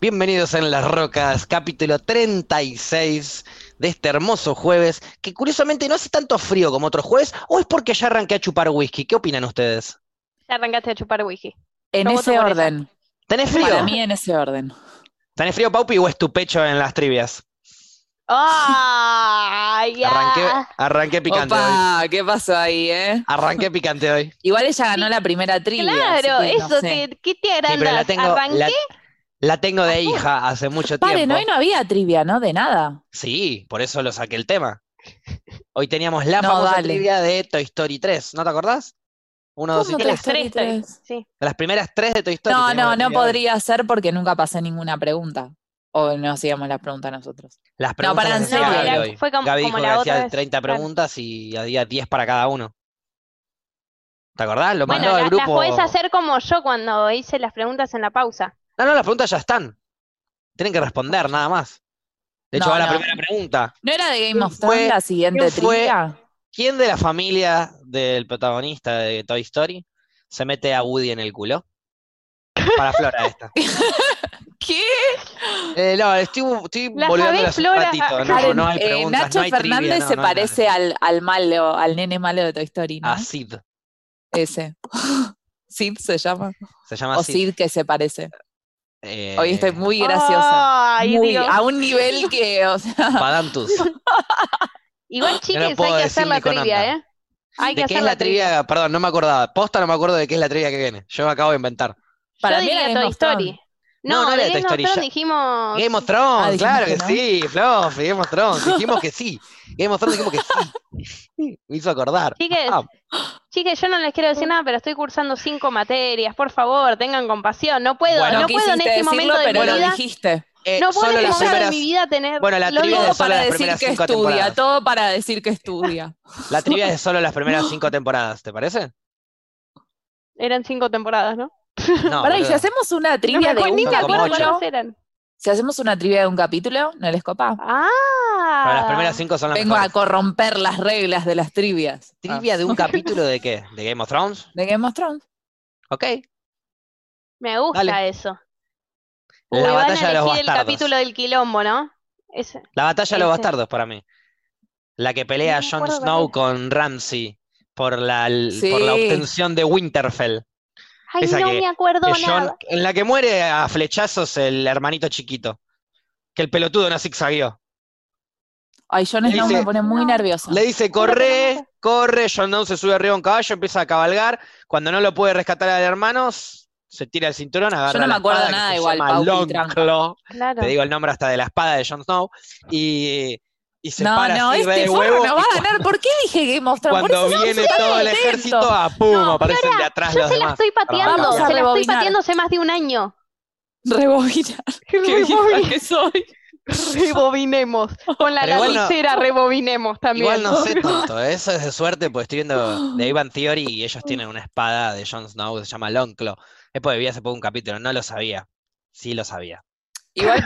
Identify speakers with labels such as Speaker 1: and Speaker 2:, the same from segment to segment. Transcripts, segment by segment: Speaker 1: Bienvenidos en Las Rocas, capítulo 36 de este hermoso jueves, que curiosamente no hace tanto frío como otros jueves, o es porque ya arranqué a chupar whisky. ¿Qué opinan ustedes?
Speaker 2: Ya arrancaste a chupar whisky.
Speaker 3: En
Speaker 2: No voto
Speaker 3: ese
Speaker 2: por esa.
Speaker 3: orden.
Speaker 1: ¿Tenés frío?
Speaker 3: Para mí en ese orden.
Speaker 1: ¿Tenés frío, Paupi, o es tu pecho en las trivias?
Speaker 2: ¡Ah! ya.
Speaker 1: Arranqué, arranqué picante hoy.
Speaker 3: Opa, ¿qué pasó ahí, eh?
Speaker 1: Arranqué picante hoy. Sí,
Speaker 3: Igual ella ganó la primera trivia.
Speaker 2: Claro,
Speaker 3: así que no
Speaker 2: eso,
Speaker 3: sé.
Speaker 2: te, ¿qué te agrandas?
Speaker 1: pero la tengo,
Speaker 2: Arranqué,
Speaker 1: la, la tengo
Speaker 2: a
Speaker 1: de
Speaker 2: full.
Speaker 1: hija hace mucho
Speaker 3: Paren,
Speaker 1: tiempo.
Speaker 3: hoy uh. no había trivia, ¿no? De nada.
Speaker 1: Sí, por eso lo saqué el tema. Hoy teníamos la
Speaker 3: No,
Speaker 1: famosa
Speaker 3: dale.
Speaker 1: trivia de Toy Story 3, ¿no te acordás? Uno, dos y
Speaker 3: ¿Cómo
Speaker 1: tres.
Speaker 2: las
Speaker 3: Toy
Speaker 2: tres,
Speaker 3: Story
Speaker 2: tres.
Speaker 3: tres?
Speaker 2: sí.
Speaker 1: Las primeras tres de Toy Story.
Speaker 3: No,
Speaker 1: teníamos la
Speaker 3: no, no
Speaker 1: trivia hoy.
Speaker 3: podría ser porque nunca pasé ninguna pregunta. O no hacíamos las preguntas nosotros.
Speaker 1: Las preguntas
Speaker 3: para
Speaker 1: las
Speaker 3: en
Speaker 1: hacía
Speaker 3: serio.
Speaker 1: Gaby
Speaker 3: No,
Speaker 2: la-
Speaker 1: hoy.
Speaker 2: fue como-
Speaker 1: Gaby dijo
Speaker 2: como
Speaker 1: que
Speaker 2: la
Speaker 1: hacía
Speaker 2: otra vez,
Speaker 1: 30
Speaker 2: claro.
Speaker 1: preguntas y había 10 para cada uno. ¿Te acordás? Lo mandó
Speaker 2: Bueno,
Speaker 1: al
Speaker 2: las, las
Speaker 1: grupo.
Speaker 2: podés hacer como yo cuando hice las preguntas en la pausa.
Speaker 1: No, no, las preguntas ya están. Tienen que responder, nada más. De hecho,
Speaker 3: No,
Speaker 1: va la
Speaker 3: no.
Speaker 1: primera pregunta.
Speaker 3: ¿No era de
Speaker 1: ¿Quién
Speaker 3: Game of Thrones
Speaker 1: fue-
Speaker 3: la siguiente
Speaker 1: quién fue-
Speaker 3: trivia?
Speaker 1: ¿Quién de la familia del protagonista de Toy Story se mete a Woody en el culo? Para Flora esta.
Speaker 3: ¿Qué?
Speaker 1: Eh, no, estoy, estoy
Speaker 2: La
Speaker 1: volviéndolas
Speaker 2: sabés,
Speaker 1: un
Speaker 2: Flora.
Speaker 1: ratito. No,
Speaker 3: Karen,
Speaker 1: no hay
Speaker 3: eh,
Speaker 1: preguntas,
Speaker 3: Nacho
Speaker 1: no hay trivia,
Speaker 3: Fernández
Speaker 1: no,
Speaker 3: se
Speaker 1: no Ah. hay nada.
Speaker 3: parece al, al malo, al nene malo de Toy Story, ¿no?
Speaker 1: A Sid.
Speaker 3: Ese. Sid se llama.
Speaker 1: Se llama
Speaker 3: O
Speaker 1: Sid.
Speaker 3: Sid que se parece. Hoy
Speaker 1: Ah, Eh,
Speaker 3: estoy muy graciosa.
Speaker 2: Ay,
Speaker 3: Muy-
Speaker 2: Dios.
Speaker 3: a un nivel que, o sea,
Speaker 1: Padantus.
Speaker 2: Igual, chiques,
Speaker 1: puedo
Speaker 2: hay que
Speaker 1: decir
Speaker 2: hacer la
Speaker 1: ni con
Speaker 2: trivia,
Speaker 1: onda.
Speaker 2: ¿eh? Hay que
Speaker 1: ¿De qué
Speaker 2: hacer
Speaker 1: es la trivia? Perdón, no me acordaba. Posta no me acuerdo de qué es la trivia que viene. Yo me acabo de inventar.
Speaker 3: Para
Speaker 2: Yo
Speaker 3: mí era
Speaker 2: diría
Speaker 3: Game
Speaker 2: Toy
Speaker 3: of Thrones.
Speaker 2: Story.
Speaker 1: No, no
Speaker 2: de
Speaker 1: era Toy
Speaker 2: Game of
Speaker 1: Story,
Speaker 2: Thrones
Speaker 1: ya-
Speaker 2: dijimos...
Speaker 1: Game of Thrones,
Speaker 3: Ah, dijimos
Speaker 1: claro que,
Speaker 3: que no.
Speaker 1: sí, Flof, Game of Thrones. Dijimos que sí. Game of Thrones dijimos que sí. me hizo acordar.
Speaker 2: Chiques,
Speaker 1: Ah,
Speaker 2: Chiques, yo no les quiero decir nada, pero estoy cursando cinco materias. Por favor, tengan compasión. No puedo,
Speaker 1: Bueno,
Speaker 2: no puedo en este momento de
Speaker 3: pero
Speaker 2: mi
Speaker 3: lo
Speaker 2: vida.
Speaker 3: dijiste.
Speaker 1: eh,
Speaker 2: No puedo
Speaker 1: solo
Speaker 2: en este
Speaker 1: las
Speaker 2: momento de
Speaker 1: primeras,
Speaker 2: mi vida tener.
Speaker 1: Bueno, la
Speaker 2: lo
Speaker 1: trivia
Speaker 2: digo-
Speaker 3: Todo
Speaker 1: es solo
Speaker 3: para
Speaker 1: las
Speaker 3: decir
Speaker 1: primeras
Speaker 3: que
Speaker 1: cinco
Speaker 3: estudia,
Speaker 1: temporadas.
Speaker 3: todo para decir que estudia.
Speaker 1: La trivia es solo las primeras cinco temporadas, ¿te parece?
Speaker 2: Eran cinco temporadas, ¿no?
Speaker 1: No,
Speaker 3: Pará, ¿y si
Speaker 1: boluda.
Speaker 3: hacemos una trivia
Speaker 2: no me
Speaker 3: de
Speaker 2: acuerdo,
Speaker 3: un
Speaker 2: ni me acuerdo
Speaker 1: ocho.
Speaker 3: capítulo?
Speaker 2: cuáles eran.
Speaker 3: Si hacemos una trivia de un capítulo, ¿no les copa?
Speaker 2: Ah.
Speaker 1: Pero las primeras cinco son las
Speaker 3: Vengo a
Speaker 1: mejores.
Speaker 3: corromper las reglas de las trivias. Ah.
Speaker 1: ¿Trivia de un capítulo de qué? ¿De Game of Thrones?
Speaker 3: ¿De Game of Thrones?
Speaker 1: Ok.
Speaker 2: Me gusta
Speaker 1: Dale.
Speaker 2: eso. Uy,
Speaker 1: La
Speaker 2: van a
Speaker 1: batalla de los
Speaker 2: elegir el
Speaker 1: bastardos.
Speaker 2: capítulo del quilombo, ¿no? Ese-
Speaker 1: La batalla de los
Speaker 2: Ese.
Speaker 1: bastardos para mí. La que pelea
Speaker 2: No me
Speaker 1: Jon
Speaker 2: acuerdo cuál
Speaker 1: Snow
Speaker 2: era.
Speaker 1: con Ramsay por la, por la
Speaker 3: Sí.
Speaker 1: obtención de Winterfell.
Speaker 2: Ay,
Speaker 1: Esa
Speaker 2: no
Speaker 1: que-
Speaker 2: me acuerdo
Speaker 1: que
Speaker 2: nada.
Speaker 1: Jon- en la que muere a flechazos el hermanito chiquito. Que el pelotudo no zigzagueó.
Speaker 3: Ay, Jon
Speaker 1: Le
Speaker 3: Snow
Speaker 1: dice-
Speaker 3: me pone muy
Speaker 2: No.
Speaker 3: nerviosa.
Speaker 1: Le dice,
Speaker 2: Juro que no me
Speaker 1: corre,
Speaker 2: acuerdo.
Speaker 1: corre. Jon Snow se sube arriba a un caballo, empieza a cabalgar. Cuando no lo puede rescatar al hermano, s- se tira el cinturón, agarra
Speaker 3: no me
Speaker 1: la
Speaker 3: acuerdo
Speaker 1: espada que
Speaker 3: nada
Speaker 1: se
Speaker 3: igual,
Speaker 1: llama
Speaker 3: Paupi,
Speaker 1: Longclaw.
Speaker 2: Claro.
Speaker 1: Te digo el nombre hasta de la espada de Jon Snow. Y, y se
Speaker 3: No,
Speaker 1: para
Speaker 3: no,
Speaker 1: así, ve
Speaker 3: este
Speaker 1: de
Speaker 3: forro
Speaker 1: huevos,
Speaker 3: no va
Speaker 1: y
Speaker 3: a ganar. ¿Por qué dije Game of Thrones? Por
Speaker 1: Cuando
Speaker 3: eso no
Speaker 1: viene
Speaker 3: soy
Speaker 1: todo el
Speaker 3: contento.
Speaker 1: ejército, a pum,
Speaker 2: No,
Speaker 1: aparecen de
Speaker 2: Flora,
Speaker 1: atrás
Speaker 2: Yo
Speaker 1: los
Speaker 2: se la
Speaker 1: demás.
Speaker 2: estoy pateando,
Speaker 1: Vamos
Speaker 2: se
Speaker 1: a
Speaker 2: la estoy
Speaker 3: rebobinar.
Speaker 2: pateando hace más de un año.
Speaker 3: Rebobina. Qué vieja que soy.
Speaker 2: Rebobinemos. Con la
Speaker 1: Pero igual no-
Speaker 2: lapicera rebobinemos también.
Speaker 1: Igual no sé tanto, ¿eh? eso es de suerte, porque estoy viendo de Ivan Theory y ellos tienen una espada de Jon Snow que se llama Longclaw. Es porque vi hace poco un capítulo, no lo sabía. Sí lo sabía.
Speaker 3: Igual.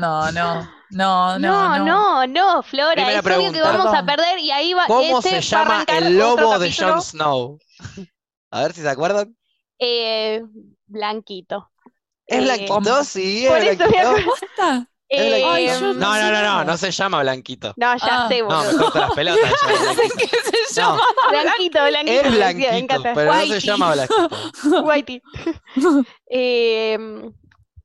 Speaker 3: No, no. No,
Speaker 2: No, no, no, Flora,
Speaker 1: Primera
Speaker 2: es obvio que
Speaker 1: pregunta.
Speaker 2: vamos a
Speaker 3: Perdón.
Speaker 2: perder y ahí va.
Speaker 1: ¿Cómo
Speaker 2: este
Speaker 1: se
Speaker 2: va a
Speaker 1: llama
Speaker 2: arrancar
Speaker 1: el lobo
Speaker 2: otro
Speaker 1: de
Speaker 2: capítulo,
Speaker 1: Jon Snow? A ver si se acuerdan.
Speaker 2: eh, blanquito.
Speaker 1: Es
Speaker 2: Eh,
Speaker 1: Blanquito, sí, es
Speaker 2: por eso me
Speaker 1: Blanquito.
Speaker 2: acuerdo.
Speaker 3: Basta.
Speaker 1: Es
Speaker 2: Eh,
Speaker 1: Blanquito.
Speaker 3: Ay, yo
Speaker 1: No, no,
Speaker 3: sé
Speaker 1: no, no,
Speaker 3: cómo.
Speaker 1: no se llama Blanquito.
Speaker 2: no, ya
Speaker 3: Ah.
Speaker 2: sé,
Speaker 1: No, me
Speaker 2: boludo.
Speaker 1: corto las pelotas. ya es Blanquito.
Speaker 3: ¿Qué se
Speaker 1: No,
Speaker 3: llama?
Speaker 2: blanquito, blanquito.
Speaker 1: es
Speaker 2: decía, me
Speaker 1: Blanquito,
Speaker 2: encanta.
Speaker 1: pero no se
Speaker 3: Whitey.
Speaker 1: llama Blanquito.
Speaker 2: Whitey. Eh,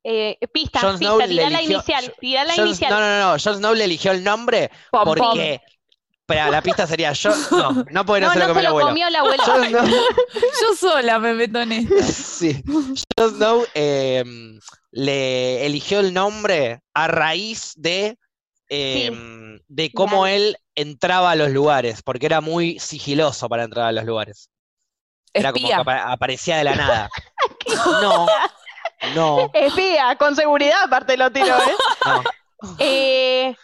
Speaker 2: eh, pista,
Speaker 1: Jon Snow
Speaker 2: pista,
Speaker 1: le
Speaker 2: tirá la
Speaker 1: eligió-
Speaker 2: inicial, tirá la
Speaker 1: Jon-
Speaker 2: inicial.
Speaker 1: No, no, no, Jon Snow le eligió el nombre
Speaker 3: Pom, pom.
Speaker 1: porque. Pero la pista sería yo. No, no porque no,
Speaker 2: No,
Speaker 1: se lo
Speaker 2: no
Speaker 1: comió el abuelo.
Speaker 2: comió el abuelo.
Speaker 1: Jon Snow-
Speaker 3: Yo sola me meto en esto.
Speaker 1: sí. Jon Snow em, le eligió el nombre a raíz de, em, de cómo él entraba a los lugares, porque era muy sigiloso para entrar a los lugares. Era como que
Speaker 3: Espía.
Speaker 1: apa- aparecía de la nada. No, no,
Speaker 2: Espía, Eh, con seguridad aparte lo tiro, ¿eh?
Speaker 1: no.
Speaker 2: Eh,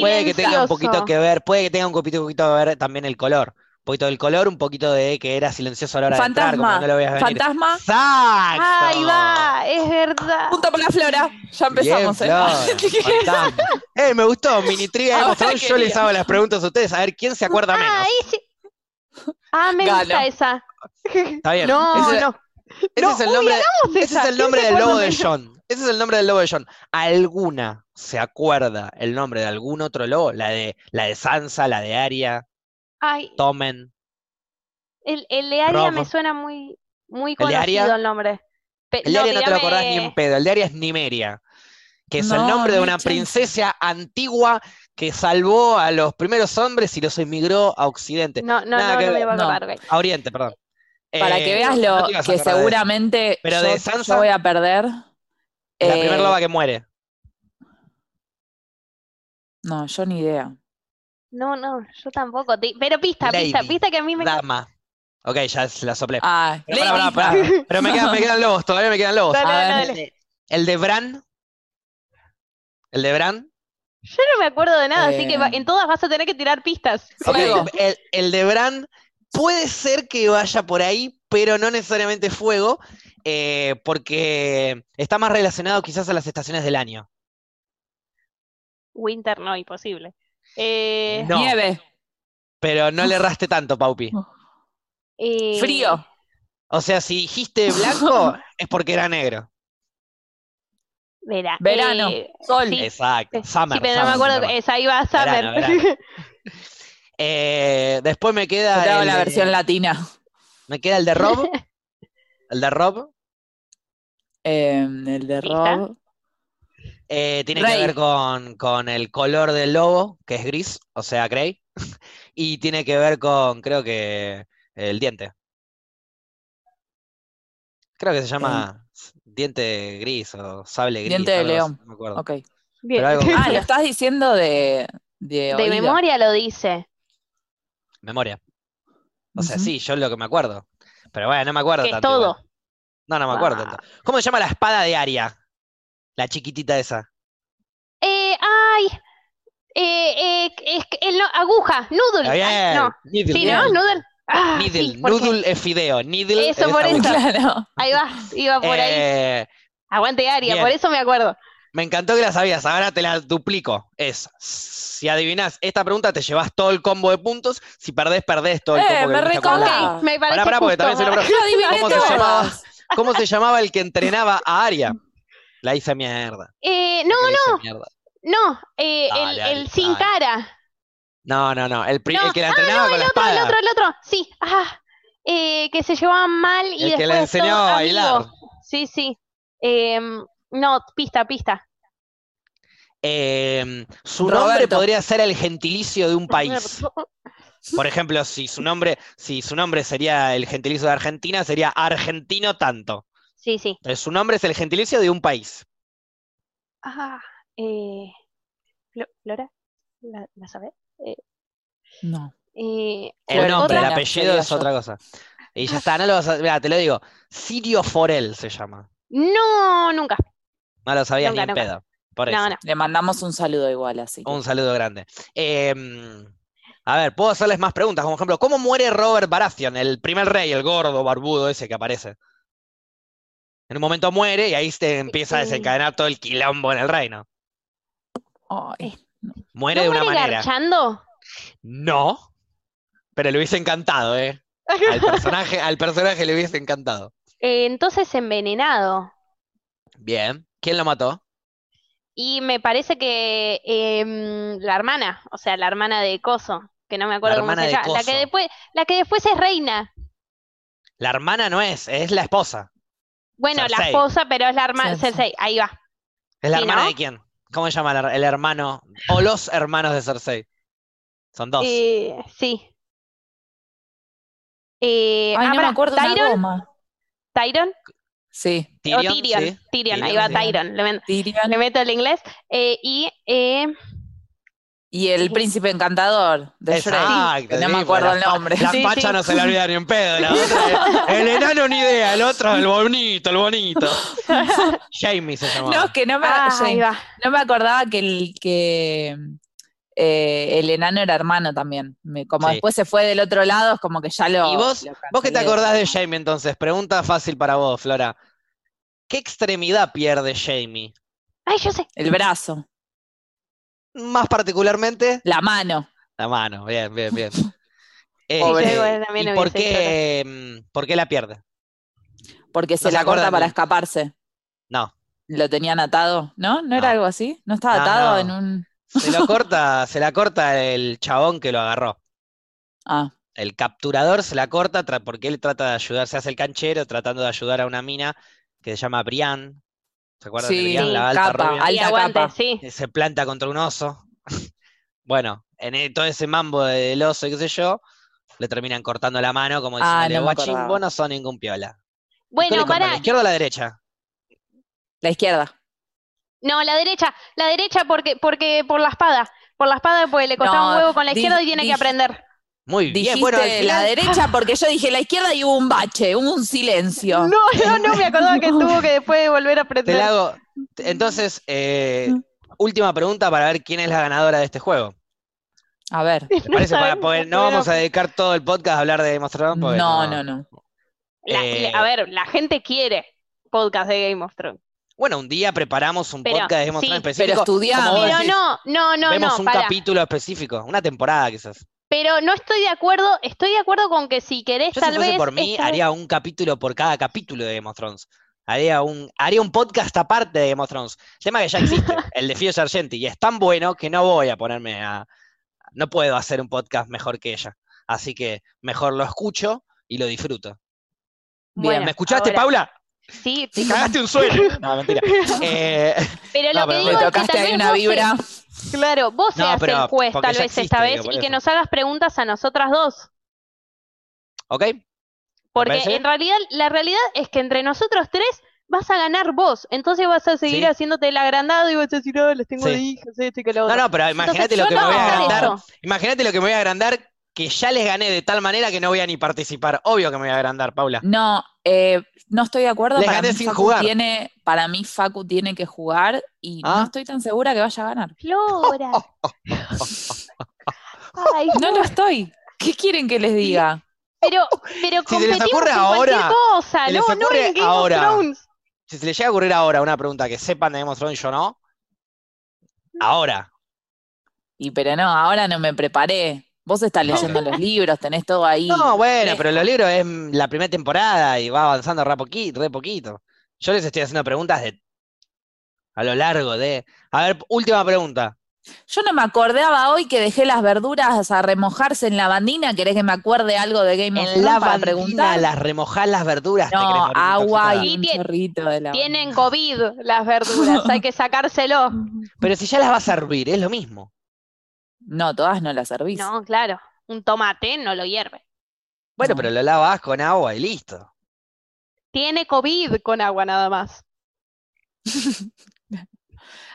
Speaker 1: Puede que tenga un
Speaker 2: silencioso.
Speaker 1: poquito que ver, puede que tenga un poquito, poquito que ver también el color. Un poquito del color, un poquito de que era silencioso a la hora de entrar, como
Speaker 3: Fantasma.
Speaker 1: no lo veías venir.
Speaker 3: Fantasma.
Speaker 1: ¡Exacto!
Speaker 2: Ahí va, es verdad.
Speaker 3: Punto por la flora. Ya
Speaker 1: Bien,
Speaker 3: empezamos, ¿eh?
Speaker 1: Flor, fantasma. Eh, me gustó, mini trivia de
Speaker 3: Ahora
Speaker 1: Game of Thrones, Yo
Speaker 3: quería.
Speaker 1: les hago las preguntas a ustedes, a ver quién se acuerda
Speaker 2: Ah,
Speaker 1: menos.
Speaker 2: ese. Ah, me
Speaker 3: Gano.
Speaker 2: gusta esa.
Speaker 1: Está bien.
Speaker 2: No,
Speaker 1: ese,
Speaker 2: no.
Speaker 1: ese
Speaker 2: No,
Speaker 1: es el
Speaker 2: uy,
Speaker 1: nombre,
Speaker 2: hagamos
Speaker 1: ese
Speaker 2: esa.
Speaker 1: es el nombre
Speaker 2: ¿Quién
Speaker 1: del
Speaker 2: se
Speaker 1: lobo
Speaker 2: acuerda
Speaker 1: de
Speaker 2: de-
Speaker 1: John. Ese es el nombre del lobo de John. ¿Alguna se acuerda el nombre de algún otro lobo? La de, la de Sansa, la de Aria,
Speaker 2: Ay,
Speaker 1: Tomen.
Speaker 2: el, el de Aria
Speaker 1: Rob.
Speaker 2: me suena muy, muy
Speaker 1: ¿El de Aria?
Speaker 2: conocido el nombre. Pe-
Speaker 1: El de Aria no te lo acordás ni
Speaker 2: tirame-
Speaker 1: en pedo. El de Aria es Nimeria, que es el
Speaker 3: No,
Speaker 1: nombre de
Speaker 3: no hay
Speaker 1: una
Speaker 3: chance.
Speaker 1: princesa antigua que salvó a los primeros hombres y los emigró a Occidente.
Speaker 2: No, no,
Speaker 1: Nada
Speaker 2: no,
Speaker 1: que
Speaker 2: no
Speaker 1: ver.
Speaker 2: me va a
Speaker 3: No.
Speaker 2: acordar, ok.
Speaker 1: A Oriente, perdón.
Speaker 3: Para
Speaker 1: Eh,
Speaker 3: que
Speaker 1: no
Speaker 3: veas lo
Speaker 1: te ibas a
Speaker 3: que
Speaker 1: acordar de eso.
Speaker 3: seguramente
Speaker 1: Pero
Speaker 3: yo,
Speaker 1: de
Speaker 3: yo
Speaker 1: Sansa-
Speaker 3: voy a perder.
Speaker 1: La
Speaker 3: Eh,
Speaker 1: primera loba que muere.
Speaker 3: Eh, No, yo ni idea.
Speaker 2: No, no, yo tampoco. Te- Pero pista, pista,
Speaker 1: Lady.
Speaker 2: pista que a mí me.
Speaker 1: Dama. Ok, ya se la soplé.
Speaker 3: Ah,
Speaker 1: Pero, Eh, pará, pará, pará. Pero me, quedan, me quedan lobos, todavía me quedan lobos.
Speaker 2: Dale,
Speaker 3: a
Speaker 2: dale,
Speaker 3: ver.
Speaker 2: dale.
Speaker 1: El de Bran. El de Bran.
Speaker 2: Yo no me acuerdo de nada, así que va-
Speaker 3: Eh.
Speaker 2: en todas vas a tener que tirar pistas.
Speaker 1: Ok,
Speaker 3: Fuego.
Speaker 1: El, el de Bran puede ser que vaya por ahí, pero no necesariamente fuego, eh, porque está más relacionado quizás a las estaciones del año.
Speaker 2: Winter no, imposible. Eh,
Speaker 1: No.
Speaker 3: Nieve,
Speaker 1: Pero no le erraste tanto, Paupi.
Speaker 2: eh,
Speaker 3: frío.
Speaker 1: O sea, si dijiste blanco, es porque era negro.
Speaker 2: verá,
Speaker 3: Verano.
Speaker 2: eh,
Speaker 3: Sol.
Speaker 2: sí.
Speaker 1: Exacto. Summer,
Speaker 2: sí, pero no me
Speaker 1: summer,
Speaker 2: acuerdo.
Speaker 1: summer.
Speaker 2: es ahí va Summer.
Speaker 1: Verano, verano. Eh, después me
Speaker 3: Yo
Speaker 1: queda.
Speaker 3: te hago
Speaker 1: el
Speaker 3: la
Speaker 1: de-
Speaker 3: versión latina.
Speaker 1: Me queda el de Rob. El de Rob.
Speaker 3: Eh, el de
Speaker 2: ¿Pista?
Speaker 3: Rob.
Speaker 1: Eh, tiene que
Speaker 3: Rey.
Speaker 1: ver con, con el color del lobo, que es gris, o sea, grey. Y tiene que ver con, creo que, el diente. Creo que se llama s- diente gris o sable gris.
Speaker 3: Diente de
Speaker 1: algo así,
Speaker 3: león.
Speaker 1: no me acuerdo.
Speaker 3: Ok.
Speaker 2: Bien.
Speaker 1: Pero algo-
Speaker 3: Ah, lo estás diciendo de. De,
Speaker 2: de
Speaker 3: oído.
Speaker 2: memoria lo dice.
Speaker 1: Memoria. O sea,
Speaker 3: Ujú.
Speaker 1: sí, yo lo que me acuerdo. Pero bueno, no me acuerdo
Speaker 2: Que es
Speaker 1: tanto igual.
Speaker 2: todo.
Speaker 1: No, no me acuerdo
Speaker 2: Ah.
Speaker 1: tanto. ¿Cómo se llama la espada de Aria? La chiquitita esa.
Speaker 2: Eh, ay. Eh, eh, es que el no- aguja, noodle.
Speaker 1: Está
Speaker 2: Ay, no.
Speaker 1: bien, Needle,
Speaker 2: Sí, ¿no?
Speaker 1: bien.
Speaker 2: Noodle. Ah,
Speaker 1: Needle,
Speaker 2: sí, porque
Speaker 1: noodle es fideo. Needle
Speaker 2: Eso,
Speaker 1: es
Speaker 2: por
Speaker 1: aguja.
Speaker 3: Claro.
Speaker 2: Ahí va, iba por ahí.
Speaker 1: Eh,
Speaker 2: Aguante Aria,
Speaker 1: bien.
Speaker 2: por eso me acuerdo.
Speaker 1: Me encantó que la sabías, ahora te la duplico. Es, si adivinás esta pregunta, te llevas todo el combo de puntos. Si perdés, perdés todo el
Speaker 3: Eh,
Speaker 1: combo que
Speaker 3: me
Speaker 1: viniste
Speaker 3: recordé.
Speaker 1: acumulando.
Speaker 3: Ah.
Speaker 2: Ok, me parece
Speaker 1: Pará, pará, porque
Speaker 2: justo.
Speaker 1: también se nombró.
Speaker 3: Yo adiviné
Speaker 1: ¿Cómo se
Speaker 3: todas.
Speaker 1: llamaba? ¿Cómo se llamaba el que entrenaba a Aria? La hice mierda.
Speaker 2: Eh, no,
Speaker 1: la hice mierda.
Speaker 2: no, eh, el,
Speaker 1: Dale,
Speaker 2: el
Speaker 1: dale,
Speaker 2: sin
Speaker 1: dale.
Speaker 2: cara.
Speaker 1: No, no, no. El, pri-
Speaker 2: No.
Speaker 1: el que la entrenaba con
Speaker 2: El
Speaker 1: la
Speaker 2: otro, el
Speaker 1: espada.
Speaker 2: otro, el otro. Sí, ah, eh, que se llevaban mal y
Speaker 1: El que la
Speaker 2: después
Speaker 1: enseñó
Speaker 2: todos
Speaker 1: a bailar.
Speaker 2: amigos. Sí, sí. Em, no, pista, pista.
Speaker 1: Eh, su nombre
Speaker 3: Roberto.
Speaker 1: podría ser el gentilicio de un país. Por ejemplo, si su nombre, si su nombre sería el gentilicio de Argentina, sería argentino tanto.
Speaker 2: Sí, sí.
Speaker 1: Entonces, su nombre es el gentilicio de un país.
Speaker 2: Ah, eh, Flo- Flora, ¿la, la sabés?
Speaker 3: No.
Speaker 2: Eh,
Speaker 1: El
Speaker 3: Claro,
Speaker 1: nombre, el
Speaker 3: otra-
Speaker 1: apellido
Speaker 3: sería
Speaker 1: es
Speaker 3: yo.
Speaker 1: otra cosa. Y ya está, no lo vas a. Mirá, te lo digo. Sirio Forel se llama.
Speaker 2: No, nunca.
Speaker 1: No lo sabías
Speaker 2: Nunca,
Speaker 1: ni en
Speaker 2: nunca.
Speaker 1: pedo. Por eso.
Speaker 2: No, no.
Speaker 3: Le mandamos un saludo igual, así. que-
Speaker 1: Un saludo grande. Eh, a ver, puedo hacerles más preguntas. Como ejemplo, ¿cómo muere Robert Baratheon, el primer rey, el gordo, barbudo ese que aparece? En un momento muere y ahí se empieza a
Speaker 2: Eh.
Speaker 1: desencadenar todo el quilombo en el reino.
Speaker 3: Ay.
Speaker 2: Este,
Speaker 1: Muere
Speaker 2: ¿No
Speaker 1: de una
Speaker 2: muere
Speaker 1: manera.
Speaker 2: garchando?
Speaker 1: No. Pero le hubiese encantado, ¿eh? Al personaje, al personaje le hubiese encantado.
Speaker 2: Eh, entonces envenenado.
Speaker 1: Bien. ¿Quién lo mató?
Speaker 2: Y me parece que em, la hermana, o sea, la hermana de Coso, que no me acuerdo cómo
Speaker 1: hermana
Speaker 2: se
Speaker 1: de
Speaker 2: llama, la que
Speaker 1: Coso.
Speaker 2: después, la que después es reina.
Speaker 1: La hermana no es, es la esposa.
Speaker 2: Bueno, la
Speaker 1: Cersei.
Speaker 2: esposa, pero es la hermana,
Speaker 3: Cersei.
Speaker 2: Cersei, ahí va.
Speaker 1: ¿Es la
Speaker 2: Sí,
Speaker 1: hermana
Speaker 2: ¿no?
Speaker 1: de quién? ¿Cómo se llama la- el hermano? O los hermanos de Cersei. Son dos.
Speaker 2: Eh, sí. Eh,
Speaker 3: Ay,
Speaker 2: ah,
Speaker 3: no me
Speaker 2: pará,
Speaker 3: acuerdo una
Speaker 2: Tyrion,
Speaker 3: goma.
Speaker 2: Tyrion
Speaker 3: Sí.
Speaker 2: o
Speaker 1: Tyrion,
Speaker 2: Tyrion,
Speaker 1: sí.
Speaker 2: Tyrion, ahí
Speaker 1: Tyrion,
Speaker 2: va
Speaker 3: sí.
Speaker 2: Tyrion, le, met-
Speaker 3: Tyrion.
Speaker 2: le meto el inglés. Eh, y eh,
Speaker 3: Y el
Speaker 2: Sí.
Speaker 3: príncipe encantador de Shrek.
Speaker 1: Exacto,
Speaker 3: que no
Speaker 1: sí,
Speaker 3: me acuerdo
Speaker 1: pues,
Speaker 3: el
Speaker 1: la fa-
Speaker 3: nombre.
Speaker 1: La
Speaker 2: Sí,
Speaker 1: facha
Speaker 2: sí.
Speaker 1: no se la olvida ni en pedo. la otra es- el enano ni idea, el otro el bonito, el bonito. Jamie se llamaba.
Speaker 3: No, es que no me,
Speaker 2: ah,
Speaker 3: Jane,
Speaker 2: ahí va.
Speaker 3: no me acordaba que el, que, eh, el enano era hermano también. Me- como
Speaker 1: Sí.
Speaker 3: después se fue del otro lado, es como que ya lo.
Speaker 1: ¿Y vos-
Speaker 3: lo
Speaker 1: ¿Vos qué te
Speaker 3: cancelé.
Speaker 1: acordás de Jamie entonces? Pregunta fácil para vos, Flora. ¿Qué extremidad pierde Jamie?
Speaker 2: Ay, yo sé.
Speaker 3: El brazo,
Speaker 1: Más particularmente,
Speaker 3: la mano.
Speaker 1: la mano. Bien, bien, bien. Eh,
Speaker 3: Pobre.
Speaker 1: eh,
Speaker 2: Sí, bueno, también
Speaker 1: ¿y
Speaker 2: lo
Speaker 1: por
Speaker 2: hubiese hecho
Speaker 1: qué, mm, por qué la pierde?
Speaker 3: Porque se
Speaker 1: se
Speaker 3: la corta
Speaker 1: acuerdan.
Speaker 3: para escaparse.
Speaker 1: No.
Speaker 3: lo tenían atado, ¿no? ¿No era
Speaker 1: No.
Speaker 3: algo así? ¿No estaba
Speaker 1: No,
Speaker 3: atado
Speaker 1: no.
Speaker 3: en un...?
Speaker 1: Se lo corta, se la corta el chabón que lo agarró.
Speaker 3: Ah,
Speaker 1: El capturador se la corta tra- porque él trata de ayudar, se hace el canchero tratando de ayudar a una mina que se llama Brian. ¿Se acuerdan de
Speaker 3: Sí,
Speaker 1: Brian, la alta
Speaker 3: capa,
Speaker 1: rubia?
Speaker 3: alta
Speaker 2: Y aguante,
Speaker 3: capa.
Speaker 2: sí.
Speaker 1: Eh, se planta contra un oso. Bueno, en e- todo ese mambo del oso y qué sé yo, le terminan cortando la mano como
Speaker 3: Ah,
Speaker 1: diciéndole,
Speaker 3: no me
Speaker 1: guachín,
Speaker 3: acordaba.
Speaker 1: vos no sos ningún piola. ¿Qué le
Speaker 2: Bueno,
Speaker 1: cortan,
Speaker 2: para
Speaker 1: ¿La izquierda o la derecha?
Speaker 3: la izquierda.
Speaker 2: No, la derecha, la derecha porque, porque por la espada, por la espada porque le costaba un
Speaker 3: No,
Speaker 2: huevo con la
Speaker 3: di-
Speaker 2: izquierda y tiene que
Speaker 3: dij-
Speaker 2: aprender.
Speaker 1: Muy
Speaker 3: Dijiste
Speaker 1: bien, bueno, al
Speaker 3: la
Speaker 1: final-
Speaker 3: derecha porque yo dije la izquierda y hubo un bache, hubo un silencio.
Speaker 2: No, no, no me acordaba que tuvo que después volver a
Speaker 1: Te
Speaker 2: aprender.
Speaker 1: la hago. Entonces, eh,
Speaker 2: Ah.
Speaker 1: última pregunta para ver quién es la ganadora de este juego.
Speaker 3: A ver.
Speaker 1: ¿Te parece? Para
Speaker 2: sabemos,
Speaker 1: poder- no
Speaker 2: pero-
Speaker 1: vamos a dedicar todo el podcast a hablar de Mostradón.
Speaker 3: No, no, no.
Speaker 2: La-
Speaker 1: Eh,
Speaker 2: A ver, la gente quiere podcast de Game of Thrones.
Speaker 1: Bueno, un día preparamos un
Speaker 2: Pero,
Speaker 1: podcast de Mostradón
Speaker 2: sí,
Speaker 3: Pero
Speaker 1: específico.
Speaker 3: estudiamos.
Speaker 1: vos
Speaker 2: Pero
Speaker 1: decís,
Speaker 2: no, no, no,
Speaker 1: Ah, Vemos
Speaker 2: no,
Speaker 1: un
Speaker 2: pará.
Speaker 1: capítulo específico, una temporada quizás.
Speaker 2: Pero no estoy de acuerdo, estoy de acuerdo con que si querés
Speaker 1: Yo
Speaker 2: tal
Speaker 1: si fuese
Speaker 2: vez
Speaker 1: por mí,
Speaker 2: esta-
Speaker 1: haría un capítulo por cada capítulo de Game of Thrones. Haría un, haría un podcast aparte de Game of Thrones. El tema que ya existe, el de Fio Sargenti, y es tan bueno que no voy a ponerme a... No puedo hacer un podcast mejor que ella. Así que mejor lo escucho y lo disfruto.
Speaker 3: Bien,
Speaker 2: Bueno,
Speaker 1: ¿Me escuchaste,
Speaker 2: ahora,
Speaker 1: Paula?
Speaker 2: Sí,
Speaker 1: Te cagaste un sueño. No, mentira. Eh,
Speaker 2: pero lo
Speaker 1: No,
Speaker 2: que
Speaker 1: pero
Speaker 2: digo
Speaker 3: Me
Speaker 2: es que
Speaker 3: tocaste
Speaker 2: tal
Speaker 3: ahí
Speaker 2: vez
Speaker 3: una
Speaker 2: vos se-
Speaker 3: vibra.
Speaker 2: Claro, vos
Speaker 1: No,
Speaker 2: seas
Speaker 1: pero
Speaker 2: el juez
Speaker 1: porque
Speaker 2: tal
Speaker 1: ya
Speaker 2: vez
Speaker 1: existe,
Speaker 2: esta
Speaker 1: digo,
Speaker 2: vez
Speaker 1: por
Speaker 2: y que
Speaker 1: eso.
Speaker 2: nos hagas preguntas a nosotras dos.
Speaker 1: ¿Ok?
Speaker 2: Porque
Speaker 1: parece?
Speaker 2: en realidad, la realidad es que entre nosotros tres vas a ganar vos. Entonces vas a seguir
Speaker 1: Sí.
Speaker 2: haciéndote el agrandado y vas a decir, no, les tengo
Speaker 1: Sí.
Speaker 2: de hijas, esto y que lo
Speaker 1: No,
Speaker 2: otro.
Speaker 1: no, pero imagínate lo
Speaker 2: yo
Speaker 1: que me voy a
Speaker 2: voy a hacer
Speaker 1: agrandar.
Speaker 2: eso.
Speaker 1: Imagínate lo que me voy a agrandar, que ya les gané de tal manera que no voy a ni participar. Obvio que me voy a agrandar, Paula.
Speaker 3: No, eh, no estoy de acuerdo.
Speaker 1: Les
Speaker 3: Para
Speaker 1: gané
Speaker 3: mí,
Speaker 1: sin
Speaker 3: Facu
Speaker 1: jugar.
Speaker 3: Tiene, para mí, Facu tiene que jugar y
Speaker 1: Ah.
Speaker 3: no estoy tan segura que vaya a ganar.
Speaker 2: Flora. Ay,
Speaker 3: No lo estoy. ¿Qué quieren que les diga?
Speaker 2: pero, pero
Speaker 1: Si se les
Speaker 2: competimos
Speaker 1: ocurre
Speaker 2: en cualquier
Speaker 1: ahora,
Speaker 2: cosa,
Speaker 1: se
Speaker 2: no,
Speaker 1: les
Speaker 2: no
Speaker 1: ocurre
Speaker 2: en Game of
Speaker 1: ahora.
Speaker 2: Thrones.
Speaker 1: Si se les llega a ocurrir ahora una pregunta que sepan de Game of Thrones y yo no, ahora.
Speaker 3: Y pero no, ahora no me preparé. Vos estás
Speaker 1: No.
Speaker 3: leyendo los libros, tenés todo ahí.
Speaker 1: No, bueno,
Speaker 3: fresco.
Speaker 1: pero los libros es la primera temporada y va avanzando re poquito, re poquito. Yo les estoy haciendo preguntas de a lo largo de. A ver, última pregunta.
Speaker 3: Yo no me acordaba hoy que dejé las verduras a remojarse en la bandina. ¿Querés que me acuerde algo de Game of
Speaker 1: En
Speaker 3: Thrones
Speaker 1: la
Speaker 3: para
Speaker 1: bandina,
Speaker 3: preguntar?
Speaker 1: las remojás las verduras. te querés
Speaker 3: No,
Speaker 1: morir
Speaker 3: agua
Speaker 1: intoxicada.
Speaker 3: y un
Speaker 2: Y tie-
Speaker 3: chorrito de la
Speaker 2: Tienen COVID las verduras, hay que sacárselo.
Speaker 1: Pero si ya las vas a hervir, es lo mismo.
Speaker 3: No, todas no las servís.
Speaker 2: No, claro, un tomate no lo hierve.
Speaker 1: Bueno,
Speaker 3: No.
Speaker 1: pero lo lavas con agua y listo.
Speaker 2: Tiene COVID con agua nada más.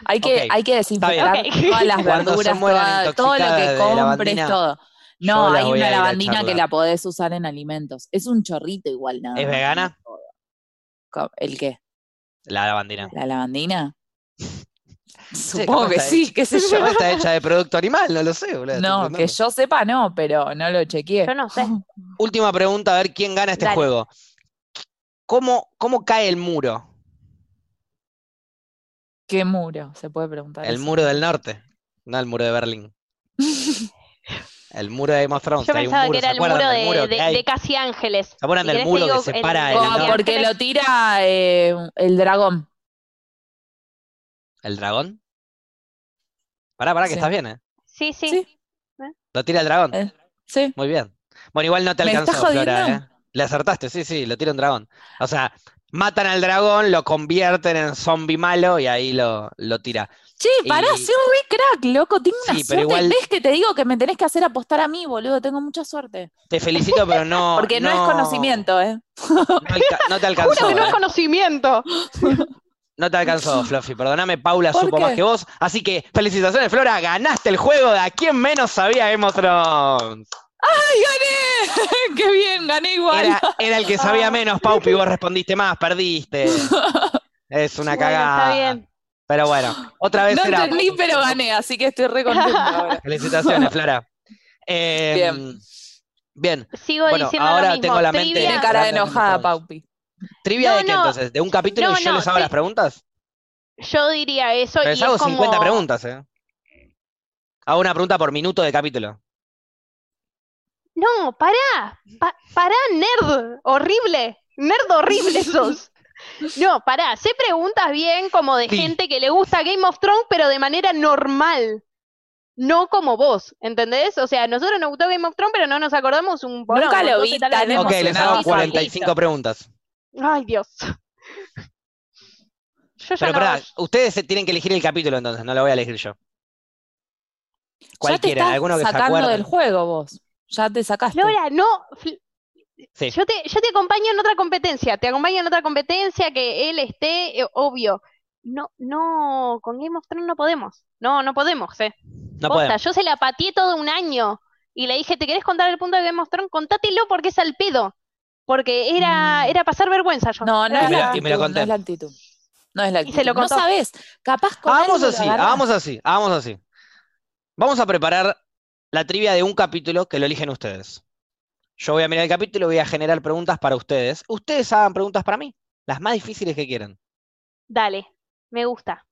Speaker 3: Hay
Speaker 1: Ok,
Speaker 3: que, hay que desinfectar
Speaker 2: bien. Ok.
Speaker 3: todas las
Speaker 1: Cuando se
Speaker 3: verduras,
Speaker 1: mueran
Speaker 3: toda- todo lo
Speaker 1: intoxicadas
Speaker 3: que
Speaker 1: de lavandina,
Speaker 3: compres, todo. No,
Speaker 1: yo las voy
Speaker 3: hay
Speaker 1: a
Speaker 3: una
Speaker 1: ir a
Speaker 3: lavandina que
Speaker 1: charlar.
Speaker 3: la podés usar en alimentos. Es un chorrito igual, nada
Speaker 1: ¿Es
Speaker 3: más.
Speaker 1: vegana?
Speaker 3: Co- ¿El qué?
Speaker 1: La lavandina.
Speaker 3: ¿La lavandina?
Speaker 1: capaz
Speaker 3: Supongo que
Speaker 1: está
Speaker 3: sí, qué sé yo.
Speaker 1: Capaz está hecha de producto animal, no lo sé, boludo. estoy
Speaker 3: No, que
Speaker 1: preguntando.
Speaker 3: yo sepa no, pero no lo chequeé.
Speaker 2: Yo no sé.
Speaker 1: Última pregunta, a ver quién gana este
Speaker 2: Dale.
Speaker 1: juego. ¿Cómo, ¿Cómo cae el muro?
Speaker 3: ¿Qué muro? Se puede preguntar.
Speaker 1: El
Speaker 3: eso.
Speaker 1: muro del norte, no el muro de Berlín. El muro de Game of Thrones,
Speaker 2: Yo
Speaker 1: que hay un
Speaker 2: pensaba
Speaker 1: muro,
Speaker 2: que era
Speaker 1: ¿se
Speaker 2: el
Speaker 1: acuerdan
Speaker 2: muro
Speaker 1: del
Speaker 2: de,
Speaker 1: muro que
Speaker 2: de-
Speaker 1: hay?
Speaker 2: de Casi Ángeles.
Speaker 1: ¿Se acuerdan
Speaker 2: Si
Speaker 1: del
Speaker 2: querés te
Speaker 1: muro que
Speaker 2: digo
Speaker 1: separa
Speaker 2: el-
Speaker 1: el
Speaker 3: Como
Speaker 2: Casi
Speaker 1: norte?
Speaker 3: porque
Speaker 2: Ángeles.
Speaker 3: lo tira eh, el dragón.
Speaker 1: ¿El dragón? Pará, pará, que
Speaker 3: Sí.
Speaker 1: estás bien, ¿eh?
Speaker 2: Sí, sí.
Speaker 3: Sí,
Speaker 1: Lo tira el dragón,
Speaker 3: Eh. sí.
Speaker 1: muy bien. Bueno, igual no te
Speaker 3: ¿Me
Speaker 1: alcanzó,
Speaker 3: estás
Speaker 1: Flora,
Speaker 3: jodiendo?
Speaker 1: ¿eh? Le acertaste, sí, sí, lo tira un dragón. O sea, matan al dragón, lo convierten en zombie malo y ahí lo, lo tira.
Speaker 3: Che, pará,
Speaker 1: Y-
Speaker 3: soy un re crack, loco. Tengo una
Speaker 1: Sí, pero
Speaker 3: suerte.
Speaker 1: igual-
Speaker 3: ¿Ves que te digo que me tenés que hacer apostar a mí, boludo? Tengo mucha suerte.
Speaker 1: Te felicito, pero no.
Speaker 3: Porque no, es conocimiento, ¿eh?
Speaker 1: No, alca- no te alcanzó.
Speaker 2: Juro que no
Speaker 1: ¿eh?
Speaker 2: es conocimiento.
Speaker 1: No te alcanzó, Fluffy. Perdóname, Paula
Speaker 3: ¿Por
Speaker 1: supo más
Speaker 3: qué?
Speaker 1: que vos. Así que, felicitaciones, Flora. Ganaste el juego de a quién menos sabía Game of Thrones.
Speaker 3: ¡Ay, gané! ¡Qué bien! Gané igual.
Speaker 1: Era, era el que
Speaker 2: Ah.
Speaker 1: sabía menos, Paupi. Vos respondiste más, perdiste. Es una
Speaker 2: Bueno,
Speaker 1: cagada.
Speaker 2: está bien.
Speaker 1: Pero bueno, otra vez
Speaker 3: no
Speaker 1: será.
Speaker 3: entendí, pero gané, así que estoy re contenta ahora.
Speaker 1: Felicitaciones, Flora. Eh,
Speaker 3: Bien.
Speaker 1: bien.
Speaker 2: Sigo
Speaker 1: Bueno,
Speaker 2: diciendo lo
Speaker 1: ahora
Speaker 2: mismo.
Speaker 1: tengo la mente-
Speaker 2: Trivia-
Speaker 3: Tiene cara de enojada,
Speaker 1: Vamos.
Speaker 3: Paupi.
Speaker 1: ¿Trivia
Speaker 2: No,
Speaker 1: de qué
Speaker 2: no.
Speaker 1: entonces? ¿De un capítulo
Speaker 2: No,
Speaker 1: y yo
Speaker 2: no,
Speaker 1: les hago
Speaker 2: sí.
Speaker 1: las preguntas?
Speaker 2: Yo diría eso
Speaker 1: Pero
Speaker 2: y
Speaker 1: les
Speaker 2: es
Speaker 1: hago 50
Speaker 2: como-
Speaker 1: preguntas, ¿eh? Hago una pregunta por minuto de capítulo.
Speaker 2: No, pará. Pa- pará, nerd. Horrible. Nerd horrible sos. No, pará, sé preguntas bien como de
Speaker 1: Sí.
Speaker 2: gente que le gusta Game of Thrones, pero de manera normal. No como vos, ¿entendés? O sea, nosotros nos gustó Game of Thrones, pero no nos acordamos un poco.
Speaker 3: Nunca lo vi tan
Speaker 1: Ok, les hago
Speaker 3: emocionado,
Speaker 1: 45 preguntas.
Speaker 2: Ay, Dios. Yo ya
Speaker 1: Pero
Speaker 2: no-
Speaker 1: pará, ustedes se tienen que elegir el capítulo entonces, no lo voy a elegir yo.
Speaker 3: ya te
Speaker 1: Cualquiera,
Speaker 3: estás
Speaker 1: alguno que se
Speaker 3: sacando
Speaker 1: acuerde.
Speaker 3: del juego vos. Ya te sacaste.
Speaker 2: Flora, no. Fl-
Speaker 1: Sí.
Speaker 2: Yo, te, yo te acompaño en otra competencia. Te acompaño en otra competencia que él esté, eh, obvio. No, no, con Game of Thrones no podemos. No, no podemos, eh.
Speaker 1: No
Speaker 2: Posta,
Speaker 1: podemos.
Speaker 2: Yo se la pateé todo un año y le dije, ¿te querés contar el punto de Game of Thrones? Contátelo porque es al pedo. Porque era,
Speaker 3: Mm.
Speaker 2: era pasar vergüenza yo.
Speaker 3: No, no
Speaker 1: Y
Speaker 3: es
Speaker 1: me
Speaker 3: la
Speaker 1: la- y me lo
Speaker 3: actitud, no
Speaker 1: conté.
Speaker 3: es la actitud. No es la actitud.
Speaker 2: se lo
Speaker 3: no
Speaker 2: contó.
Speaker 3: sabes. Capaz con
Speaker 1: Hagamos
Speaker 3: algo lo
Speaker 1: Ah, así,
Speaker 3: agarrás.
Speaker 1: hagamos así, hagamos así. Vamos a preparar la trivia de un capítulo que lo eligen ustedes. Yo voy a mirar el capítulo y voy a generar preguntas para ustedes. Ustedes hagan preguntas para mí, las más difíciles que quieran.
Speaker 2: Dale, me gusta.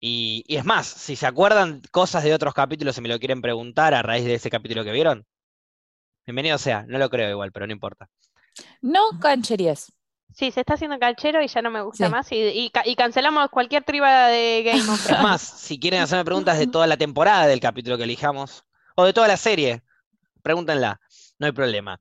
Speaker 1: Y, y es más, si se acuerdan cosas de otros capítulos y me lo quieren preguntar a raíz de ese capítulo que vieron, bienvenido sea. No lo creo igual, pero no importa.
Speaker 3: No cancherías.
Speaker 2: Sí, se está haciendo canchero y ya no me gusta
Speaker 3: Sí.
Speaker 2: más y, y ca- y cancelamos cualquier triba de Game of
Speaker 1: Es
Speaker 2: Thrones.
Speaker 1: más, si quieren hacerme preguntas de toda la temporada del capítulo que elijamos, o de toda la serie, pregúntenla, no hay problema.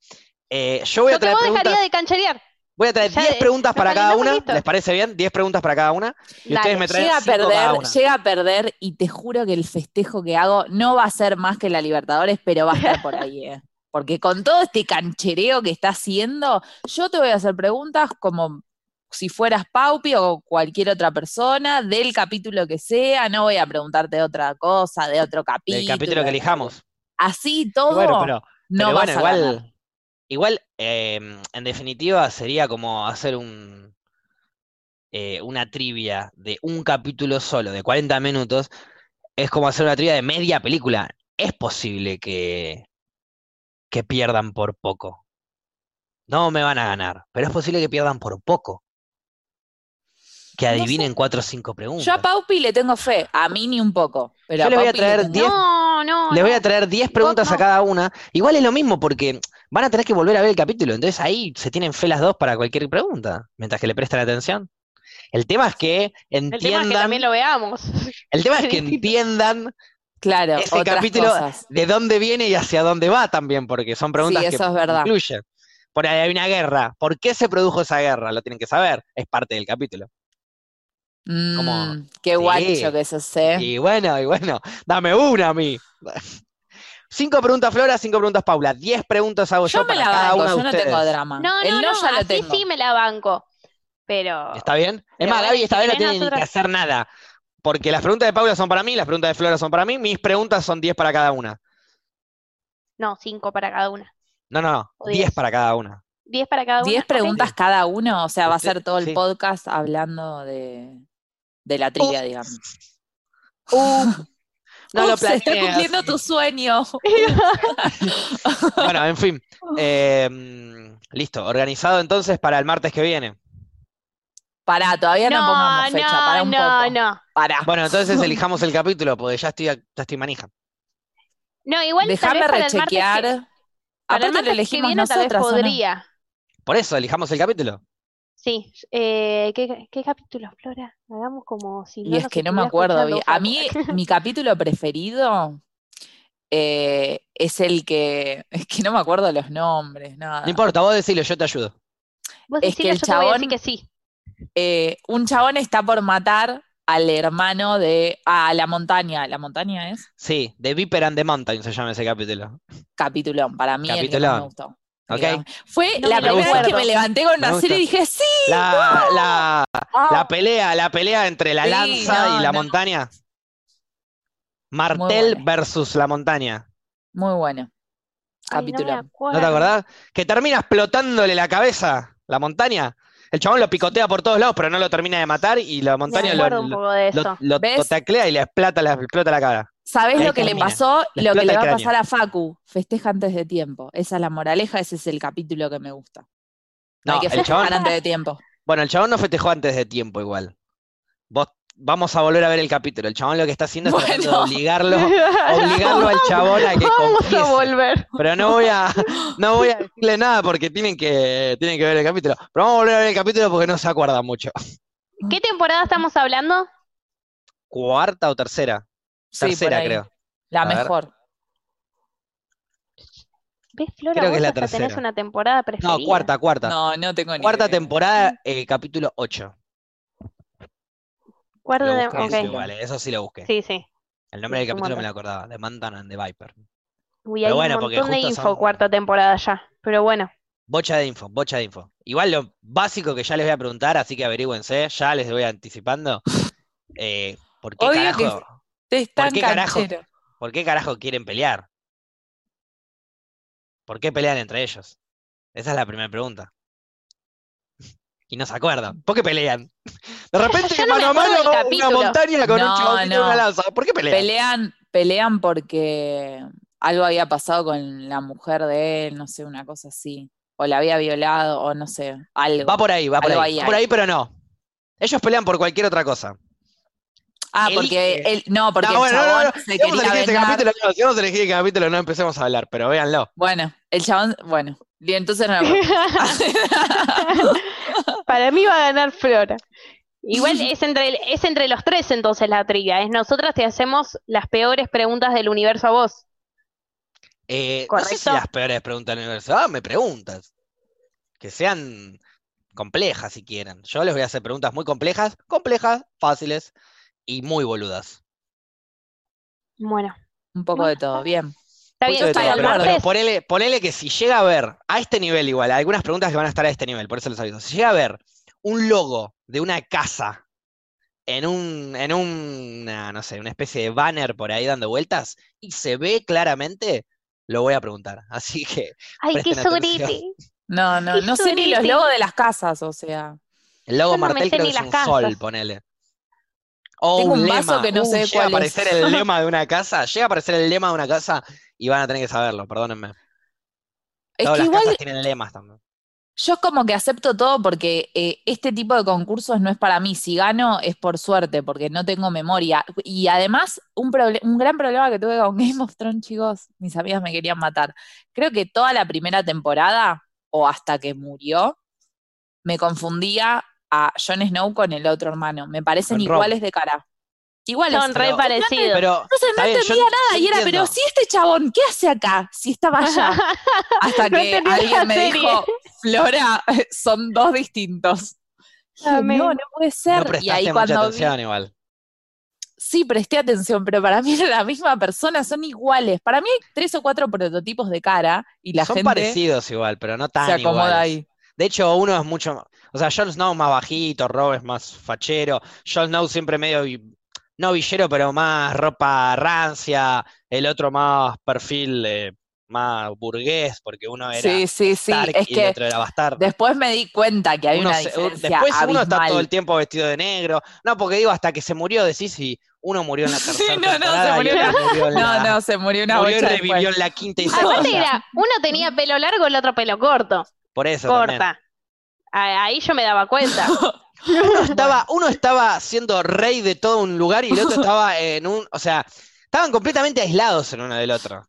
Speaker 1: Eh, yo voy a
Speaker 2: Yo que
Speaker 1: traer
Speaker 2: vos dejarías
Speaker 1: preguntas,
Speaker 2: de cancherear.
Speaker 1: voy a traer
Speaker 2: ya
Speaker 1: 10
Speaker 2: de-
Speaker 1: preguntas
Speaker 2: nos
Speaker 1: para cada
Speaker 2: calentamos,
Speaker 1: una,
Speaker 2: listo.
Speaker 1: ¿les parece bien? 10 preguntas para cada una, y
Speaker 2: Dale.
Speaker 1: ustedes me traen
Speaker 3: Llega a
Speaker 1: 5 cada
Speaker 3: perder,
Speaker 1: una.
Speaker 3: llega a perder y te juro que el festejo que hago no va a ser más que la Libertadores, pero va a estar por ahí, eh. Porque con todo este canchereo que está haciendo, yo te voy a hacer preguntas como si fueras Paupi o cualquier otra persona, del capítulo que sea, no voy a preguntarte otra cosa, de otro capítulo.
Speaker 1: Del capítulo que elijamos.
Speaker 3: Así
Speaker 1: Y
Speaker 3: todo,
Speaker 1: bueno, pero,
Speaker 3: no
Speaker 1: pero
Speaker 3: vas
Speaker 1: bueno,
Speaker 3: a ganar.
Speaker 1: igual, igual em, en definitiva sería como hacer un eh, una trivia de un capítulo solo, de 40 minutos, es como hacer una trivia de media película. Es posible que, que pierdan por poco. No me van a ganar, pero es posible que pierdan por poco. Que
Speaker 3: No sé.
Speaker 1: adivinen cuatro o cinco preguntas.
Speaker 3: Yo a Paupi le tengo fe, a mí ni un poco. Pero
Speaker 1: Yo
Speaker 3: a
Speaker 1: le voy a
Speaker 3: Paupi
Speaker 1: traer
Speaker 3: tengo-
Speaker 1: 10
Speaker 2: No, no,
Speaker 1: Les voy a
Speaker 2: no.
Speaker 1: traer 10 preguntas a
Speaker 2: no.
Speaker 1: cada una. Igual es lo mismo porque van a tener que volver a ver el capítulo. Entonces ahí se tienen fe las dos para cualquier pregunta, mientras que le prestan atención. El tema es que
Speaker 2: El tema es que
Speaker 1: entiendan,
Speaker 2: también lo veamos.
Speaker 1: el tema es
Speaker 2: es
Speaker 1: que
Speaker 2: distinto.
Speaker 1: entiendan
Speaker 3: Claro,
Speaker 1: ese
Speaker 3: otras
Speaker 1: capítulo
Speaker 3: cosas.
Speaker 1: de dónde viene y hacia dónde va también, porque son preguntas
Speaker 3: Sí,
Speaker 1: que
Speaker 3: eso es verdad.
Speaker 1: incluyen. Por ahí hay una guerra. ¿Por qué se produjo esa guerra? Lo tienen que saber. Es parte del capítulo. Como-
Speaker 3: Mm, qué guacho que eh. eso sé.
Speaker 1: Y bueno, y bueno, dame una a mí. Cinco preguntas Flora, cinco preguntas Paula. Diez preguntas hago yo,
Speaker 3: yo me
Speaker 1: para
Speaker 3: la
Speaker 1: cada
Speaker 3: banco,
Speaker 1: una de
Speaker 3: yo no
Speaker 1: ustedes.
Speaker 3: tengo drama.
Speaker 2: No,
Speaker 3: El
Speaker 2: no,
Speaker 3: no,
Speaker 2: no,
Speaker 3: ya lo
Speaker 2: así
Speaker 3: tengo.
Speaker 2: sí me la banco. Pero
Speaker 1: ¿Está bien? Es
Speaker 2: Pero
Speaker 1: más,
Speaker 2: bueno,
Speaker 1: Gaby, esta
Speaker 2: si
Speaker 1: vez no
Speaker 2: querés
Speaker 1: tienen ni que
Speaker 2: nosotros-
Speaker 1: hacer nada. Porque las preguntas de Paula son para mí, las preguntas de Flora son para mí, mis preguntas son 10 para cada una.
Speaker 2: no, cinco para cada una.
Speaker 1: No, no, no,
Speaker 2: O
Speaker 1: 10
Speaker 2: diez.
Speaker 1: para cada una.
Speaker 2: Diez para cada una.
Speaker 3: Diez
Speaker 2: ok.
Speaker 3: preguntas cada uno, o sea, va a
Speaker 1: Usted-
Speaker 3: ser todo el
Speaker 1: sí.
Speaker 3: podcast hablando de, de la trivia, digamos.
Speaker 1: No lo
Speaker 3: Ups, se está
Speaker 1: planeé
Speaker 3: cumpliendo
Speaker 1: así.
Speaker 3: tu sueño.
Speaker 1: Bueno, en fin. Eh, listo, organizado entonces para el martes que viene.
Speaker 3: Pará, todavía no, pongamos fecha, para un
Speaker 2: no,
Speaker 3: poco.
Speaker 2: no.
Speaker 3: Pará.
Speaker 1: Bueno, entonces elijamos el capítulo, porque ya estoy, ya estoy manija.
Speaker 2: No, igual tal
Speaker 3: Déjame
Speaker 2: vez para el martes que-
Speaker 3: rechequear.
Speaker 2: para el
Speaker 3: Aparte lo
Speaker 2: martes que
Speaker 3: elegimos
Speaker 2: viene tal vez
Speaker 3: nosotras, ¿o no?
Speaker 2: podría.
Speaker 1: Por eso, elijamos el capítulo.
Speaker 2: Sí, eh, ¿qué, qué capítulo, Flora? Hagamos como si no
Speaker 3: Y es
Speaker 2: nos
Speaker 3: que no me
Speaker 2: estuviera
Speaker 3: acuerdo
Speaker 2: escuchando
Speaker 3: bien. A mí, mi capítulo preferido eh, es el que. Es que no me acuerdo los nombres, nada.
Speaker 1: No importa, vos decilo, yo te ayudo.
Speaker 2: Vos
Speaker 3: es que
Speaker 2: decilo,
Speaker 3: el
Speaker 2: yo te voy a decir
Speaker 3: chabón-
Speaker 2: que sí.
Speaker 3: Eh, un chabón está por matar al hermano de. A la montaña. ¿La montaña es?
Speaker 1: Sí, The Viper and the Mountain se llama ese capítulo.
Speaker 3: Capitulón, para mí el que más me
Speaker 1: Capitulón.
Speaker 3: gustó.
Speaker 1: Ok.
Speaker 3: Digamos. Fue
Speaker 2: No
Speaker 3: la
Speaker 1: me lo
Speaker 3: primera vez que
Speaker 2: acuerdo.
Speaker 3: me levanté con
Speaker 1: Me
Speaker 3: una serie y dije, ¡sí!
Speaker 1: La, la,
Speaker 3: Ah,
Speaker 1: la pelea, la pelea entre la
Speaker 3: Sí,
Speaker 1: lanza
Speaker 3: no,
Speaker 1: y la
Speaker 3: no.
Speaker 1: montaña. Martel
Speaker 3: bueno.
Speaker 1: versus la montaña.
Speaker 3: Muy bueno.
Speaker 2: Ay, no me
Speaker 3: Capitulón.
Speaker 1: ¿No te
Speaker 2: acuerdo.
Speaker 1: acordás? Que termina explotándole la cabeza la montaña. El chabón lo picotea por todos lados, pero no lo termina de matar y la
Speaker 2: Me
Speaker 1: montaña
Speaker 2: acuerdo
Speaker 1: lo,
Speaker 2: un
Speaker 1: lo,
Speaker 2: poco de
Speaker 1: lo,
Speaker 2: eso.
Speaker 1: lo
Speaker 3: ¿Ves?
Speaker 1: taclea y le explota, le explota la cara.
Speaker 3: ¿Sabés
Speaker 1: Ahí
Speaker 3: lo que le
Speaker 1: termina.
Speaker 3: pasó?
Speaker 1: Le
Speaker 3: Lo que
Speaker 1: explota
Speaker 3: le
Speaker 1: el
Speaker 3: va a
Speaker 1: cráneo.
Speaker 3: pasar a Facu. Festeja antes de tiempo. Esa es la moraleja, ese es el capítulo que me gusta.
Speaker 1: No,
Speaker 3: Hay que
Speaker 1: el chabón,
Speaker 3: festejar antes de tiempo.
Speaker 1: bueno, el chabón no festejó antes de tiempo igual. Vos vamos a volver a ver el capítulo. El chabón lo que está haciendo es tratando de
Speaker 3: Bueno.
Speaker 1: obligarlo, obligarlo al chabón a que
Speaker 2: Vamos a
Speaker 1: confiese.
Speaker 2: volver.
Speaker 1: Pero no voy a, no voy a decirle nada porque tienen que, tienen que ver el capítulo. Pero vamos a volver a ver el capítulo porque no se acuerda mucho.
Speaker 2: ¿Qué temporada estamos hablando?
Speaker 1: ¿Cuarta o tercera?
Speaker 3: Sí, por
Speaker 1: Tercera,
Speaker 3: ahí.
Speaker 1: creo.
Speaker 3: La
Speaker 1: A ver.
Speaker 3: mejor.
Speaker 2: ¿Ves, Flora?
Speaker 1: Creo que
Speaker 2: vos
Speaker 1: es la
Speaker 2: hasta tenés
Speaker 1: tercera.
Speaker 2: una temporada preferida.
Speaker 1: No, cuarta, cuarta.
Speaker 3: No, no tengo ni
Speaker 1: Cuarta
Speaker 3: idea.
Speaker 1: temporada, eh, capítulo 8.
Speaker 2: Cuarta
Speaker 1: Lo
Speaker 2: de-
Speaker 1: busqué,
Speaker 2: ok.
Speaker 1: eso igual, eh, eso sí lo busqué.
Speaker 2: Sí, sí.
Speaker 1: El nombre del
Speaker 2: es un
Speaker 1: capítulo me
Speaker 2: montón.
Speaker 1: lo acordaba, The Mountain and the Viper.
Speaker 2: Uy,
Speaker 1: Pero
Speaker 2: hay
Speaker 1: bueno,
Speaker 2: un
Speaker 1: porque
Speaker 2: montón de
Speaker 1: justo
Speaker 2: info
Speaker 1: son-
Speaker 2: cuarta temporada ya. Pero bueno,
Speaker 1: Bocha de info, bocha de info. Igual lo básico que ya les voy a preguntar, así que averígüense, ya les voy anticipando. eh, ¿por qué
Speaker 3: Obvio que-
Speaker 1: carajo?
Speaker 3: Te están
Speaker 1: qué carajo?
Speaker 3: canchero.
Speaker 1: ¿Por qué carajo quieren pelear? ¿Por qué pelean entre ellos? Esa es la primera pregunta. Y no se acuerdan. ¿Por qué pelean? De repente,
Speaker 2: Yo no me
Speaker 1: mano a
Speaker 2: acuerdo
Speaker 1: mano,
Speaker 2: del
Speaker 1: una
Speaker 2: capítulo.
Speaker 1: montaña con un
Speaker 3: No,
Speaker 1: chabón que tiene una
Speaker 3: no.
Speaker 1: lanza. ¿Por qué pelean?
Speaker 3: Pelean, pelean porque algo había pasado con la mujer de él, no sé, una cosa así. O la había violado, o no sé, algo.
Speaker 1: Va por ahí, va por
Speaker 3: Algo
Speaker 1: ahí.
Speaker 3: ahí
Speaker 1: Va por
Speaker 3: hay.
Speaker 1: ahí, pero no. Ellos pelean por cualquier otra cosa.
Speaker 3: ah,
Speaker 1: elige.
Speaker 3: porque él, no, porque
Speaker 1: No,
Speaker 3: el
Speaker 1: bueno, no,
Speaker 3: chabón
Speaker 1: no,
Speaker 3: se
Speaker 1: Si vamos a
Speaker 3: quería
Speaker 1: elegir este
Speaker 3: vengar.
Speaker 1: capítulo, no, si vamos a elegir este capítulo, no empecemos a hablar, pero véanlo.
Speaker 3: Bueno, el chabón, bueno, bien, entonces no me acuerdo.
Speaker 2: para mí va a ganar Flora. Igual es entre, es entre los tres entonces la trivia. Es nosotras te hacemos las peores preguntas del universo a vos.
Speaker 1: Eh, no sé si
Speaker 2: Correcto.
Speaker 1: las peores preguntas del universo. Ah, me preguntas. Que sean complejas si quieren. Yo les voy a hacer preguntas muy complejas, complejas, fáciles y muy boludas.
Speaker 2: Bueno,
Speaker 3: Un poco de todo, bien.
Speaker 2: está
Speaker 1: Mucho
Speaker 2: bien.
Speaker 1: de todo,
Speaker 3: estoy
Speaker 2: Para el
Speaker 3: de
Speaker 1: pero-
Speaker 3: acuerdo.
Speaker 1: pero
Speaker 2: martes,
Speaker 1: ponele, ponele que si llega a ver a este nivel igual, algunas preguntas que van a estar a este nivel, por eso les aviso. Si llega a ver un logo de una casa en un, en un, una, no sé, una especie de banner por ahí dando vueltas y se ve claramente, lo voy a preguntar. Así que
Speaker 2: ay, qué
Speaker 1: presten atención.
Speaker 2: sorete.
Speaker 3: No, no,
Speaker 2: Qué
Speaker 3: no sé ni los
Speaker 2: sorete.
Speaker 3: logos de las casas, o sea.
Speaker 1: el logo
Speaker 2: Yo no me
Speaker 1: Martel
Speaker 2: sé
Speaker 1: creo que
Speaker 2: ni
Speaker 1: es
Speaker 2: las
Speaker 1: un
Speaker 2: casas.
Speaker 1: sol, ponele. O
Speaker 3: Tengo
Speaker 1: un
Speaker 3: un vaso
Speaker 1: lema.
Speaker 3: que no
Speaker 1: Uh,
Speaker 3: sé
Speaker 1: llega
Speaker 3: cuál
Speaker 1: a
Speaker 3: es.
Speaker 1: aparecer el lema de una casa, llega a aparecer el lema de una casa y van a tener que saberlo, perdónenme.
Speaker 3: Es
Speaker 1: Todas
Speaker 3: que
Speaker 1: las
Speaker 3: igual
Speaker 1: casas tienen lemas también.
Speaker 3: yo es como que acepto todo porque eh, este tipo de concursos no es para mí. Si gano es por suerte, porque no tengo memoria. Y además, un, proble- un gran problema que tuve con Game of Thrones, chicos, mis amigas me querían matar. Creo que toda la primera temporada, o hasta que murió, me confundía a Jon Snow con el otro hermano. Me parecen
Speaker 1: Con Rob.
Speaker 3: iguales de cara. Iguales.
Speaker 2: Son re
Speaker 1: pero-
Speaker 2: parecidos.
Speaker 1: Pero
Speaker 3: Entonces
Speaker 1: Está
Speaker 3: no
Speaker 1: bien, yo-
Speaker 3: entendía nada
Speaker 1: yo
Speaker 3: y era, pero
Speaker 1: entiendo.
Speaker 3: si este chabón, ¿qué hace acá? Si estaba allá. Hasta
Speaker 2: No
Speaker 3: que
Speaker 2: entendí la
Speaker 3: alguien me
Speaker 2: serie.
Speaker 3: dijo, Flora, son dos distintos. Dije,
Speaker 2: Amén.
Speaker 3: no, Ah, no puede
Speaker 1: no
Speaker 3: ser. y ahí
Speaker 1: prestaste mucha
Speaker 3: cuando vi-
Speaker 1: atención igual.
Speaker 3: sí presté atención, pero para mí era la misma persona, son iguales. Para mí hay tres o cuatro prototipos de cara y la
Speaker 1: Son
Speaker 3: gente
Speaker 1: parecidos igual, pero no tan
Speaker 3: se acomoda
Speaker 1: iguales.
Speaker 3: ahí.
Speaker 1: De hecho, uno es mucho más... O sea, Jon Snow es más bajito, Rob es más fachero. Jon Snow siempre medio... vi- No villero, pero más ropa rancia. El otro más perfil eh, más burgués, porque uno era
Speaker 3: Sí, sí, sí.
Speaker 1: Stark
Speaker 3: Es
Speaker 1: y el
Speaker 3: que
Speaker 1: otro era bastardo.
Speaker 3: después me di cuenta que hay
Speaker 1: Uno
Speaker 3: una
Speaker 1: se- u-
Speaker 3: diferencia
Speaker 1: después uno está
Speaker 3: abismal.
Speaker 1: todo el tiempo vestido de negro. No, porque digo, hasta que se murió, decís si uno murió en la
Speaker 3: Sí,
Speaker 1: tercera
Speaker 3: no, no, se
Speaker 1: temporada y
Speaker 3: murió
Speaker 1: otro murió en
Speaker 3: No,
Speaker 1: la-
Speaker 3: no, se murió una
Speaker 1: murió y
Speaker 3: bocha
Speaker 1: revivió
Speaker 3: después.
Speaker 1: en la quinta y
Speaker 3: Ah,
Speaker 1: sexta.
Speaker 2: Aparte era, uno tenía pelo largo, el otro pelo corto,
Speaker 1: Por eso también.
Speaker 2: corta. A- Ahí yo me daba cuenta.
Speaker 1: Uno estaba, uno estaba siendo rey de todo un lugar y el otro estaba en un, o sea, estaban completamente aislados el uno del otro.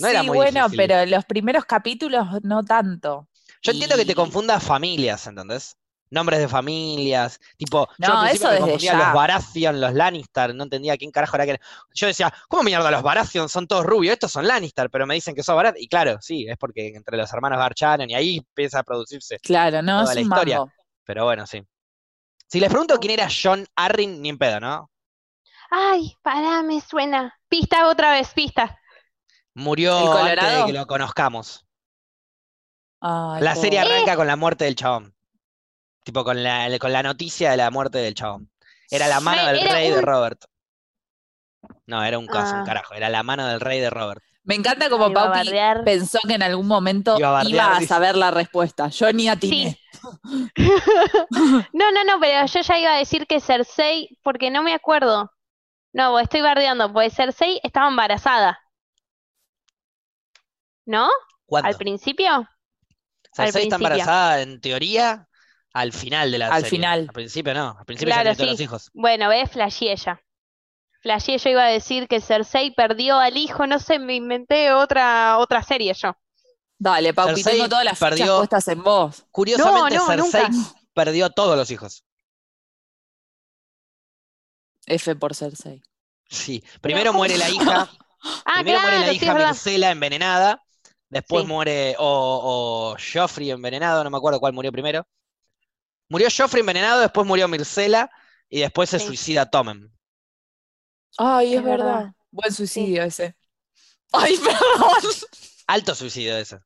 Speaker 1: No era
Speaker 3: sí,
Speaker 1: muy
Speaker 3: bueno,
Speaker 1: difícil.
Speaker 3: pero los primeros capítulos no tanto.
Speaker 1: Yo entiendo que te
Speaker 3: Y-
Speaker 1: confundas familias, ¿entendés? Nombres de familias, tipo, yo
Speaker 3: No,
Speaker 1: al principio
Speaker 3: eso
Speaker 1: me
Speaker 3: desde
Speaker 1: confundía
Speaker 3: ya.
Speaker 1: los Baratheon, los Lannister, no entendía quién carajo era que Yo decía, ¿cómo mierda los Baratheon son todos rubios? Estos son Lannister, pero me dicen que son Baratheon. Y claro, sí, es porque entre los hermanos Garcharon y ahí empieza a producirse.
Speaker 3: Claro, no,
Speaker 1: toda
Speaker 3: es
Speaker 1: la
Speaker 3: un
Speaker 1: historia.
Speaker 3: mambo.
Speaker 1: Pero bueno, sí. Si les pregunto quién era John Arryn, ni en pedo, ¿no?
Speaker 2: Ay, pará, me suena. Pista otra vez, pista.
Speaker 1: Murió
Speaker 3: ¿El
Speaker 1: antes de
Speaker 3: Colorado?
Speaker 1: que lo conozcamos.
Speaker 3: Ay,
Speaker 1: La
Speaker 3: pobre.
Speaker 1: serie arranca con la muerte del chabón. Tipo, con la, con la noticia de la muerte del chabón. Era la mano
Speaker 2: Re-
Speaker 1: del
Speaker 2: era
Speaker 1: rey de
Speaker 2: un-
Speaker 1: Robert. No, era un caso, un
Speaker 2: Ah.
Speaker 1: carajo. Era la mano del rey de Robert.
Speaker 3: Me encanta como
Speaker 2: Iba a
Speaker 3: Pauti
Speaker 2: bardear.
Speaker 3: pensó que en algún momento
Speaker 1: Iba a
Speaker 3: iba a,
Speaker 1: bardear, dice.
Speaker 3: saber la respuesta. Yo ni
Speaker 2: Sí.
Speaker 3: atiné.
Speaker 2: no, no, no, pero yo ya iba a decir que Cersei, porque no me acuerdo. No, estoy bardeando, porque Cersei estaba embarazada. ¿No?
Speaker 1: ¿Cuándo?
Speaker 2: ¿Al principio?
Speaker 1: Cersei está
Speaker 2: principio.
Speaker 1: embarazada en teoría al final de la
Speaker 3: Al
Speaker 1: serie.
Speaker 3: final.
Speaker 1: Al principio no, al principio
Speaker 2: Claro,
Speaker 1: ya tiene todos
Speaker 2: sí.
Speaker 1: los hijos.
Speaker 2: Bueno, ves, flasheé ya. Flasheé, yo iba a decir que Cersei perdió al hijo, no sé, me inventé otra, otra serie yo.
Speaker 3: Dale, Paupi,
Speaker 1: Cersei
Speaker 3: tengo todas las fichas
Speaker 1: perdió-
Speaker 3: puestas en vos.
Speaker 1: Curiosamente,
Speaker 2: No, no,
Speaker 1: Cersei
Speaker 2: nunca.
Speaker 1: perdió a todos los hijos.
Speaker 3: F por Cersei.
Speaker 1: Sí. Primero muere la hija,
Speaker 2: Ah,
Speaker 1: primero
Speaker 2: claro,
Speaker 1: muere la
Speaker 2: sí,
Speaker 1: hija
Speaker 2: es verdad.
Speaker 1: Myrcella envenenada, después
Speaker 2: Sí.
Speaker 1: muere o, o Joffrey envenenado, no me acuerdo cuál murió primero. Murió Joffrey envenenado, después murió Myrcella y después se
Speaker 2: Sí.
Speaker 1: suicida Tommen.
Speaker 3: Ay, es,
Speaker 2: Es
Speaker 3: verdad.
Speaker 2: verdad.
Speaker 3: Buen suicidio ese. Ay, perdón.
Speaker 1: Alto suicidio ese.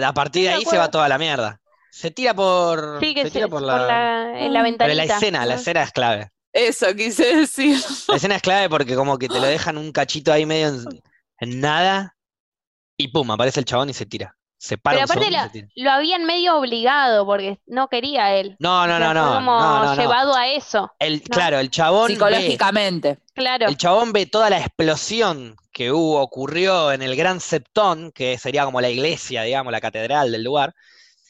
Speaker 1: A partir de
Speaker 2: Sí, me
Speaker 1: ahí se va
Speaker 2: acuerdo.
Speaker 1: toda la mierda. Se tira por
Speaker 2: Sí, que
Speaker 1: se
Speaker 2: se-
Speaker 1: tira por la,
Speaker 2: en la
Speaker 3: Pero la
Speaker 1: pero la
Speaker 2: ventanita. Ah.
Speaker 1: escena, la
Speaker 2: ¿no?
Speaker 1: escena es clave.
Speaker 3: Eso quise decir.
Speaker 1: La escena es clave porque como que te lo dejan un cachito ahí medio en, en nada y pum, aparece el chabón y se tira. Se para
Speaker 2: Pero
Speaker 1: un
Speaker 2: aparte
Speaker 1: segundo y
Speaker 2: la-
Speaker 1: se tira.
Speaker 2: Lo habían medio obligado porque no quería él.
Speaker 1: No, no,
Speaker 2: O
Speaker 1: no,
Speaker 2: sea,
Speaker 1: no,
Speaker 2: Fue como
Speaker 1: no, no, no.
Speaker 2: llevado a eso,
Speaker 1: El, Claro, el chabón ve-
Speaker 3: Psicológicamente.
Speaker 2: claro.
Speaker 1: el chabón ve toda la explosión que hubo, ocurrió en el Gran Septón, que sería como la iglesia, digamos, la catedral del lugar,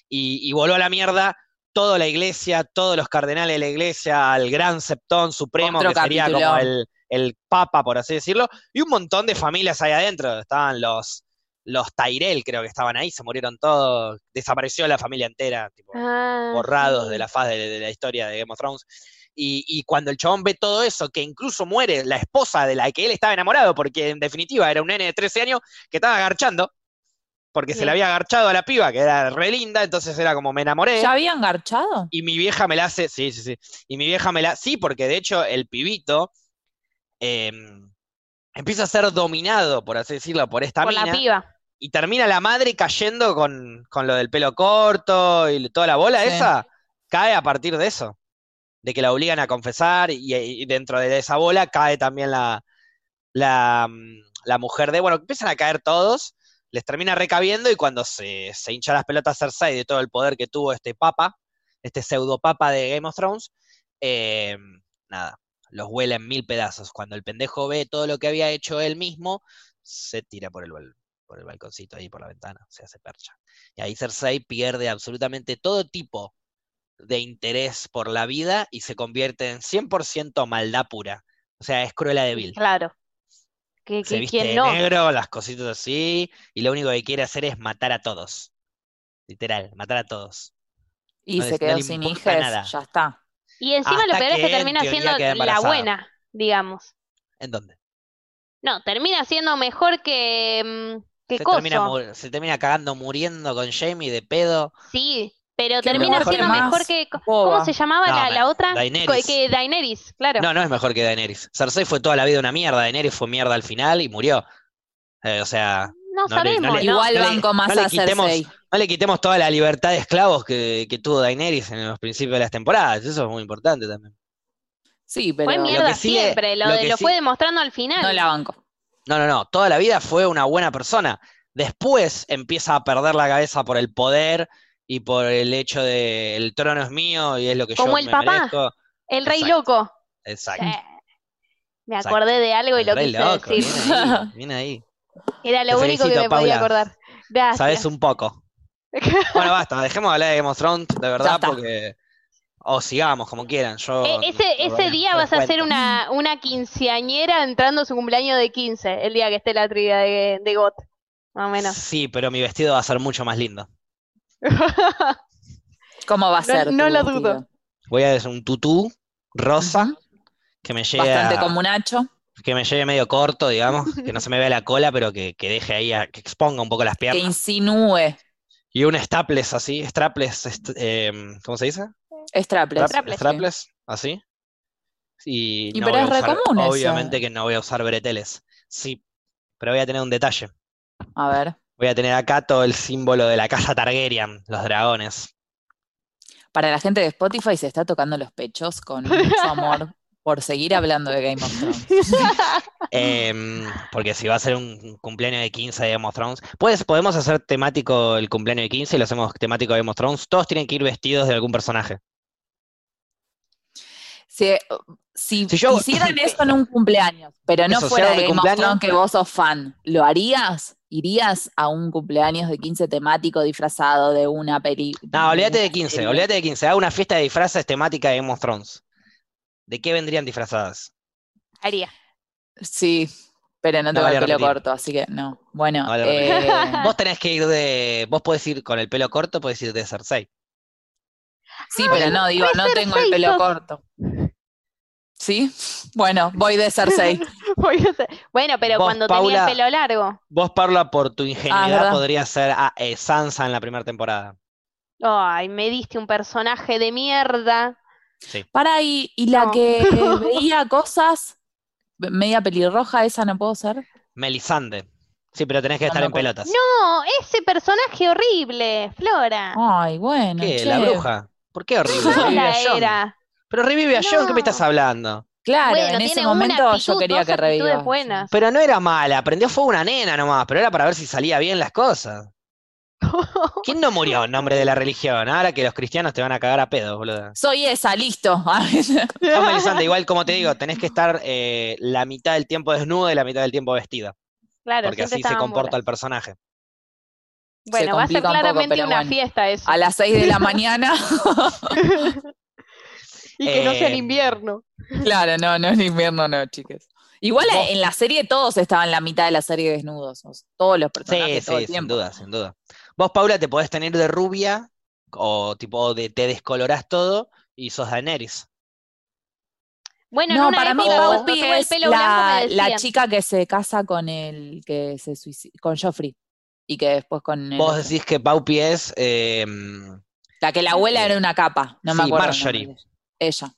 Speaker 1: y, y voló a la mierda toda la iglesia, todos los cardenales de la iglesia, al Gran Septón Supremo,
Speaker 3: Otro
Speaker 1: que sería como
Speaker 3: capitulón.
Speaker 1: el, el Papa, por así decirlo, y un montón de familias ahí adentro. Estaban los, los Tyrell, creo que estaban ahí, se murieron todos, desapareció la familia entera, tipo,
Speaker 2: Ah,
Speaker 1: borrados
Speaker 2: sí.
Speaker 1: de la faz de, de la historia de Game of Thrones. Y, y cuando el chabón ve todo eso, que incluso muere la esposa de la que él estaba enamorado, porque en definitiva era un nene de 13 años que estaba agarchando, porque se
Speaker 2: Sí.
Speaker 1: le había agarchado a la piba, que era re linda, entonces era como me enamoré.
Speaker 3: ¿Ya habían garchado?
Speaker 1: Y mi vieja me la hace, sí, sí, sí. Y mi vieja me la, sí, porque de hecho el pibito eh, empieza a ser dominado, por así decirlo, por esta
Speaker 2: por la
Speaker 1: mina.
Speaker 2: piba.
Speaker 1: Y termina la madre cayendo con, con lo del pelo corto y toda la bola
Speaker 3: Sí.
Speaker 1: esa. Cae a partir de eso. De que la obligan a confesar y, y dentro de esa bola cae también la, la, mm, la mujer de... Bueno, empiezan a caer todos, les termina recabiendo y cuando se, se hincha las pelotas Cersei de todo el poder que tuvo este papa, este pseudo papa de Game of Thrones, eh, nada, los huele en mil pedazos. Cuando el pendejo ve todo lo que había hecho él mismo, se tira por el, bal- por el balconcito ahí, por la ventana, se hace percha. Y ahí Cersei pierde absolutamente todo tipo de interés por la vida y se convierte en 100% maldad pura. O sea, es cruela de vil.
Speaker 2: Claro. Que,
Speaker 1: Se
Speaker 2: que-
Speaker 1: viste
Speaker 2: ¿Quién
Speaker 1: de
Speaker 2: no?
Speaker 1: negro, las cositas así, y lo único que quiere hacer es matar a todos. Literal, matar a todos.
Speaker 3: Y
Speaker 1: No
Speaker 3: se
Speaker 1: les- no
Speaker 3: quedó
Speaker 1: le
Speaker 3: sin
Speaker 1: importa
Speaker 3: hijes.
Speaker 1: nada.
Speaker 3: Ya está.
Speaker 2: Y encima lo
Speaker 1: Hasta
Speaker 2: peor es que
Speaker 1: que en
Speaker 2: termina
Speaker 1: teoría
Speaker 2: siendo
Speaker 1: queda
Speaker 2: la
Speaker 1: embarazada.
Speaker 2: buena, digamos.
Speaker 1: ¿En dónde?
Speaker 2: No, termina siendo mejor que, mm, que
Speaker 1: Se
Speaker 2: coso.
Speaker 1: termina, mu- se termina cagando muriendo con Jamie de pedo.
Speaker 2: Sí, pero
Speaker 3: Qué
Speaker 2: termina
Speaker 1: mejor que
Speaker 2: siendo
Speaker 1: más
Speaker 2: mejor que. co-
Speaker 3: boba.
Speaker 2: ¿Cómo se llamaba
Speaker 1: No,
Speaker 2: la,
Speaker 1: me-
Speaker 2: la otra?
Speaker 1: Daenerys.
Speaker 2: Co- Que Daenerys, claro.
Speaker 1: No, no es mejor que Daenerys. Cersei fue toda la vida una mierda, Daenerys fue mierda al final y murió. Eh, o sea,
Speaker 2: No
Speaker 1: No le- no
Speaker 2: sabemos,
Speaker 1: le-
Speaker 2: ¿no?
Speaker 3: Igual
Speaker 1: no le-
Speaker 3: banco más
Speaker 1: no le
Speaker 3: a
Speaker 1: quitemos-
Speaker 3: Cersei.
Speaker 1: no le quitemos toda la libertad de esclavos que, que tuvo Daenerys en los principios de las temporadas. Eso es muy importante también.
Speaker 3: Sí, pero
Speaker 2: Fue
Speaker 3: no
Speaker 2: mierda
Speaker 1: que sí le-
Speaker 2: siempre, lo,
Speaker 1: lo
Speaker 2: de-
Speaker 1: que
Speaker 2: lo
Speaker 1: sí-
Speaker 2: fue demostrando al final.
Speaker 3: la banco.
Speaker 1: No, no, no. Toda la vida fue una buena persona. Después empieza a perder la cabeza por el poder y por el hecho de el trono es mío y es lo que yo
Speaker 2: Como el
Speaker 1: me
Speaker 2: papá.
Speaker 1: merezco.
Speaker 2: El Rey
Speaker 1: Exacto.
Speaker 2: Loco.
Speaker 1: Exacto.
Speaker 2: Eh, Me
Speaker 1: Exacto.
Speaker 2: acordé de algo y
Speaker 1: El
Speaker 2: lo
Speaker 1: rey
Speaker 2: quise
Speaker 1: loco,
Speaker 2: decir.
Speaker 1: Viene ahí, viene ahí.
Speaker 2: Era lo
Speaker 1: Te
Speaker 2: único que
Speaker 1: felicito,
Speaker 2: me podía
Speaker 1: Paula.
Speaker 2: acordar. Gracias. Eh,
Speaker 1: Sabes un poco. Bueno, basta, dejemos de hablar de Game of Thrones, de
Speaker 3: Ya
Speaker 1: verdad,
Speaker 3: está.
Speaker 1: porque. O sigamos, como quieran. Yo.
Speaker 2: Eh, ese,
Speaker 1: no-
Speaker 2: ese día
Speaker 1: no
Speaker 2: vas a hacer
Speaker 1: cuento.
Speaker 2: una, una quinceañera entrando a su cumpleaños de 15, el día que esté la trivia de, de GOT, más o menos.
Speaker 1: Sí, pero mi vestido va a ser mucho más lindo.
Speaker 3: ¿Cómo va a
Speaker 2: No-
Speaker 3: ser?
Speaker 2: no
Speaker 3: tu
Speaker 2: lo dudo.
Speaker 3: vestido?
Speaker 1: Voy a hacer un tutú rosa que me llegue.
Speaker 3: Bastante
Speaker 1: a-
Speaker 3: comunacho.
Speaker 1: que me llegue medio corto, digamos, que no se me vea la cola, pero que, que deje ahí, a- que exponga un poco las
Speaker 3: Que
Speaker 1: piernas.
Speaker 3: insinúe.
Speaker 1: Y un staples así, strapless, est- em, ¿cómo se dice?
Speaker 3: Strapless.
Speaker 1: Strap-
Speaker 2: Strapless,
Speaker 1: strapless, así. Y,
Speaker 3: Y
Speaker 1: no voy
Speaker 3: pero
Speaker 1: a
Speaker 3: es eh. re
Speaker 1: usar-
Speaker 3: común eso.
Speaker 1: obviamente que no voy a usar breteles. Sí, pero voy a tener un detalle.
Speaker 3: sí. A ver.
Speaker 1: Voy a tener acá todo el símbolo de la casa Targaryen, los dragones.
Speaker 3: Para la gente de Spotify se está tocando los pechos con mucho amor por seguir hablando de Game of Thrones.
Speaker 1: Em, porque si va a ser un cumpleaños de 15 de Game of Thrones, pues podemos hacer temático el cumpleaños de 15 y lo hacemos temático de Game of Thrones. Todos tienen que ir vestidos de algún personaje.
Speaker 3: Se, Si,
Speaker 1: Si yo-
Speaker 3: hicieran eso en un cumpleaños, pero no
Speaker 1: Eso, si
Speaker 3: fuera
Speaker 1: hago
Speaker 3: de
Speaker 1: mi
Speaker 3: Game of
Speaker 1: cumpleaños-
Speaker 3: Thrones que vos sos fan, ¿lo harías? ¿Irías a un cumpleaños de 15 temático disfrazado de una película?
Speaker 1: No, olvídate de 15, olvídate de 15. Haga una fiesta de disfraces temática de Game of Thrones. ¿De qué vendrían disfrazadas?
Speaker 2: Haría.
Speaker 3: Sí, pero no
Speaker 1: No
Speaker 3: tengo
Speaker 1: vale
Speaker 3: el pelo
Speaker 1: repetir.
Speaker 3: corto, así que no. Bueno,
Speaker 1: No vale repetir.
Speaker 3: eh,
Speaker 1: Vos tenés que ir de. Vos podés ir con el pelo corto, podés ir de Cersei.
Speaker 3: sí, pero no, digo, no tengo el pelo
Speaker 2: sos.
Speaker 3: corto. ¿Sí? Bueno, voy de Cersei.
Speaker 2: Voy a hacer- bueno, pero
Speaker 1: Vos,
Speaker 2: cuando
Speaker 1: Paula-
Speaker 2: tenía el pelo largo.
Speaker 1: Vos, Paula, por tu ingenuidad
Speaker 3: verdad.
Speaker 1: podrías ser ah, eh, Sansa en la primera temporada.
Speaker 2: Ay, me diste un personaje de mierda.
Speaker 3: Para y, y la
Speaker 2: No.
Speaker 3: que eh, veía cosas, media pelirroja, esa no puedo ser.
Speaker 1: Melisande. Sí, pero tenés que
Speaker 3: No
Speaker 1: estar
Speaker 3: me
Speaker 1: en
Speaker 3: acuerdo.
Speaker 1: pelotas.
Speaker 2: No, ese personaje horrible, Flora.
Speaker 3: Ay, bueno,
Speaker 1: ¿Qué? ¿La
Speaker 3: che.
Speaker 1: bruja? ¿Por qué horrible? Revive
Speaker 2: Mala
Speaker 1: a Jon.
Speaker 2: era.
Speaker 1: Pero revive a John, ¿qué
Speaker 2: No.
Speaker 1: me estás hablando?
Speaker 3: Claro,
Speaker 2: Bueno,
Speaker 3: en
Speaker 2: tiene
Speaker 3: ese
Speaker 2: una
Speaker 3: momento yo
Speaker 2: actitud,
Speaker 3: quería
Speaker 2: dos
Speaker 3: que
Speaker 2: actitudes
Speaker 3: reviva.
Speaker 2: buenas.
Speaker 1: Pero no era mala, prendió fuego una nena nomás, pero era para ver si salía bien las cosas. ¿Quién no murió en nombre de la religión? Ahora que los cristianos te van a cagar a pedos, boludo.
Speaker 3: Soy esa, listo.
Speaker 1: No, Melisande, igual como te digo, tenés que estar eh, la mitad del tiempo desnuda y la mitad del tiempo vestida,
Speaker 2: Claro,
Speaker 1: porque
Speaker 2: siempre
Speaker 1: así se
Speaker 2: estaban
Speaker 1: comporta
Speaker 2: bolas.
Speaker 1: el personaje.
Speaker 2: Bueno, va a ser
Speaker 3: complica un poco,
Speaker 2: claramente
Speaker 3: pero
Speaker 2: una
Speaker 3: bueno.
Speaker 2: fiesta eso.
Speaker 3: A las 6 de la mañana.
Speaker 2: y que no sea en
Speaker 1: Eh,
Speaker 2: invierno.
Speaker 3: Claro, no, no es invierno, no, chicas. Igual
Speaker 1: Vos-
Speaker 3: en la serie todos estaban la mitad de la serie desnudos, o sea, todos los personajes
Speaker 1: Sí,
Speaker 3: todo el
Speaker 1: sí, sin
Speaker 3: tiempo.
Speaker 1: duda, sin duda. Vos, Paula, te podés tener de rubia o tipo de te descolorás todo y sos Daenerys.
Speaker 2: Bueno, en
Speaker 3: no,
Speaker 2: una
Speaker 3: para mí
Speaker 2: época
Speaker 1: Pau
Speaker 2: cuando
Speaker 3: Poppy
Speaker 2: tuve el
Speaker 3: es
Speaker 2: pelo
Speaker 3: la,
Speaker 2: blanco me
Speaker 3: la
Speaker 2: decían,
Speaker 3: chica que se casa con el que se suicida, con Joffrey y que después con el
Speaker 1: Vos
Speaker 3: otro.
Speaker 1: decís que Paupi es em,
Speaker 3: la que la abuela era una capa, no me
Speaker 1: Sí,
Speaker 3: acuerdo. el
Speaker 1: Marjorie.
Speaker 3: nombre de ella. Ella.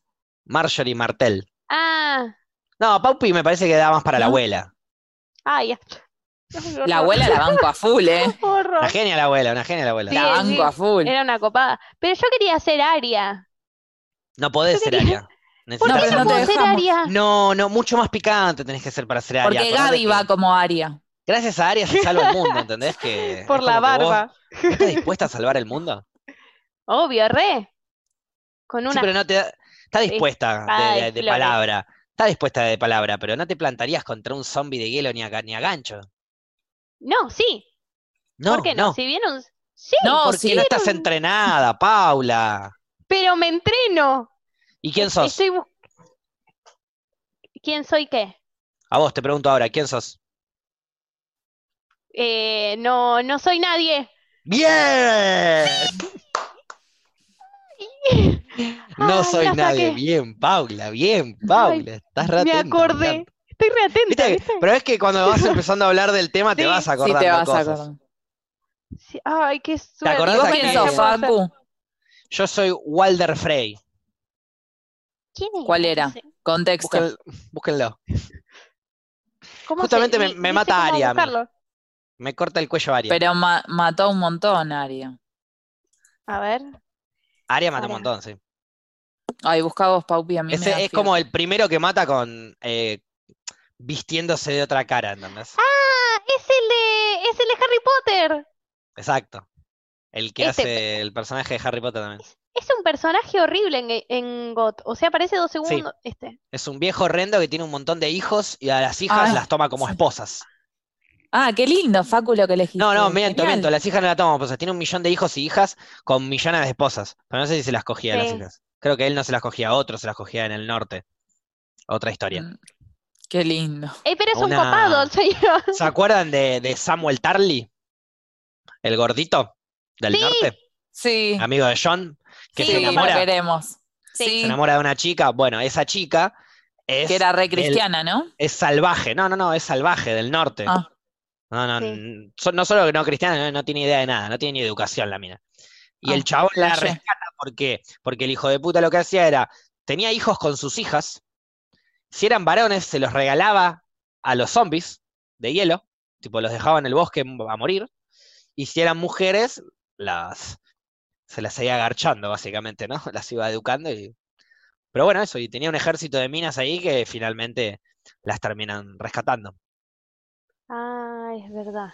Speaker 1: Marjorie Martel.
Speaker 2: Ah,
Speaker 1: No, Paupi me parece que da más para la
Speaker 3: ¿No?
Speaker 1: abuela.
Speaker 2: ay, ya.
Speaker 3: La abuela la banco a full, ¿eh?
Speaker 1: Una
Speaker 2: Horror.
Speaker 1: genia la abuela, una genia la abuela.
Speaker 2: Sí,
Speaker 3: La banco
Speaker 2: sí.
Speaker 3: a full.
Speaker 2: Era una copada. Pero yo quería ser Aria.
Speaker 1: No podés
Speaker 2: Yo
Speaker 1: ser
Speaker 2: quería-
Speaker 1: Aria.
Speaker 2: ¿Por
Speaker 3: No,
Speaker 2: qué
Speaker 3: pero
Speaker 2: no,
Speaker 3: no te
Speaker 2: puedo ser
Speaker 3: dejamos.
Speaker 2: Aria?
Speaker 1: No, no, mucho más picante tenés que ser para ser Aria.
Speaker 3: Porque
Speaker 1: acordate
Speaker 3: Gaby va
Speaker 1: que
Speaker 3: como Aria.
Speaker 1: Gracias a Aria se salva el mundo, ¿entendés? Que
Speaker 2: Por
Speaker 1: es
Speaker 2: la
Speaker 1: como que vos-
Speaker 2: barba.
Speaker 1: ¿no estás dispuesta a salvar el mundo?
Speaker 2: Obvio, re. Con
Speaker 1: Sí,
Speaker 2: una.
Speaker 1: pero no te da- Está dispuesta de- de,
Speaker 2: Ay,
Speaker 1: de
Speaker 2: Flores.
Speaker 1: palabra. Está dispuesta de palabra, pero no te plantarías contra un zombie de hielo ni a, ga- ni a gancho.
Speaker 2: No, sí.
Speaker 1: No,
Speaker 2: ¿Por qué no?
Speaker 1: no.
Speaker 2: Si bien un. Sí,
Speaker 3: No,
Speaker 1: porque
Speaker 3: sí.
Speaker 1: no estás entrenada, Paula.
Speaker 2: pero me entreno.
Speaker 1: ¿Y quién sos?
Speaker 2: Estoy bus- ¿Quién soy qué?
Speaker 1: A vos te pregunto ahora, ¿quién sos?
Speaker 2: Eh, no, no soy nadie.
Speaker 1: ¡Bien! No
Speaker 2: Ay,
Speaker 1: soy
Speaker 2: la
Speaker 1: nadie.
Speaker 2: saqué.
Speaker 1: Bien, Paula, bien, Paula. Estás re
Speaker 2: Me
Speaker 1: atenta,
Speaker 2: acordé.
Speaker 1: encanta.
Speaker 2: Estoy reatenta,
Speaker 1: ¿Viste?
Speaker 2: ¿viste?
Speaker 1: Pero es que cuando vas empezando a hablar del tema te
Speaker 2: Sí,
Speaker 1: vas
Speaker 2: sí,
Speaker 1: acordando
Speaker 3: sí, te vas a
Speaker 1: cosas.
Speaker 3: acordar.
Speaker 2: Sí, Ay, qué suerte.
Speaker 1: acordás
Speaker 3: ¿Vos
Speaker 1: Esa
Speaker 3: quién
Speaker 1: que-
Speaker 3: sos, Facu?
Speaker 1: Yo soy Walder Frey.
Speaker 2: ¿Quién es?
Speaker 3: ¿Cuál era?
Speaker 2: No sé.
Speaker 3: Contexto.
Speaker 1: Busquen- búsquenlo.
Speaker 2: ¿Cómo
Speaker 1: Justamente me-
Speaker 2: ni-
Speaker 1: me
Speaker 2: ni sé
Speaker 1: mata
Speaker 2: cómo
Speaker 1: Aria a mí.
Speaker 2: buscarlo.
Speaker 1: Me corta el cuello Aria.
Speaker 3: Pero ma- mató un montón, Aria.
Speaker 2: A ver.
Speaker 1: Aria mata un
Speaker 2: Aria.
Speaker 1: montón, sí.
Speaker 3: Ay, busca vos, Paupi, a mí me
Speaker 1: Ese
Speaker 3: da
Speaker 1: es
Speaker 3: fiaca.
Speaker 1: como el primero que mata con eh, vistiéndose de otra cara, ¿entendés?
Speaker 2: Ah, es el de, es el de Harry Potter.
Speaker 1: Exacto. El que
Speaker 2: Ese-
Speaker 3: Este
Speaker 1: hace el personaje de Harry Potter también.
Speaker 2: Es un personaje horrible en, en GOT. O sea, aparece dos segundos. Este.
Speaker 1: Es un viejo horrendo que tiene un montón de hijos y a las hijas
Speaker 3: Ah,
Speaker 1: las toma como
Speaker 3: sí.
Speaker 1: esposas.
Speaker 3: Ah, qué lindo, Facu, lo que elegiste.
Speaker 1: No, no, miento,
Speaker 3: Genial.
Speaker 1: miento. Las hijas no las toma como esposas. Tiene un millón de hijos y hijas con millones de esposas. Pero no sé si se las cogía a las
Speaker 2: Sí.
Speaker 1: hijas. Creo que él no se las cogía, otro se las cogía en el norte. Otra historia.
Speaker 3: Mm, Qué lindo.
Speaker 2: Ey, pero es un
Speaker 1: Una-
Speaker 2: copado, señor.
Speaker 3: Mm.
Speaker 1: ¿Se acuerdan de, de Samuel Tarly? El gordito del
Speaker 2: Sí.
Speaker 1: norte,
Speaker 3: Sí,
Speaker 1: amigo de John, que
Speaker 3: sí,
Speaker 1: se
Speaker 3: lo
Speaker 1: enamora,
Speaker 3: queremos.
Speaker 2: Sí.
Speaker 3: Sí,
Speaker 1: se enamora de una chica. Bueno, esa chica es, eh,
Speaker 3: que era re
Speaker 1: del-
Speaker 3: cristiana, ¿no?
Speaker 1: es salvaje. No, no, no, es salvaje del norte.
Speaker 3: Ah.
Speaker 1: No, no,
Speaker 2: Sí.
Speaker 1: n- so- no solo que no cristiana, no, no tiene idea de nada, no tiene ni educación la mina. Y
Speaker 3: Ah,
Speaker 1: el chabón la
Speaker 3: flashé.
Speaker 1: rescata porque, porque el hijo de puta lo que hacía era, tenía hijos con sus hijas, si eran varones se los regalaba a los zombies de hielo, tipo los dejaba en el bosque a morir, y si eran mujeres, las se las seguía agarchando básicamente, ¿no? Las iba educando y... Pero bueno, eso, y tenía un ejército de minas ahí que finalmente las terminan rescatando.
Speaker 2: Ah, es verdad.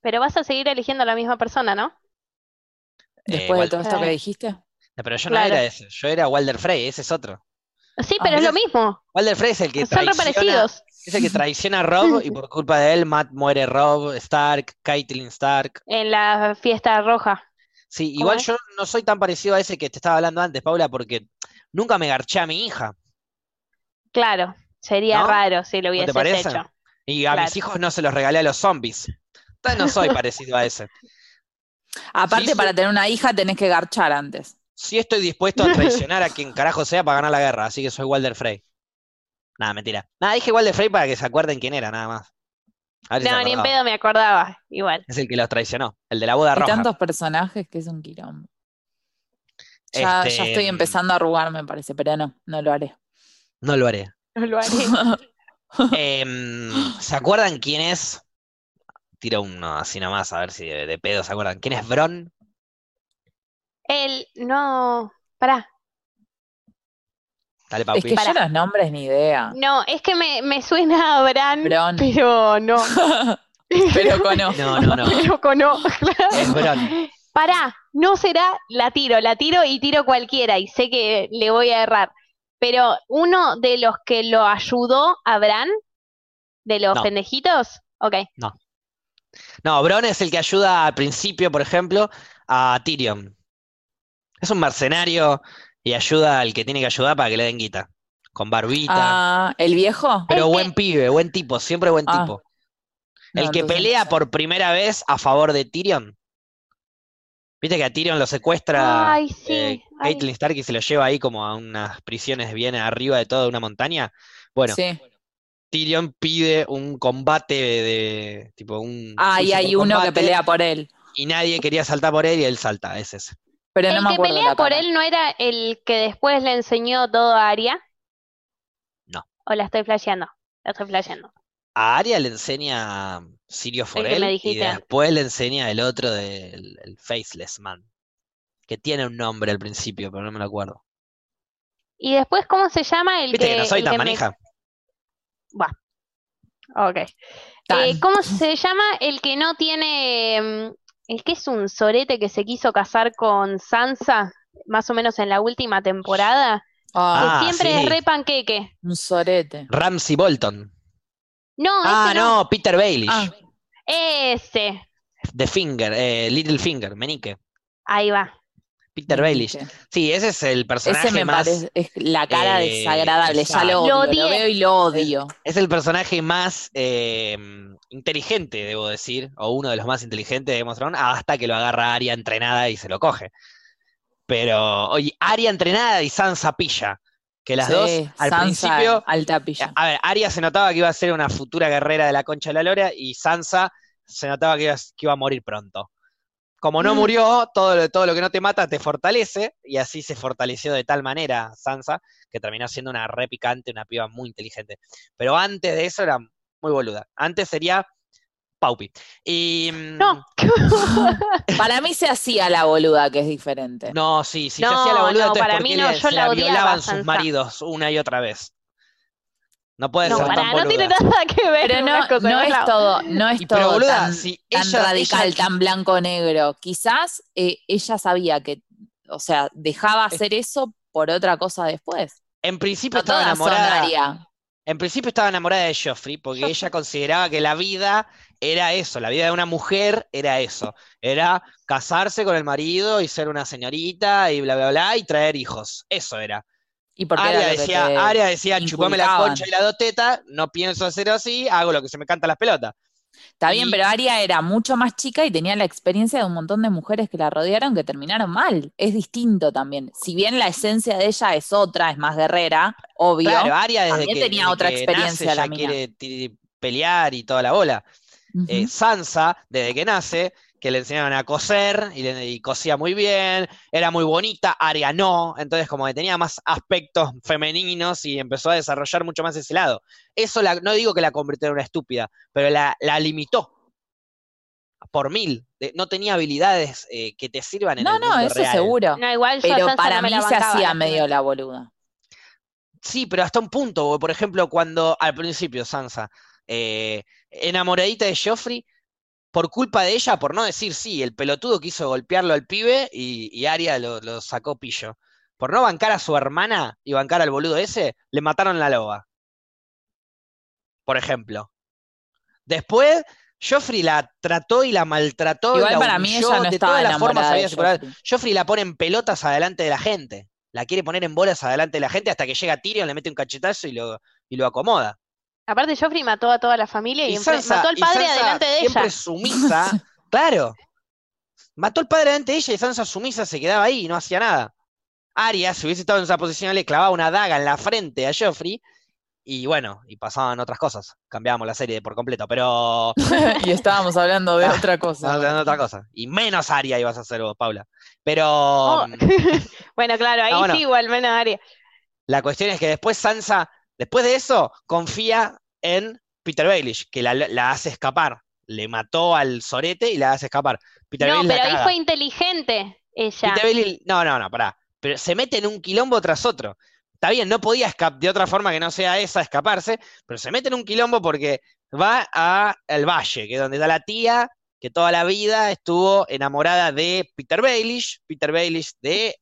Speaker 2: Pero vas a seguir eligiendo a la misma persona, ¿no?
Speaker 1: Eh,
Speaker 3: Después de
Speaker 1: Walter-
Speaker 3: todo esto que
Speaker 2: Claro.
Speaker 3: dijiste.
Speaker 1: No, pero yo no
Speaker 2: Claro.
Speaker 1: era ese, yo era Walder Frey, ese es otro.
Speaker 2: Sí, pero
Speaker 1: Ah,
Speaker 2: es lo
Speaker 1: mirá.
Speaker 2: mismo.
Speaker 1: Walder Frey es el que
Speaker 2: Son
Speaker 1: traiciona.
Speaker 2: reparecidos.
Speaker 1: Es el que traiciona a Rob y por culpa de él, Matt muere Rob, Stark, Caitlyn Stark.
Speaker 2: En la fiesta roja.
Speaker 1: Sí,
Speaker 2: ¿Cómo
Speaker 1: igual
Speaker 2: es?
Speaker 1: yo no soy tan parecido a ese que te estaba hablando antes, Paula, porque nunca me garché a mi hija.
Speaker 2: Claro, sería
Speaker 1: ¿No?
Speaker 2: raro si lo hubieses
Speaker 1: parece?
Speaker 2: hecho.
Speaker 1: Y a mis
Speaker 2: Claro.
Speaker 1: hijos no se los regalé a los zombies. Entonces no soy parecido a ese.
Speaker 3: Aparte,
Speaker 1: sí.
Speaker 3: para tener una hija tenés que garchar antes.
Speaker 1: Sí estoy dispuesto a traicionar a quien carajo sea para ganar la guerra, así que soy Walder Frey. Nada, mentira. Nada, dije Walder Frey para que se acuerden quién era, nada más. A ver si se
Speaker 2: No, ni en
Speaker 1: acordaban.
Speaker 2: pedo me acordaba. Igual.
Speaker 1: Es el que los traicionó, el de la boda
Speaker 3: Hay
Speaker 1: roja.
Speaker 3: tantos personajes que es un quilombo. Ya, ya
Speaker 1: Este,
Speaker 3: estoy empezando a arrugar, me parece, pero no, no lo haré.
Speaker 1: No lo haré.
Speaker 2: No lo haré.
Speaker 1: Em, ¿se acuerdan quién es? Tiro uno así nomás, a ver si de, de pedo se acuerdan. ¿Quién es Bron?
Speaker 2: Él, no. Pará.
Speaker 1: Dale,
Speaker 3: es
Speaker 1: Paupi.
Speaker 3: que yo
Speaker 2: Pará.
Speaker 3: los nombres ni idea.
Speaker 2: No, es que me, me suena a Bran,
Speaker 3: Bron.
Speaker 2: pero no.
Speaker 3: pero conozco.
Speaker 1: No, no, no.
Speaker 2: Pero con no. claro.
Speaker 1: Es Bron.
Speaker 2: Pará, no será, la tiro, la tiro y tiro cualquiera y sé que le voy a errar. Pero uno de los que lo ayudó a Bran, de los
Speaker 1: No.
Speaker 2: pendejitos, ok.
Speaker 1: No, Bron es el que ayuda al principio, por ejemplo, a Tyrion. Es un mercenario y ayuda al que tiene que ayudar para que le den guita. Con barbita.
Speaker 3: Ah, ¿El viejo?
Speaker 1: Pero
Speaker 2: el que-
Speaker 1: buen pibe, buen tipo, siempre buen
Speaker 3: Ah,
Speaker 1: tipo. El
Speaker 3: No,
Speaker 1: que
Speaker 3: entonces no
Speaker 1: pelea
Speaker 3: sé.
Speaker 1: por primera vez a favor de Tyrion. Viste que a Tyrion lo secuestra
Speaker 2: Ay, sí,
Speaker 1: eh,
Speaker 2: ay.
Speaker 1: Catelyn Stark y se lo lleva ahí como a unas prisiones bien arriba de toda una montaña. Bueno,
Speaker 3: Sí.
Speaker 1: Tyrion pide un combate de, de- tipo un
Speaker 3: Ah, y
Speaker 1: un
Speaker 3: hay uno que
Speaker 1: supercombate
Speaker 3: pelea por él.
Speaker 1: y nadie quería saltar por él y él salta, es ese.
Speaker 3: Pero no
Speaker 2: el
Speaker 3: me
Speaker 2: que
Speaker 3: acuerdo.
Speaker 2: pelea
Speaker 3: la
Speaker 2: por
Speaker 3: cara.
Speaker 2: él no era el que después le enseñó todo a Aria.
Speaker 1: No.
Speaker 2: O la estoy flasheando, la estoy flasheando.
Speaker 1: A Arya le enseña Sirio
Speaker 2: que me
Speaker 1: Forel y
Speaker 2: dijiste antes.
Speaker 1: después le enseña el otro del el Faceless Man, que tiene un nombre al principio, pero no me lo acuerdo.
Speaker 2: Y después, ¿cómo se llama el
Speaker 1: Viste que,
Speaker 2: que,
Speaker 1: no soy
Speaker 2: el
Speaker 1: tan
Speaker 2: que me-
Speaker 1: manija.
Speaker 2: Ok.
Speaker 3: Tan.
Speaker 2: Eh, ¿cómo se llama el que no tiene, mm, el que es un sorete que se quiso casar con Sansa, más o menos en la última temporada? Que
Speaker 3: Ah,
Speaker 1: Ah,
Speaker 2: siempre es
Speaker 1: sí.
Speaker 2: re panqueque.
Speaker 3: un sorete.
Speaker 1: Ramsey Bolton.
Speaker 2: No,
Speaker 1: ah,
Speaker 2: ese no.
Speaker 1: no, Peter Baelish.
Speaker 3: Ah,
Speaker 2: Ese.
Speaker 1: The Finger, eh, Little Finger, Menique.
Speaker 2: Ahí va.
Speaker 1: Peter Baelish. Sí, ese es el personaje
Speaker 3: Ese me
Speaker 1: más.
Speaker 3: parece, es la cara
Speaker 1: eh,
Speaker 3: desagradable, ya lo
Speaker 2: Lo
Speaker 3: odio, lo
Speaker 2: odié.
Speaker 3: veo y lo odio.
Speaker 1: Es el personaje más eh, inteligente, debo decir, o uno de los más inteligentes de Game of Thrones, hasta que lo agarra Arya entrenada y se lo coge. Pero, oye, Arya entrenada y Sansa pilla, que las
Speaker 3: Sí,
Speaker 1: dos al
Speaker 3: Sansa,
Speaker 1: principio,
Speaker 3: alta pilla.
Speaker 1: a ver, Arya se notaba que iba a ser una futura guerrera de la Concha de la Lora y Sansa se notaba que iba, que iba a morir pronto. Como no
Speaker 2: Mm.
Speaker 1: murió, todo lo, todo lo que no te mata te fortalece, y así se fortaleció de tal manera Sansa, que terminó siendo una re picante, una piba muy inteligente. Pero antes de eso era muy boluda. Antes sería Paupi. Y, mm,
Speaker 2: No.
Speaker 3: Para mí se hacía la boluda, que es diferente.
Speaker 1: No, sí, si se
Speaker 2: No,
Speaker 1: hacía la boluda,
Speaker 2: no,
Speaker 1: entonces
Speaker 2: para
Speaker 1: ¿por
Speaker 2: mí
Speaker 1: qué
Speaker 2: no,
Speaker 1: le-
Speaker 2: yo
Speaker 1: se
Speaker 2: la odiaba,
Speaker 1: violaban sus
Speaker 2: Sansa.
Speaker 1: maridos una y otra vez? No puede
Speaker 2: No,
Speaker 1: ser
Speaker 2: pará,
Speaker 1: tan
Speaker 2: no tiene
Speaker 1: boluda.
Speaker 2: nada que ver
Speaker 3: Pero
Speaker 2: una
Speaker 3: no,
Speaker 2: cosa
Speaker 3: no
Speaker 2: con
Speaker 3: es
Speaker 2: la-
Speaker 3: todo, no es
Speaker 1: Y
Speaker 3: todo
Speaker 1: pero boluda,
Speaker 3: tan,
Speaker 1: si
Speaker 3: tan
Speaker 1: ella-
Speaker 3: radical,
Speaker 1: ella-
Speaker 3: tan blanco-negro. Quizás eh, ella sabía que, o sea, dejaba
Speaker 1: Es-
Speaker 3: hacer eso por otra cosa después.
Speaker 1: en principio
Speaker 3: No
Speaker 1: estaba
Speaker 3: todas son
Speaker 1: enamorada.
Speaker 3: Aria.
Speaker 1: En principio estaba enamorada de Joffrey porque ella consideraba que la vida era eso, la vida de una mujer era eso, era casarse con el marido y ser una señorita y bla, bla, bla, y traer hijos, eso era.
Speaker 3: Y porque era
Speaker 1: Aria
Speaker 3: lo que
Speaker 1: decía,
Speaker 3: te-
Speaker 1: Aria decía, chupame la
Speaker 3: inculcaban".
Speaker 1: concha y la dos tetas, no pienso hacer así, hago lo que se me canta las pelotas.
Speaker 3: Está bien,
Speaker 1: Y-
Speaker 3: pero Aria era mucho más chica y tenía la experiencia de un montón de mujeres que la rodearon que terminaron mal. Es distinto también. Si bien la esencia de ella es otra, es más guerrera, obvio.
Speaker 1: Claro, Aria desde
Speaker 3: También
Speaker 1: que,
Speaker 3: tenía
Speaker 1: desde
Speaker 3: otra
Speaker 1: que
Speaker 3: experiencia
Speaker 1: nace
Speaker 3: la
Speaker 1: ya
Speaker 3: mina.
Speaker 1: quiere ti- pelear y toda la bola.
Speaker 3: Ujú.
Speaker 1: eh, Sansa, desde que nace, que le enseñaron a coser y, le- y cosía muy bien, era muy bonita, Arya no, entonces como que tenía más aspectos femeninos y empezó a desarrollar mucho más ese lado. Eso la- no digo que la convirtió en una estúpida, pero la, la limitó por mil. De- no tenía habilidades eh, que te sirvan en
Speaker 3: no,
Speaker 1: el
Speaker 3: no,
Speaker 1: mundo
Speaker 3: eso
Speaker 1: real.
Speaker 3: seguro.
Speaker 2: No, igual yo a
Speaker 3: pero
Speaker 2: Sansa
Speaker 3: para
Speaker 2: no me
Speaker 3: mí
Speaker 2: la
Speaker 3: se
Speaker 2: bancaba,
Speaker 3: hacía
Speaker 2: la
Speaker 3: medio la boluda.
Speaker 1: Sí, pero hasta un punto, porque, por ejemplo, cuando al principio Sansa, eh, enamoradita de Joffrey, por culpa de ella, por no decir sí, el pelotudo quiso golpearlo al pibe y, y Arya lo, lo sacó pillo. por no bancar a su hermana y bancar al boludo ese, le mataron la loba. Por ejemplo. Después, Joffrey la trató y la maltrató.
Speaker 3: Igual
Speaker 1: y la
Speaker 3: para mí
Speaker 1: humilló,
Speaker 3: ella no
Speaker 1: de
Speaker 3: estaba
Speaker 1: todas las formas
Speaker 3: enamorada de
Speaker 1: había separado.
Speaker 3: Joffrey.
Speaker 1: Joffrey la pone en pelotas adelante de la gente. La quiere poner en bolas adelante de la gente hasta que llega Tyrion, le mete un cachetazo y lo, y lo acomoda.
Speaker 2: Aparte, Joffrey mató a toda la familia y,
Speaker 1: Y
Speaker 2: enfre-
Speaker 1: Sansa-
Speaker 2: mató al
Speaker 1: y
Speaker 2: padre
Speaker 1: Sansa
Speaker 2: adelante de
Speaker 1: siempre
Speaker 2: ella.
Speaker 1: sumisa, claro. Mató al padre adelante de ella y Sansa sumisa se quedaba ahí y no hacía nada. Arya, si hubiese estado en esa posición, le clavaba una daga en la frente a Joffrey y bueno, y pasaban otras cosas. Cambiábamos la serie por completo, pero
Speaker 3: y estábamos Ah. hablando de otra cosa.
Speaker 1: estábamos hablando de otra cosa. Y menos Arya ibas a hacer vos, Paula. Pero
Speaker 2: Oh.
Speaker 1: mm,
Speaker 2: bueno, claro, ahí
Speaker 1: Ah, bueno.
Speaker 2: sí, igual menos área.
Speaker 1: la cuestión es que después Sansa, después de eso, confía en Peter Baelish, que la, la hace escapar. Le mató al sorete y la hace escapar. Peter
Speaker 2: No,
Speaker 1: Baelish la
Speaker 2: pero ahí
Speaker 1: caga.
Speaker 2: fue inteligente ella.
Speaker 1: Peter Baelish- no, no, no, pará. Pero se mete en un quilombo tras otro. Está bien, no podía escapar de otra forma que no sea esa escaparse, pero se mete en un quilombo porque va a el valle, que es donde está la tía que toda la vida estuvo enamorada de Peter Baelish, Peter Baelish de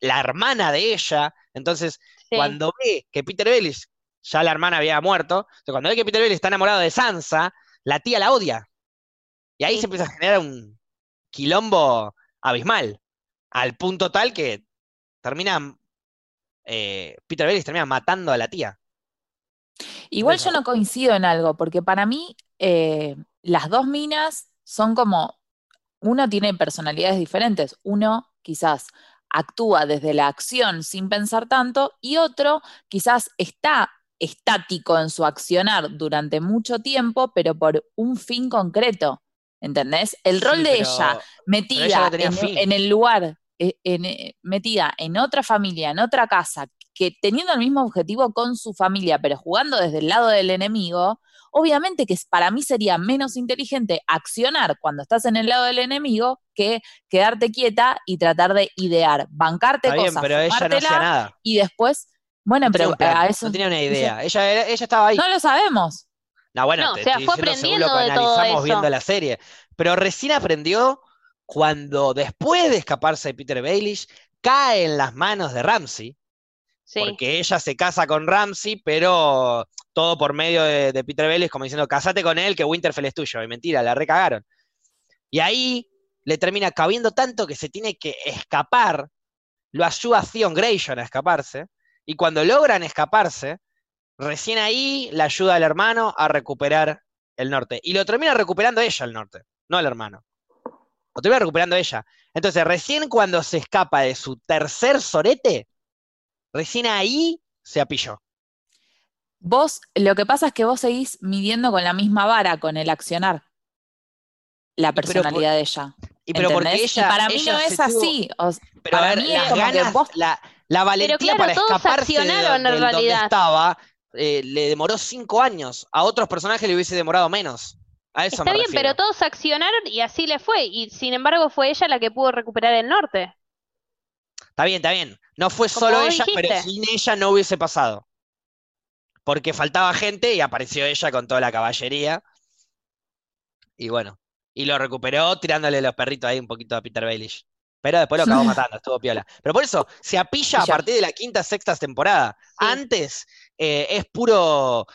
Speaker 1: la hermana de ella. Entonces,
Speaker 2: sí.
Speaker 1: cuando ve que Peter Baelish, ya la hermana había muerto, o sea, cuando ve que Peter Baelish está enamorado de Sansa, la tía la odia. Y ahí
Speaker 2: Sí.
Speaker 1: se empieza a generar un quilombo abismal, al punto tal que termina, eh, Peter Baelish termina matando a la tía.
Speaker 3: Igual
Speaker 1: Bueno.
Speaker 3: yo no coincido en algo, porque para mí eh, las dos minas son como, uno tiene personalidades diferentes, uno quizás actúa desde la acción sin pensar tanto y otro quizás está estático en su accionar durante mucho tiempo, pero por un fin concreto, ¿entendés? El rol
Speaker 1: Sí,
Speaker 3: de
Speaker 1: pero-
Speaker 3: ella metida
Speaker 1: ella no tenía
Speaker 3: en,
Speaker 1: fin.
Speaker 3: en el lugar, eh, en, eh, metida en otra familia, en otra casa, que teniendo el mismo objetivo con su familia, pero jugando desde el lado del enemigo, obviamente que es- para mí sería menos inteligente accionar cuando estás en el lado del enemigo que quedarte quieta y tratar de idear, bancarte
Speaker 1: Está bien,
Speaker 3: cosas,
Speaker 1: pero ella no hacía
Speaker 3: fumártela,
Speaker 1: nada.
Speaker 3: y después, bueno,
Speaker 1: No tenía,
Speaker 3: pero
Speaker 1: ah, un plan,
Speaker 3: a
Speaker 1: no
Speaker 3: eso
Speaker 1: tenía una idea. Ella, era- ella estaba ahí.
Speaker 3: no lo sabemos.
Speaker 1: No, bueno,
Speaker 2: No,
Speaker 1: te
Speaker 2: o sea,
Speaker 1: estoy
Speaker 2: fue
Speaker 1: diciendo según
Speaker 2: aprendiendo
Speaker 1: lo que
Speaker 2: de todo
Speaker 1: analizamos
Speaker 2: eso.
Speaker 1: viendo la serie. Pero recién aprendió cuando, después de escaparse de Peter Baelish, cae en las manos de Ramsey,
Speaker 2: sí.
Speaker 1: porque ella se casa con Ramsey, pero todo por medio de, de Peter Baelish, como diciendo, casate con él, que Winterfell es tuyo. Y mentira, la recagaron. Y ahí le termina cabiendo tanto que se tiene que escapar. Lo ayuda a Theon Grayson a escaparse. Y cuando logran escaparse, recién ahí la ayuda al hermano a recuperar el norte. Y lo termina recuperando ella el norte, no el hermano. Lo termina recuperando ella. Entonces, recién cuando se escapa de su tercer sorete, recién ahí se apilló.
Speaker 3: Vos, lo que pasa es que vos seguís midiendo con la misma vara, con el accionar, la
Speaker 1: pero por-
Speaker 3: personalidad de ella.
Speaker 1: Y pero porque
Speaker 3: ¿Entendés?
Speaker 1: ella-
Speaker 3: Y para mí
Speaker 1: ella
Speaker 3: no
Speaker 1: se
Speaker 3: es
Speaker 1: tuvo-
Speaker 3: así. o s-
Speaker 1: Pero
Speaker 3: Para
Speaker 1: a ver,
Speaker 3: mí es
Speaker 1: las
Speaker 3: como que
Speaker 1: ganas,
Speaker 3: vos-
Speaker 1: la, la valentía
Speaker 2: claro,
Speaker 1: para
Speaker 2: todos
Speaker 1: escaparse de,
Speaker 2: accionaron, en
Speaker 1: de donde
Speaker 2: realidad.
Speaker 1: estaba eh, le demoró cinco años. A otros personajes le hubiese demorado menos. A eso
Speaker 2: Está
Speaker 1: me
Speaker 2: bien,
Speaker 1: refiero.
Speaker 2: pero todos accionaron y así le fue. Y sin embargo, fue ella la que pudo recuperar el norte.
Speaker 1: Está bien, está bien. No fue
Speaker 2: Como
Speaker 1: solo
Speaker 2: vos
Speaker 1: ella, pero
Speaker 2: dijiste.
Speaker 1: sin ella no hubiese pasado. Porque faltaba gente y apareció ella con toda la caballería. Y bueno, y lo recuperó tirándole los perritos ahí un poquito a Peter Baelish. Pero después lo acabó matando, estuvo piola. Pero por eso, se apilla a
Speaker 3: Pilla.
Speaker 1: partir de la quinta, sexta temporada. Antes eh, es puro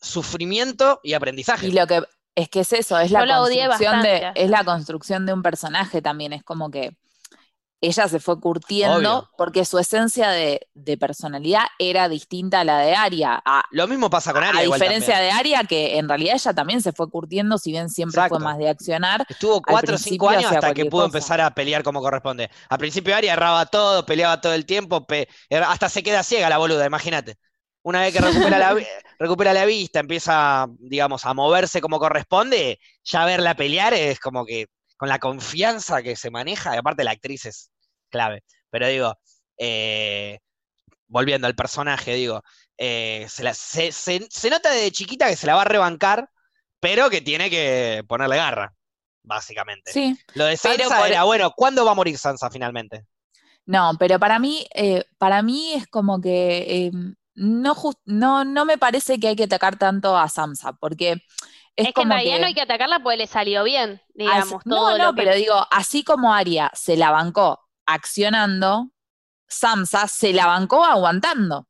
Speaker 1: sufrimiento y aprendizaje.
Speaker 3: Y lo que es que es eso, es la
Speaker 2: Yo la odié
Speaker 3: construcción de,
Speaker 2: bastante.
Speaker 3: es la construcción de un personaje también. Es como que ella se fue curtiendo
Speaker 1: Obvio.
Speaker 3: porque su esencia de, de personalidad era distinta a la de Aria. A,
Speaker 1: Lo mismo pasa con Arya.
Speaker 3: a
Speaker 1: igual
Speaker 3: diferencia
Speaker 1: también.
Speaker 3: de Aria, que en realidad ella también se fue curtiendo, si bien siempre
Speaker 1: Exacto.
Speaker 3: fue más de accionar.
Speaker 1: Estuvo cuatro o cinco
Speaker 3: principio
Speaker 1: años
Speaker 3: hacía
Speaker 1: hasta que
Speaker 3: cualquier
Speaker 1: pudo
Speaker 3: cosa.
Speaker 1: empezar a pelear como corresponde. Al principio Aria erraba todo, peleaba todo el tiempo, pe- erra- hasta se queda ciega la boluda, imagínate. Una vez que recupera la, vi- recupera la vista, empieza, digamos, a moverse como corresponde, ya verla pelear es como que con la confianza que se maneja, y aparte la actriz es clave. Pero digo, eh, volviendo al personaje, digo, eh, se, la- se- se- se nota desde chiquita que se la va a rebancar, pero que tiene que ponerle garra, básicamente.
Speaker 3: Sí.
Speaker 1: Lo de
Speaker 3: Pero
Speaker 1: Sansa
Speaker 3: por-
Speaker 1: era, bueno, ¿cuándo va a morir Sansa finalmente?
Speaker 3: No, pero para mí, eh, para mí es como que eh, no, jus- no, no me parece que hay que atacar tanto a Samsa, porque es
Speaker 2: Es, que en
Speaker 3: como
Speaker 2: realidad
Speaker 3: que-
Speaker 2: no hay que atacarla porque le salió bien,
Speaker 3: as-
Speaker 2: digamos.
Speaker 3: no,
Speaker 2: todo
Speaker 3: no,
Speaker 2: lo que-
Speaker 3: pero digo, así como Aria se la bancó accionando, Samsa se la bancó aguantando.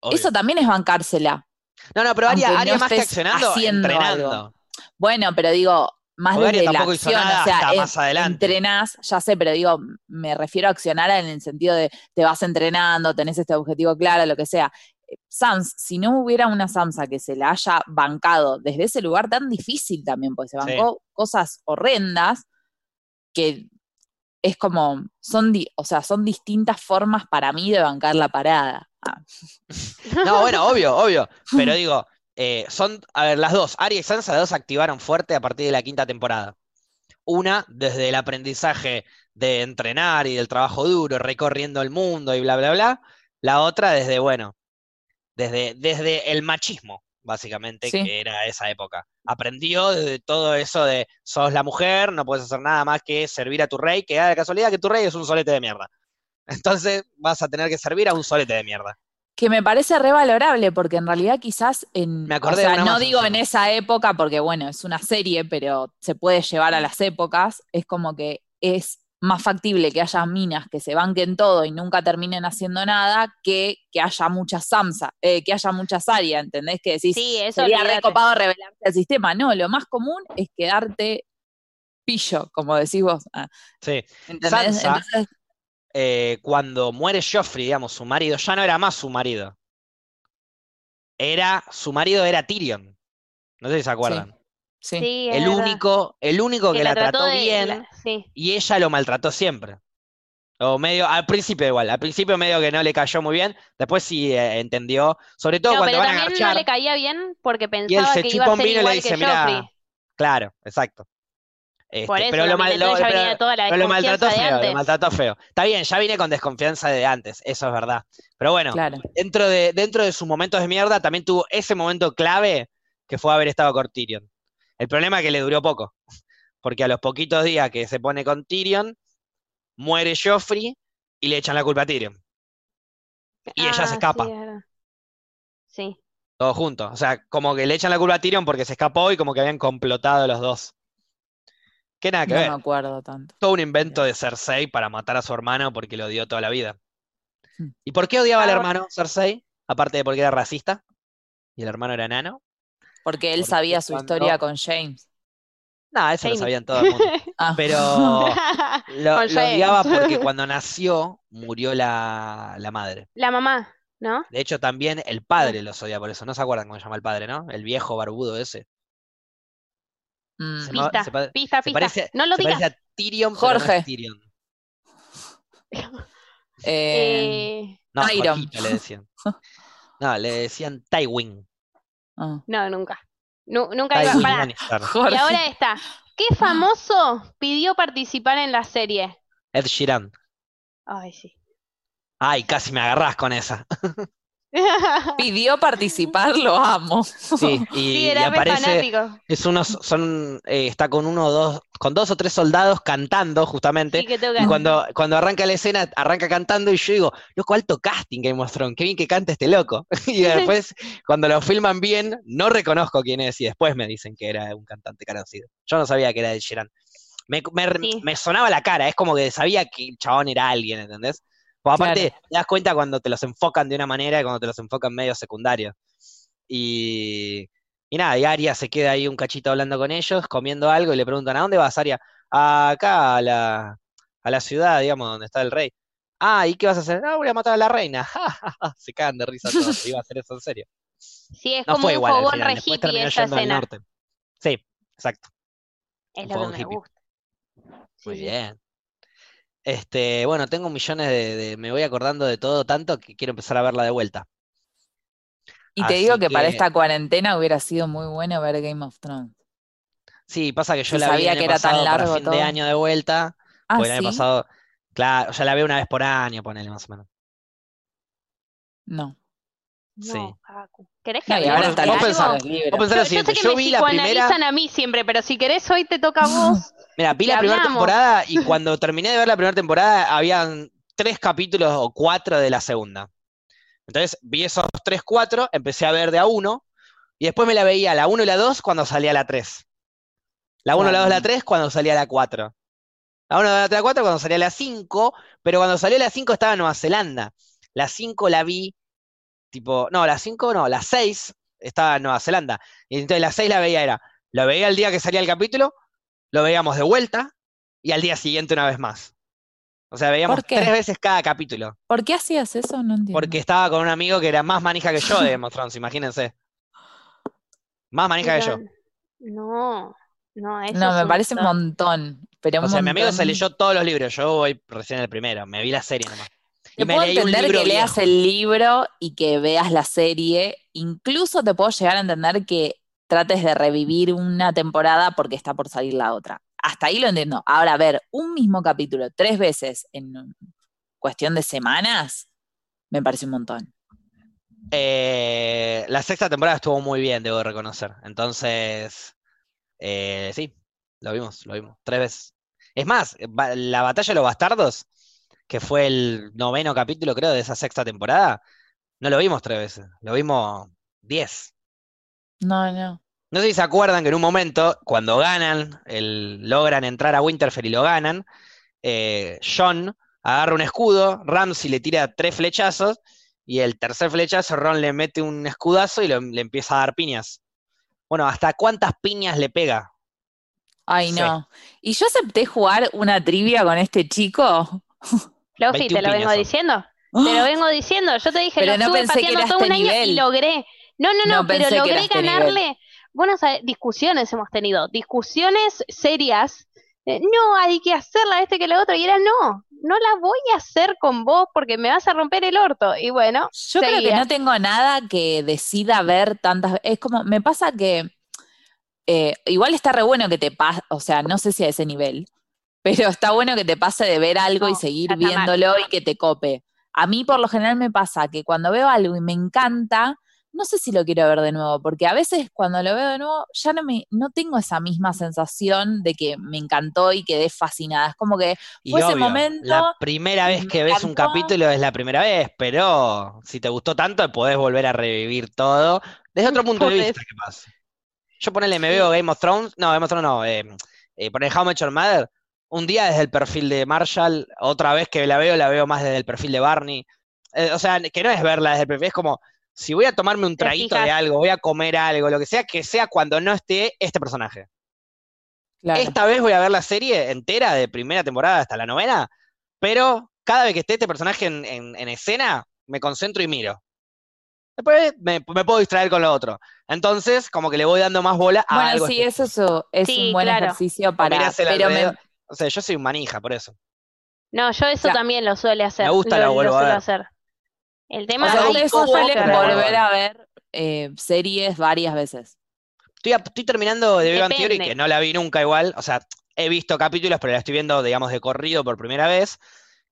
Speaker 1: Obvio.
Speaker 3: Eso también es bancársela.
Speaker 1: no, no, pero Aria,
Speaker 3: aunque
Speaker 1: Aria
Speaker 3: no
Speaker 1: más que
Speaker 3: estés
Speaker 1: accionando,
Speaker 3: haciendo
Speaker 1: entrenando.
Speaker 3: algo. Bueno, pero digo, más
Speaker 1: Porque Aria
Speaker 3: desde la
Speaker 1: tampoco hizo
Speaker 3: acción,
Speaker 1: nada
Speaker 3: o sea,
Speaker 1: hasta
Speaker 3: en-
Speaker 1: más adelante.
Speaker 3: entrenás, ya sé, pero digo, me refiero a accionar en el sentido de te vas entrenando, tenés este objetivo claro, lo que sea. Eh, Sams, si no hubiera una Samsa que se la haya bancado desde ese lugar tan difícil también, porque se
Speaker 1: Sí.
Speaker 3: bancó cosas horrendas que es como, son, di- o sea, son distintas formas para mí de bancar la parada. Ah,
Speaker 1: No, bueno, obvio, obvio. Pero digo, eh, son, a ver, las dos, Aria y Sansa, las dos activaron fuerte a partir de la quinta temporada. Una, desde el aprendizaje de entrenar y del trabajo duro, recorriendo el mundo y bla, bla, bla. La otra, desde, bueno, desde, desde el machismo, básicamente,
Speaker 3: Sí.
Speaker 1: que era esa época. Aprendió desde todo eso de sos la mujer, no puedes hacer nada más que servir a tu rey, que da la casualidad que tu rey es un solete de mierda. Entonces vas a tener que servir a un solete de mierda.
Speaker 3: Que me parece revalorable, porque en realidad quizás en.
Speaker 1: Me acordé
Speaker 3: o
Speaker 1: de
Speaker 3: sea,
Speaker 1: una
Speaker 3: no
Speaker 1: más
Speaker 3: digo en
Speaker 1: encima.
Speaker 3: esa época, porque bueno, es una serie, pero se puede llevar a las épocas. Es como que es más factible que haya minas que se banquen todo y nunca terminen haciendo nada que que haya muchas Samsa, eh, que haya muchas áreas, ¿entendés? Que decís,
Speaker 2: Sí, eso
Speaker 3: sería
Speaker 2: olvídate.
Speaker 3: recopado revelarse al sistema. No, lo más común es quedarte pillo, como decís vos. Ah,
Speaker 1: Sí.
Speaker 3: ¿entendés?
Speaker 1: Sansa,
Speaker 3: Entonces,
Speaker 1: eh, cuando muere Joffrey, digamos, su marido, ya no era más su marido. Era, su marido era Tyrion. No sé si se acuerdan.
Speaker 3: sí.
Speaker 2: Sí, es
Speaker 1: El
Speaker 2: verdad.
Speaker 1: único, el único que, la trató,
Speaker 2: de-
Speaker 1: bien
Speaker 2: la- sí.
Speaker 1: y ella lo maltrató siempre. O medio, al principio igual, al principio medio que no le cayó muy bien, después sí eh, entendió, sobre todo
Speaker 2: No,
Speaker 1: cuando
Speaker 2: pero
Speaker 1: van a
Speaker 2: también no
Speaker 1: garchar
Speaker 2: le caía bien porque
Speaker 1: y él
Speaker 2: pensaba
Speaker 1: se
Speaker 2: que
Speaker 1: chupa
Speaker 2: iba a
Speaker 1: un
Speaker 2: ser
Speaker 1: vino y le
Speaker 2: igual
Speaker 1: dice,
Speaker 2: que
Speaker 1: mira,
Speaker 2: Joffrey.
Speaker 1: claro, exacto.
Speaker 2: Por
Speaker 1: Este,
Speaker 2: eso
Speaker 1: pero lo, mal-
Speaker 2: también, entonces
Speaker 1: lo-
Speaker 2: ya
Speaker 1: pero-
Speaker 2: venía toda la
Speaker 1: Pero lo
Speaker 2: desconfianza
Speaker 1: maltrató
Speaker 2: de
Speaker 1: feo,
Speaker 2: antes.
Speaker 1: lo maltrató feo. Está bien, ya vine con desconfianza de antes, eso es verdad. Pero bueno,
Speaker 3: Claro.
Speaker 1: dentro de, dentro de sus momentos de mierda también tuvo ese momento clave que fue haber estado con Tyrion. El problema es que le duró poco, porque a los poquitos días que se pone con Tyrion, muere Joffrey y le echan la culpa a Tyrion, y ella se
Speaker 2: Ah, sí,
Speaker 1: escapa.
Speaker 2: es verdad. Sí.
Speaker 1: todos juntos. O sea, como que le echan la culpa a Tyrion porque se escapó y como que habían complotado los dos. Que nada que
Speaker 3: No
Speaker 1: ver.
Speaker 3: me acuerdo tanto.
Speaker 1: Todo un invento de Cersei para matar a su hermano porque lo odió toda la vida.
Speaker 3: Hmm.
Speaker 1: ¿Y por qué odiaba al
Speaker 2: Ahora-
Speaker 1: hermano Cersei? Aparte de porque era racista y el hermano era nano.
Speaker 3: Porque él
Speaker 1: Porque
Speaker 3: sabía su
Speaker 1: cuando-
Speaker 3: historia con James.
Speaker 1: No, eso lo
Speaker 2: Jamie.
Speaker 1: sabían todo el mundo.
Speaker 3: Ah.
Speaker 1: Pero lo, lo
Speaker 2: Con
Speaker 1: odiaba
Speaker 2: James.
Speaker 1: porque cuando nació murió la, la madre.
Speaker 2: la mamá, ¿no?
Speaker 1: De hecho, también el padre los odia por eso. No se acuerdan cómo se llama el padre, ¿no? El viejo barbudo ese.
Speaker 3: Mm.
Speaker 1: Se llamaba-
Speaker 2: Pista,
Speaker 1: se pare-
Speaker 2: pista,
Speaker 1: se
Speaker 2: pista.
Speaker 1: parece-
Speaker 2: no lo
Speaker 1: se
Speaker 2: digas.
Speaker 1: parece a Tyrion, pero no es
Speaker 3: Jorge.
Speaker 1: Tyrion.
Speaker 3: Eh,
Speaker 2: Eh,
Speaker 1: No,
Speaker 3: Tyron.
Speaker 1: Jorgito le decían. No, le decían Tywin.
Speaker 3: ah.
Speaker 2: no, nunca. Nu- nunca iba.
Speaker 1: Tywin
Speaker 2: pará.
Speaker 1: Lannister.
Speaker 3: Jorge.
Speaker 2: Y ahora está.
Speaker 1: Ah.
Speaker 2: ¿Qué famoso pidió participar en la serie?
Speaker 1: Ed Sheeran.
Speaker 2: Ay, sí.
Speaker 1: Ay, casi me agarrás con esa.
Speaker 3: pidió participar, lo amo.
Speaker 1: Sí, y,
Speaker 2: sí,
Speaker 1: y
Speaker 2: era re
Speaker 1: aparece,
Speaker 2: fanático.
Speaker 1: es unos, son, eh, está con uno o dos, con dos o tres soldados cantando justamente.
Speaker 2: Sí, que tengo que-
Speaker 1: Y cuando, cuando arranca la escena, arranca cantando y yo digo, loco, alto casting Game of Thrones, qué bien que canta este loco. Y después, cuando lo filman bien, no reconozco quién es y después me dicen que era un cantante conocido. Yo no sabía que era de Sheeran. Me, me-
Speaker 2: Sí.
Speaker 1: me sonaba la cara, es como que sabía que el chabón era alguien, ¿entendés? Pues aparte, te das cuenta cuando te los enfocan de una manera y cuando te los enfocan medio secundario. Y, y nada, y Aria se queda ahí un cachito hablando con ellos, comiendo algo y le preguntan, ¿a dónde vas, Aria? Acá, a la, a la ciudad, digamos, donde está el rey. Ah, ¿y qué vas a hacer? Ah, voy a matar a la reina. Ja, ja, ja. Se cagan de risa todos. Iba a hacer eso en serio.
Speaker 2: Sí, es
Speaker 1: No
Speaker 2: como
Speaker 1: fue
Speaker 2: un
Speaker 1: igual al
Speaker 2: fogón
Speaker 1: final. Después
Speaker 2: rehippie
Speaker 1: terminó
Speaker 2: esa
Speaker 1: yendo al
Speaker 2: escena.
Speaker 1: norte. Sí, exacto.
Speaker 2: Es
Speaker 1: Un
Speaker 2: lo que
Speaker 1: fogón
Speaker 2: me
Speaker 1: hippie.
Speaker 2: gusta. Sí,
Speaker 1: Muy
Speaker 2: sí.
Speaker 1: bien. Este, bueno, tengo millones de, de- Me voy acordando de todo tanto que quiero empezar a verla de vuelta.
Speaker 3: y te
Speaker 1: así
Speaker 3: digo que, para
Speaker 1: que-
Speaker 3: esta cuarentena hubiera sido muy bueno ver Game of Thrones.
Speaker 1: Sí, pasa que yo
Speaker 3: Si
Speaker 1: la vi el
Speaker 3: sabía
Speaker 1: año
Speaker 3: que era tan
Speaker 1: pasado para
Speaker 3: largo
Speaker 1: fin de
Speaker 3: todo.
Speaker 1: año de vuelta.
Speaker 3: Ah,
Speaker 1: porque el año
Speaker 3: sí.
Speaker 1: pasado. Claro, ya la veo una vez por año, ponele más o menos.
Speaker 3: No.
Speaker 2: No,
Speaker 1: Sí.
Speaker 2: Facu. ¿Querés que
Speaker 3: No, y
Speaker 1: hablemos
Speaker 3: ahora
Speaker 1: vos-
Speaker 2: hablemos
Speaker 3: está
Speaker 2: de
Speaker 1: vos
Speaker 3: los
Speaker 2: algo?
Speaker 1: pensá-
Speaker 3: libros libres.
Speaker 1: Vos pensá lo
Speaker 2: Yo- yo sé
Speaker 1: siguiente,
Speaker 2: que
Speaker 1: yo
Speaker 2: me
Speaker 1: vi la primera.
Speaker 2: psicoanalizan a mí siempre, pero si querés hoy te toca a vos.
Speaker 1: Mira, vi
Speaker 2: que
Speaker 1: la primera
Speaker 2: hablamos.
Speaker 1: temporada y cuando terminé de ver la primera temporada habían tres capítulos o cuatro de la segunda. Entonces vi esos tres, cuatro, empecé a ver de a uno y después me la veía la uno y la dos cuando salía la tres. La uno, la dos, la
Speaker 3: Claro.
Speaker 1: tres cuando salía la cuatro. La 1 de la 4 cuando salió la 5, pero cuando salió la 5 estaba en Nueva Zelanda. La 5 la vi, tipo, no, la 5 no, la 6 estaba en Nueva Zelanda. Y entonces la 6 la veía era, lo veía el día que salía el capítulo, lo veíamos de vuelta y al día siguiente una vez más. O sea, veíamos
Speaker 3: ¿Por qué?
Speaker 1: tres veces cada capítulo.
Speaker 3: ¿Por qué hacías eso? No entiendo.
Speaker 1: Porque estaba con un amigo que era más manija que yo de Game of Thrones, imagínense. Más manija que yo.
Speaker 2: No, no, eso
Speaker 3: no,
Speaker 2: es
Speaker 3: me
Speaker 2: un
Speaker 3: parece un
Speaker 2: montón.
Speaker 3: montón. Pero
Speaker 1: O
Speaker 3: un
Speaker 1: sea, mi amigo se
Speaker 3: montón.
Speaker 1: leyó todos los libros, yo voy recién el primero, me vi la serie nomás. Y
Speaker 3: Te
Speaker 1: me
Speaker 3: puedo
Speaker 1: leí un
Speaker 3: entender
Speaker 1: libro
Speaker 3: que leas
Speaker 1: viejo.
Speaker 3: el libro y que veas la serie. Incluso te puedo llegar a entender que trates de revivir una temporada porque está por salir la otra. Hasta ahí lo entiendo. Ahora, a ver, un mismo capítulo tres veces en cuestión de semanas, me parece un montón.
Speaker 1: Eh, la sexta temporada estuvo muy bien, debo reconocer. Entonces, eh, sí, lo vimos, lo vimos, tres veces. Es más, ba- la batalla de los bastardos, que fue el noveno capítulo, creo, de esa sexta temporada, no lo vimos tres veces, lo vimos diez.
Speaker 3: No, no.
Speaker 1: No sé si se acuerdan que en un momento, cuando ganan, el- logran entrar a Winterfell y lo ganan, eh, John agarra un escudo, Ramsay le tira tres flechazos, y el tercer flechazo Ron le mete un escudazo y lo- le empieza a dar piñas. Bueno, ¿hasta cuántas piñas le pega?
Speaker 3: Ay,
Speaker 1: Sí.
Speaker 3: no. Y yo acepté jugar una trivia con este chico.
Speaker 2: Lofi, te
Speaker 1: 21
Speaker 2: lo vengo
Speaker 1: piñazos.
Speaker 2: diciendo.
Speaker 3: ¡Ah!
Speaker 2: Te lo vengo diciendo. Yo te dije,
Speaker 3: Pero
Speaker 2: lo
Speaker 3: no
Speaker 2: estuve
Speaker 3: pensé que
Speaker 2: pateando
Speaker 3: era
Speaker 2: todo
Speaker 3: este
Speaker 2: un año y
Speaker 3: nivel.
Speaker 2: logré. No, no, no,
Speaker 3: No
Speaker 2: pero
Speaker 3: pensé que era
Speaker 2: logré
Speaker 3: este nivel.
Speaker 2: ganarle. Bueno, sabés, discusiones hemos tenido, discusiones serias. Eh, no, hay que hacerla este que la otro. Y era, no, no la voy a hacer con vos porque me vas a romper el orto. Y bueno,
Speaker 3: Yo creo que
Speaker 2: Seguía.
Speaker 3: no tengo nada que decida ver tantas Es como, me pasa que eh, igual está re bueno que te pase, o sea, no sé si a ese nivel, pero está bueno que te pase de ver algo y
Speaker 2: No,
Speaker 3: seguir
Speaker 2: ya está mal.
Speaker 3: viéndolo y que te cope. A mí por lo general me pasa que cuando veo algo y me encanta, no sé si lo quiero ver de nuevo, porque a veces cuando lo veo de nuevo ya no me, no tengo esa misma sensación de que me encantó y quedé fascinada. Es como que
Speaker 1: Y
Speaker 3: Fue ese
Speaker 1: obvio,
Speaker 3: momento,
Speaker 1: la primera vez
Speaker 3: me
Speaker 1: que ves un
Speaker 3: encantó.
Speaker 1: capítulo es la primera vez, pero si te gustó tanto, podés volver a revivir todo desde otro punto de
Speaker 2: Podés.
Speaker 1: vista, capaz. Yo ponele, me veo Game of Thrones, no, Game of Thrones no, eh, eh, ponele How I Met Your Mother, un día desde el perfil de Marshall, otra vez que la veo, la veo más desde el perfil de Barney. Eh, o sea, que no es verla desde el perfil, es como, si voy a tomarme un
Speaker 2: Te
Speaker 1: traguito de
Speaker 2: fijas.
Speaker 1: algo, voy a comer algo, lo que sea, que sea cuando no esté este personaje.
Speaker 3: claro,
Speaker 1: Esta vez voy a ver la serie entera de primera temporada hasta la novena, pero cada vez que esté este personaje en, en- en escena, me concentro y miro. Después me, me puedo distraer con lo otro. Entonces, como que le voy dando más bola a
Speaker 3: bueno,
Speaker 1: Ah, algo.
Speaker 3: sí,
Speaker 1: específico.
Speaker 3: eso es, un- es
Speaker 2: Sí,
Speaker 3: un buen
Speaker 2: claro.
Speaker 3: ejercicio
Speaker 1: O
Speaker 3: para,
Speaker 1: mirás el
Speaker 3: pero me,
Speaker 1: alrededor. O sea, yo soy un manija, por eso.
Speaker 2: no, yo eso
Speaker 3: Ya.
Speaker 2: también lo suele hacer.
Speaker 1: Me gusta,
Speaker 2: lo,
Speaker 1: la vuelvo
Speaker 2: lo
Speaker 1: a
Speaker 2: suelo
Speaker 1: ver.
Speaker 2: hacer. El
Speaker 3: O
Speaker 2: tema
Speaker 3: sea,
Speaker 1: Ay,
Speaker 2: es
Speaker 3: ustedes
Speaker 1: ¿cómo
Speaker 3: suelen
Speaker 1: hago?
Speaker 3: volver a ver eh, series varias veces.
Speaker 1: Estoy, a- estoy terminando de Big Bang Theory,
Speaker 2: Depende.
Speaker 1: que no la vi nunca igual. O sea, he visto capítulos, pero la estoy viendo, digamos, de corrido por primera vez.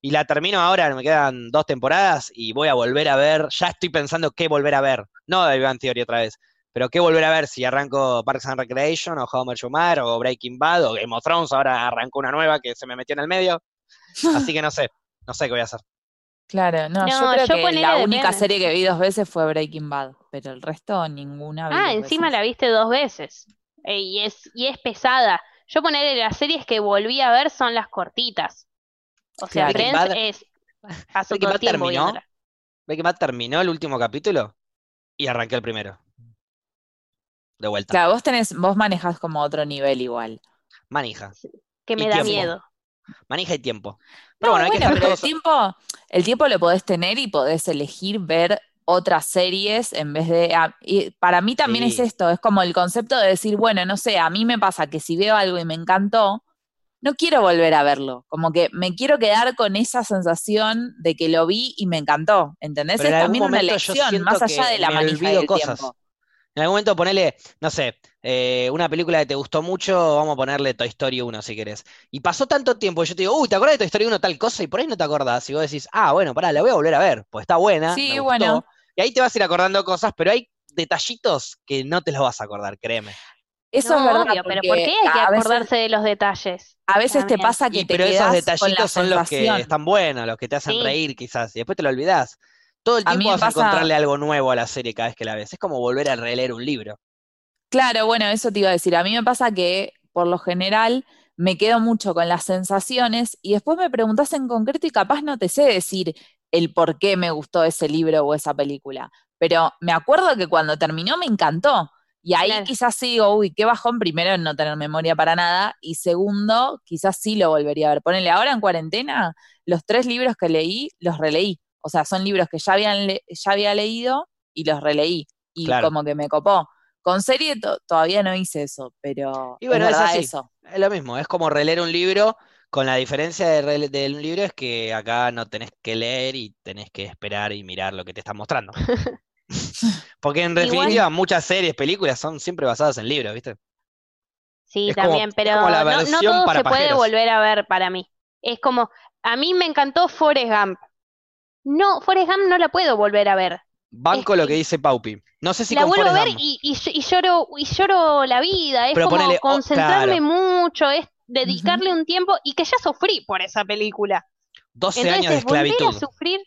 Speaker 1: Y la termino ahora, me quedan dos temporadas y voy a volver a ver. Ya estoy pensando qué volver a ver. No de Big Bang Theory otra vez, pero qué volver a ver si arranco Parks and Recreation o Homer Schumer o Breaking Bad o Game of Thrones. Ahora arranco una nueva que se me metió en el medio. Así que no sé, no sé qué voy a hacer.
Speaker 3: Claro, no, yo
Speaker 2: No,
Speaker 3: creo
Speaker 2: yo
Speaker 3: que
Speaker 2: ponele
Speaker 3: la única
Speaker 2: depende.
Speaker 3: serie que vi dos veces fue Breaking Bad, pero el resto ninguna vi
Speaker 2: Ah,
Speaker 3: dos
Speaker 2: encima
Speaker 3: veces.
Speaker 2: la viste dos veces. Eh, y es, y es pesada. Yo ponerle las series que volví a ver son las cortitas. O sea,
Speaker 3: Claro.
Speaker 1: Breaking
Speaker 2: Friends
Speaker 1: Bad-
Speaker 2: es. Pasó
Speaker 1: Breaking
Speaker 2: todo
Speaker 1: Bad
Speaker 2: el tiempo
Speaker 1: terminó.
Speaker 2: viéndola.
Speaker 1: Breaking Bad terminó el último capítulo y arranqué el primero. De vuelta.
Speaker 3: Claro, vos tenés, vos manejás como otro nivel igual.
Speaker 1: Manija.
Speaker 2: Que me
Speaker 1: Y
Speaker 2: da
Speaker 1: tiempo.
Speaker 2: miedo.
Speaker 1: Manija y tiempo.
Speaker 3: No,
Speaker 1: Pero bueno, hay que saber
Speaker 3: pero el
Speaker 1: cosas.
Speaker 3: tiempo, el tiempo lo podés tener y podés elegir ver otras series en vez de... ah, y para mí también
Speaker 1: Sí.
Speaker 3: es esto, es como el concepto de decir, bueno, no sé, a mí me pasa que si veo algo y me encantó, no quiero volver a verlo, como que me quiero quedar con esa sensación de que lo vi y me encantó, ¿entendés?
Speaker 1: Pero en
Speaker 3: es
Speaker 1: algún
Speaker 3: también una
Speaker 1: momento yo
Speaker 3: elección,
Speaker 1: siento
Speaker 3: más allá
Speaker 1: que
Speaker 3: de la
Speaker 1: me
Speaker 3: manija
Speaker 1: olvido
Speaker 3: del
Speaker 1: cosas.
Speaker 3: tiempo.
Speaker 1: En algún momento ponele, no sé, eh, una película que te gustó mucho, vamos a ponerle Toy Story 1 si querés. Y pasó tanto tiempo, y yo te digo, uy, ¿te acordás de Toy Story 1 tal cosa? Y por ahí no te acordás. Y vos decís, ah, bueno, pará, la voy a volver a ver, pues está buena,
Speaker 3: Sí,
Speaker 1: me
Speaker 3: bueno.
Speaker 1: gustó. Y ahí te vas a ir acordando cosas, pero hay detallitos que no te los vas a acordar, créeme.
Speaker 3: Eso
Speaker 2: No,
Speaker 3: es verdad,
Speaker 2: obvio, pero ¿por
Speaker 3: porque
Speaker 2: qué hay que
Speaker 3: a veces-
Speaker 2: acordarse de los detalles?
Speaker 3: A veces te
Speaker 2: También.
Speaker 3: pasa Ah, que
Speaker 1: Y,
Speaker 3: te
Speaker 1: pero esos
Speaker 3: quedás con la
Speaker 1: detallitos son los que
Speaker 3: sensación.
Speaker 1: están buenos, los que te hacen
Speaker 2: Sí.
Speaker 1: reír quizás, y después te lo olvidás. Todo el
Speaker 3: A mí
Speaker 1: tiempo vas
Speaker 3: me
Speaker 1: a
Speaker 3: pasa-
Speaker 1: encontrarle algo nuevo a la serie cada vez que la ves. Es como volver a releer un libro.
Speaker 3: Claro, bueno, eso te iba a decir. A mí me pasa que por lo general me quedo mucho con las sensaciones y después me preguntas en concreto y capaz no te sé decir el por qué me gustó ese libro o esa película, pero me acuerdo que cuando terminó me encantó. Y ahí
Speaker 2: Claro.
Speaker 3: quizás sí digo, uy, qué bajón, primero en no tener memoria para nada, y segundo, quizás sí lo volvería a ver. Ponele, ahora en cuarentena, los tres libros que leí, los releí. O sea, son libros que ya, habían le- ya había leído y los releí. Y
Speaker 1: Claro.
Speaker 3: como que me copó. Con serie to- todavía no hice eso, pero
Speaker 1: Y bueno, es
Speaker 3: verdad
Speaker 1: así.
Speaker 3: eso.
Speaker 1: Es lo mismo, es como releer un libro, con la diferencia de, rele- de un libro es que acá no tenés que leer y tenés que esperar y mirar lo que te están mostrando. Porque en
Speaker 2: Igual-
Speaker 1: definitiva muchas series, películas son siempre basadas en libros, ¿viste?
Speaker 2: Sí,
Speaker 1: Es como-
Speaker 2: también,
Speaker 1: es
Speaker 2: pero
Speaker 1: como la
Speaker 2: no, no
Speaker 1: versión
Speaker 2: todo
Speaker 1: para
Speaker 2: se puede
Speaker 1: pajeros.
Speaker 2: volver a ver para mí. Es como, a mí me encantó Forrest Gump. No, Forrest Gump no la puedo volver a ver.
Speaker 1: Banco lo
Speaker 2: que-
Speaker 1: que dice Paupi. No sé si
Speaker 2: la
Speaker 1: con
Speaker 2: vuelvo a
Speaker 1: Forrest
Speaker 2: ver
Speaker 1: Gump.
Speaker 2: y, y ll- y lloro y lloro la vida. Es
Speaker 1: Pero
Speaker 2: como
Speaker 1: ponele, o-
Speaker 2: concentrarme
Speaker 1: claro.
Speaker 2: mucho, es dedicarle un tiempo y que ya sufrí por esa película.
Speaker 1: 12
Speaker 2: Entonces,
Speaker 1: años de
Speaker 2: volver a
Speaker 1: esclavitud.
Speaker 2: sufrir.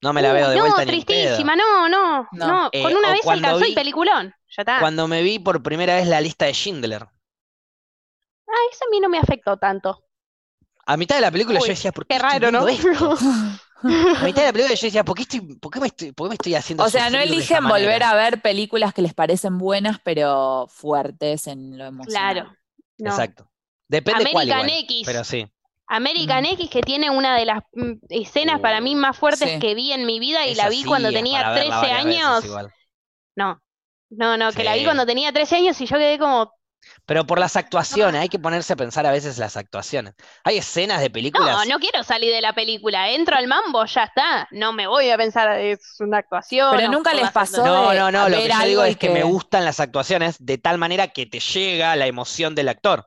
Speaker 1: No me la veo de
Speaker 2: Uh, no,
Speaker 1: vuelta ni en pedo.
Speaker 2: tristísima, no, no,
Speaker 3: No.
Speaker 2: no.
Speaker 1: Eh,
Speaker 2: Con una
Speaker 1: o
Speaker 2: vez
Speaker 1: cuando
Speaker 2: alcanzó
Speaker 1: vi-
Speaker 2: y peliculón. Ya está.
Speaker 1: Cuando me vi por primera vez la lista de Schindler.
Speaker 2: Ah, esa a mí no me afectó tanto.
Speaker 1: A mitad de la película
Speaker 2: Uy,
Speaker 1: yo decía, ¿por qué,
Speaker 2: Qué
Speaker 1: estoy
Speaker 2: raro, ¿no?
Speaker 1: viendo esto? A mitad de la película yo decía, ¿por qué, estoy, por qué me, estoy, por qué me estoy haciendo
Speaker 3: O sea, no
Speaker 1: sufrir de esta
Speaker 3: eligen volver
Speaker 1: manera?
Speaker 3: a ver películas que les parecen buenas, pero fuertes en lo emocional.
Speaker 2: Claro. No.
Speaker 1: Exacto. Depende cuál
Speaker 2: American
Speaker 1: igual,
Speaker 2: X.
Speaker 1: pero sí.
Speaker 2: American
Speaker 3: Mm.
Speaker 2: X que tiene una de las mm, escenas
Speaker 1: Uh,
Speaker 2: para mí más fuertes
Speaker 3: sí.
Speaker 2: que vi en mi vida y
Speaker 1: Esa
Speaker 2: la vi
Speaker 1: sí
Speaker 2: cuando
Speaker 1: es
Speaker 2: tenía
Speaker 1: para verla
Speaker 2: 13
Speaker 1: varias veces
Speaker 2: años.
Speaker 1: igual.
Speaker 2: No, no, no, que la vi
Speaker 1: Sí.
Speaker 2: cuando tenía 13 años y yo quedé como,
Speaker 1: Pero por las actuaciones, hay que ponerse a pensar a veces las actuaciones. Hay escenas de películas.
Speaker 2: no, no quiero salir de la película, entro al mambo, ya está, no me voy a pensar, es una actuación.
Speaker 3: Pero
Speaker 2: o
Speaker 3: nunca
Speaker 2: por
Speaker 3: les
Speaker 2: las
Speaker 3: pasó
Speaker 2: actuaciones".
Speaker 1: No,
Speaker 3: de
Speaker 1: no, no, lo que
Speaker 3: ver
Speaker 1: yo
Speaker 3: algo
Speaker 1: digo
Speaker 3: y
Speaker 1: es que me
Speaker 3: que-
Speaker 1: gustan las actuaciones de tal manera que te llega la emoción del actor.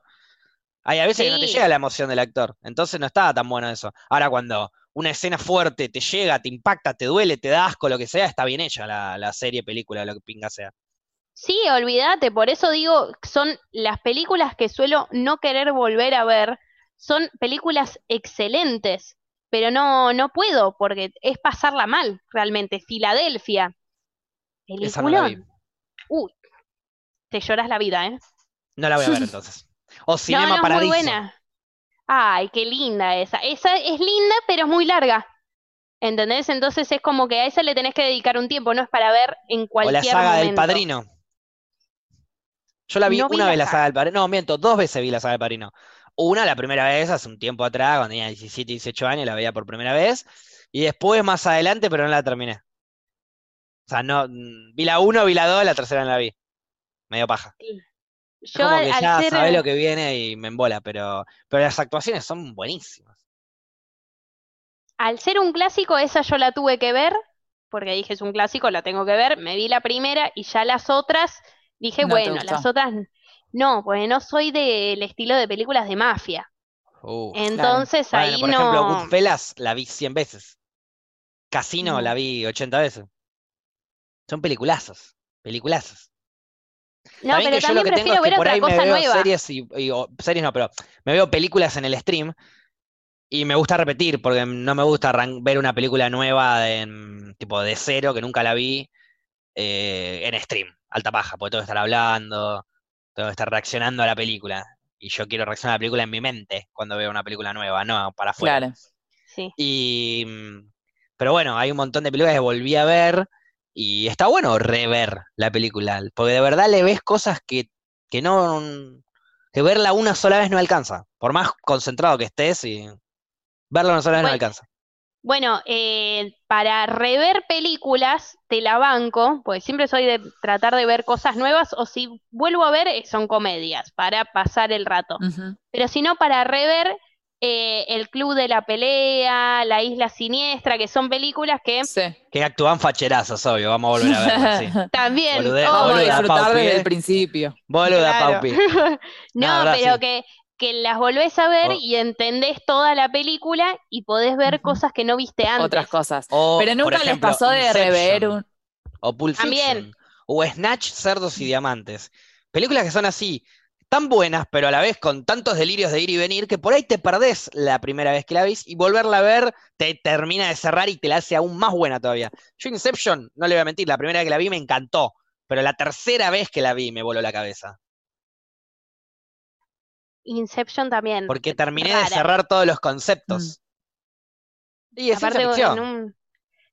Speaker 1: Hay a veces que no te
Speaker 2: Sí.
Speaker 1: llega la emoción del actor, entonces no estaba tan bueno eso. Ahora cuando una escena fuerte te llega, te impacta, te duele, te da asco, lo que sea, está bien hecha la, la serie, película, lo que pinga sea.
Speaker 2: Sí, olvídate, por eso digo, son las películas que suelo no querer volver a ver, son películas excelentes, pero no, no puedo, porque es pasarla mal, realmente. Filadelfia,
Speaker 1: Esa no la vi.
Speaker 2: peliculón, te lloras la vida, ¿eh?
Speaker 1: No la voy a ver entonces. O
Speaker 2: No,
Speaker 1: Cinema
Speaker 2: no, es muy
Speaker 1: Paradiso.
Speaker 2: buena. Ay, qué linda esa. Esa es linda, pero es muy larga. ¿Entendés? Entonces es como que a esa le tenés que dedicar un tiempo, no es para ver en
Speaker 1: O la
Speaker 2: cualquier
Speaker 1: saga del
Speaker 2: momento.
Speaker 1: Padrino. Yo la vi
Speaker 2: No vi
Speaker 1: una
Speaker 2: la
Speaker 1: vez la
Speaker 2: saga.
Speaker 1: saga del Padrino. No, miento, dos veces vi la saga del Padrino. Una la primera vez, hace un tiempo atrás, cuando tenía 17, 18 años, la veía por primera vez. Y después más adelante, pero no la terminé. O sea, no, mm, vi la uno, vi la dos, la tercera no la vi. Medio paja. Es
Speaker 2: Yo
Speaker 1: como
Speaker 2: al-
Speaker 1: que
Speaker 2: al
Speaker 1: ya
Speaker 2: ser-
Speaker 1: sabés lo que viene y me embola, pero, pero las actuaciones son buenísimas.
Speaker 2: Al ser un clásico, esa yo la tuve que ver, porque dije es un clásico, la tengo que ver, me vi la primera y ya las otras, dije,
Speaker 3: No te
Speaker 2: bueno,
Speaker 3: gustó.
Speaker 2: las otras no, porque no soy del estilo de películas de mafia.
Speaker 1: Uh.
Speaker 2: Entonces
Speaker 1: Bueno,
Speaker 2: ahí
Speaker 1: por ejemplo,
Speaker 2: no.
Speaker 1: Goodfellas la vi 100 veces. Casino
Speaker 3: No.
Speaker 2: Mm.
Speaker 1: la vi 80 veces. Son peliculazos, peliculazos.
Speaker 2: No,
Speaker 1: También que
Speaker 2: pero
Speaker 1: yo lo
Speaker 2: también
Speaker 1: que tengo es
Speaker 2: prefiero
Speaker 1: que
Speaker 2: ver
Speaker 1: por
Speaker 2: otra
Speaker 1: ahí me
Speaker 2: cosa
Speaker 1: veo
Speaker 2: nueva.
Speaker 1: series y, y- o- series no, pero me veo películas en el stream y me gusta repetir porque no me gusta arran- ver una película nueva de, mm, tipo de cero que nunca la vi eh, en stream, alta paja, porque tengo que estar hablando, tengo que estar reaccionando a la película y yo quiero reaccionar a la película en mi mente cuando veo una película nueva, no para afuera.
Speaker 3: Claro.
Speaker 2: Sí.
Speaker 1: Y. mm, Pero bueno, hay un montón de películas que volví a ver. Y está bueno rever la película. Porque de verdad le ves cosas que, que no. Que verla una sola vez no alcanza. Por más concentrado que estés, y verla una sola vez no
Speaker 2: Bueno.
Speaker 1: alcanza.
Speaker 2: Bueno, eh, para rever películas te la banco, porque siempre soy de tratar de ver cosas nuevas, o si vuelvo a ver, eh, son comedias, para pasar el rato.
Speaker 3: Ujú.
Speaker 2: pero sino para rever eh, El Club de la Pelea, La Isla Siniestra, que son películas
Speaker 1: Em-
Speaker 2: que
Speaker 3: Sí.
Speaker 1: Que actúan facherazos, obvio. Vamos a volver a verla. sí.
Speaker 2: también, oh,
Speaker 1: Boludez,
Speaker 2: obvio,
Speaker 3: Vamos a
Speaker 1: boluda,
Speaker 3: disfrutar
Speaker 1: Paupi,
Speaker 3: desde
Speaker 1: eh.
Speaker 3: el principio.
Speaker 1: Boluda,
Speaker 2: claro.
Speaker 1: Paupi.
Speaker 2: No,
Speaker 1: La verdad,
Speaker 2: pero
Speaker 1: sí.
Speaker 2: que, que las volvés a ver
Speaker 1: O-
Speaker 2: y entendés toda la película y podés ver
Speaker 3: Ujú.
Speaker 2: cosas que no viste antes.
Speaker 3: Otras cosas.
Speaker 1: O,
Speaker 3: Pero
Speaker 1: por
Speaker 3: nunca les
Speaker 1: ejemplo,
Speaker 3: pasó de rever
Speaker 1: Inception.
Speaker 3: un.
Speaker 1: O Pulp
Speaker 2: También.
Speaker 1: Fiction. O Snatch, Cerdos y Diamantes. Películas que son así, tan buenas, pero a la vez con tantos delirios de ir y venir, que por ahí te perdés la primera vez que la ves y volverla a ver te termina de cerrar y te la hace aún más buena todavía. Yo Inception, no le voy a mentir, la primera vez que la vi me encantó, pero la tercera vez que la vi me voló la cabeza.
Speaker 2: Inception también.
Speaker 1: Porque terminé
Speaker 2: Rara. Mm.
Speaker 1: de cerrar todos los conceptos. Y es
Speaker 2: Aparte,
Speaker 1: ciencia ficción.
Speaker 2: en un-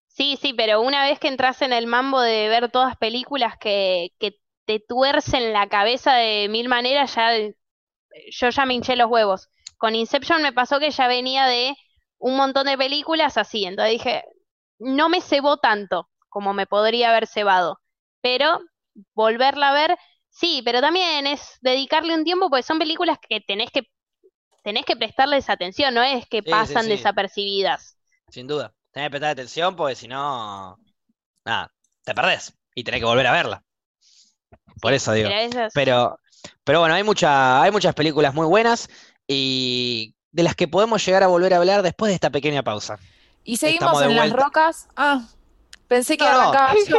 Speaker 2: Sí, sí, pero una vez que entras en el mambo de ver todas películas que, que te tuercen la cabeza de mil maneras, ya el- yo ya me hinché los huevos. Con Inception me pasó que ya venía de un montón de películas así, entonces dije, no me cebó tanto como me podría haber cebado, pero volverla a ver, sí, pero también es dedicarle un tiempo porque son películas que tenés que tenés que prestarles atención, no es que
Speaker 1: sí,
Speaker 2: pasan
Speaker 1: sí.
Speaker 2: desapercibidas.
Speaker 1: Sin duda. Tenés que prestar atención porque si no. Nada, te perdés y tenés que volver a verla. Por eso digo.
Speaker 2: Mira, esas-
Speaker 1: Pero, pero bueno, hay mucha, hay muchas películas muy buenas y de las que podemos llegar a volver a hablar después de esta pequeña pausa.
Speaker 3: Y seguimos
Speaker 1: Estamos de
Speaker 3: en las
Speaker 1: vuelta.
Speaker 3: rocas. Ah, pensé que
Speaker 1: No, no.
Speaker 3: arrancaba yo.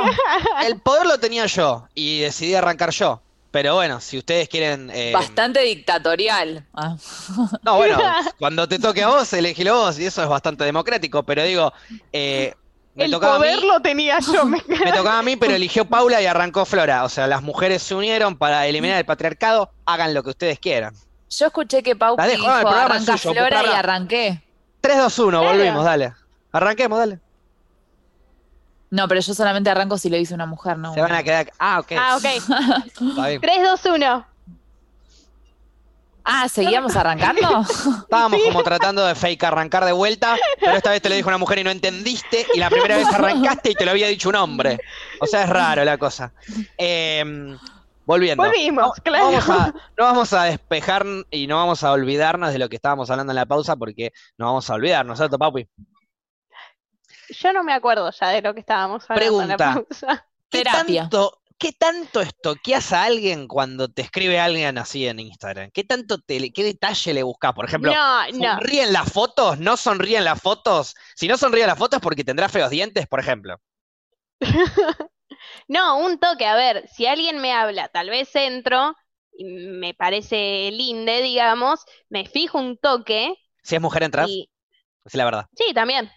Speaker 1: El poder lo tenía yo y decidí arrancar yo. Pero bueno, si ustedes quieren. eh,
Speaker 3: Bastante dictatorial. Ah.
Speaker 1: No, bueno, cuando te toque a vos, elegilo vos y eso es bastante democrático. Pero digo, eh, me
Speaker 2: el
Speaker 1: tocaba a mí.
Speaker 2: poder lo tenía yo. me-
Speaker 1: Me tocaba a mí, pero eligió Paula y arrancó Flora. O sea, las mujeres se unieron para eliminar el patriarcado. Hagan lo que ustedes quieran.
Speaker 3: Yo escuché que Pau
Speaker 1: La dejo,
Speaker 3: dijo,
Speaker 1: no, el programa es
Speaker 3: arranca
Speaker 1: suyo,
Speaker 3: Flora y
Speaker 1: programa".
Speaker 3: arranqué.
Speaker 1: 3, 2, 1,
Speaker 2: Claro.
Speaker 1: volvimos, dale. Arranquemos, dale.
Speaker 3: No, pero yo solamente arranco si lo dice una mujer, ¿no?
Speaker 1: Se van a quedar. Ah, ok.
Speaker 2: Ah, ok.
Speaker 1: Está bien.
Speaker 2: 3, 2, 1.
Speaker 3: Ah, ¿seguíamos arrancando?
Speaker 1: Estábamos como tratando de fake arrancar de vuelta, pero esta vez te lo dijo una mujer y no entendiste, y la primera vez arrancaste y te lo había dicho un hombre. O sea, es raro la cosa. Eh, volviendo.
Speaker 2: Volvimos, claro.
Speaker 1: Vamos a- no vamos a despejar y no vamos a olvidarnos de lo que estábamos hablando en la pausa porque no vamos a olvidarnos, ¿cierto, Papi?
Speaker 2: Yo no me acuerdo ya de lo que estábamos hablando en la
Speaker 1: Pregunta.
Speaker 2: pausa.
Speaker 1: ¿Qué
Speaker 3: Terapia.
Speaker 1: tanto, ¿Qué tanto estoqueas a alguien cuando te escribe alguien así en Instagram? ¿Qué tanto te, le- qué detalle le buscas? Por ejemplo,
Speaker 2: No, no.
Speaker 1: ¿sonríen las fotos? ¿No sonríen las fotos? Si no sonríen las fotos es porque tendrá feos dientes, por ejemplo.
Speaker 2: No, un toque. A ver, si alguien me habla, tal vez entro, y me parece linde, digamos, me fijo un toque
Speaker 1: Si es mujer entras,
Speaker 2: y.
Speaker 1: es la verdad.
Speaker 2: Sí, también.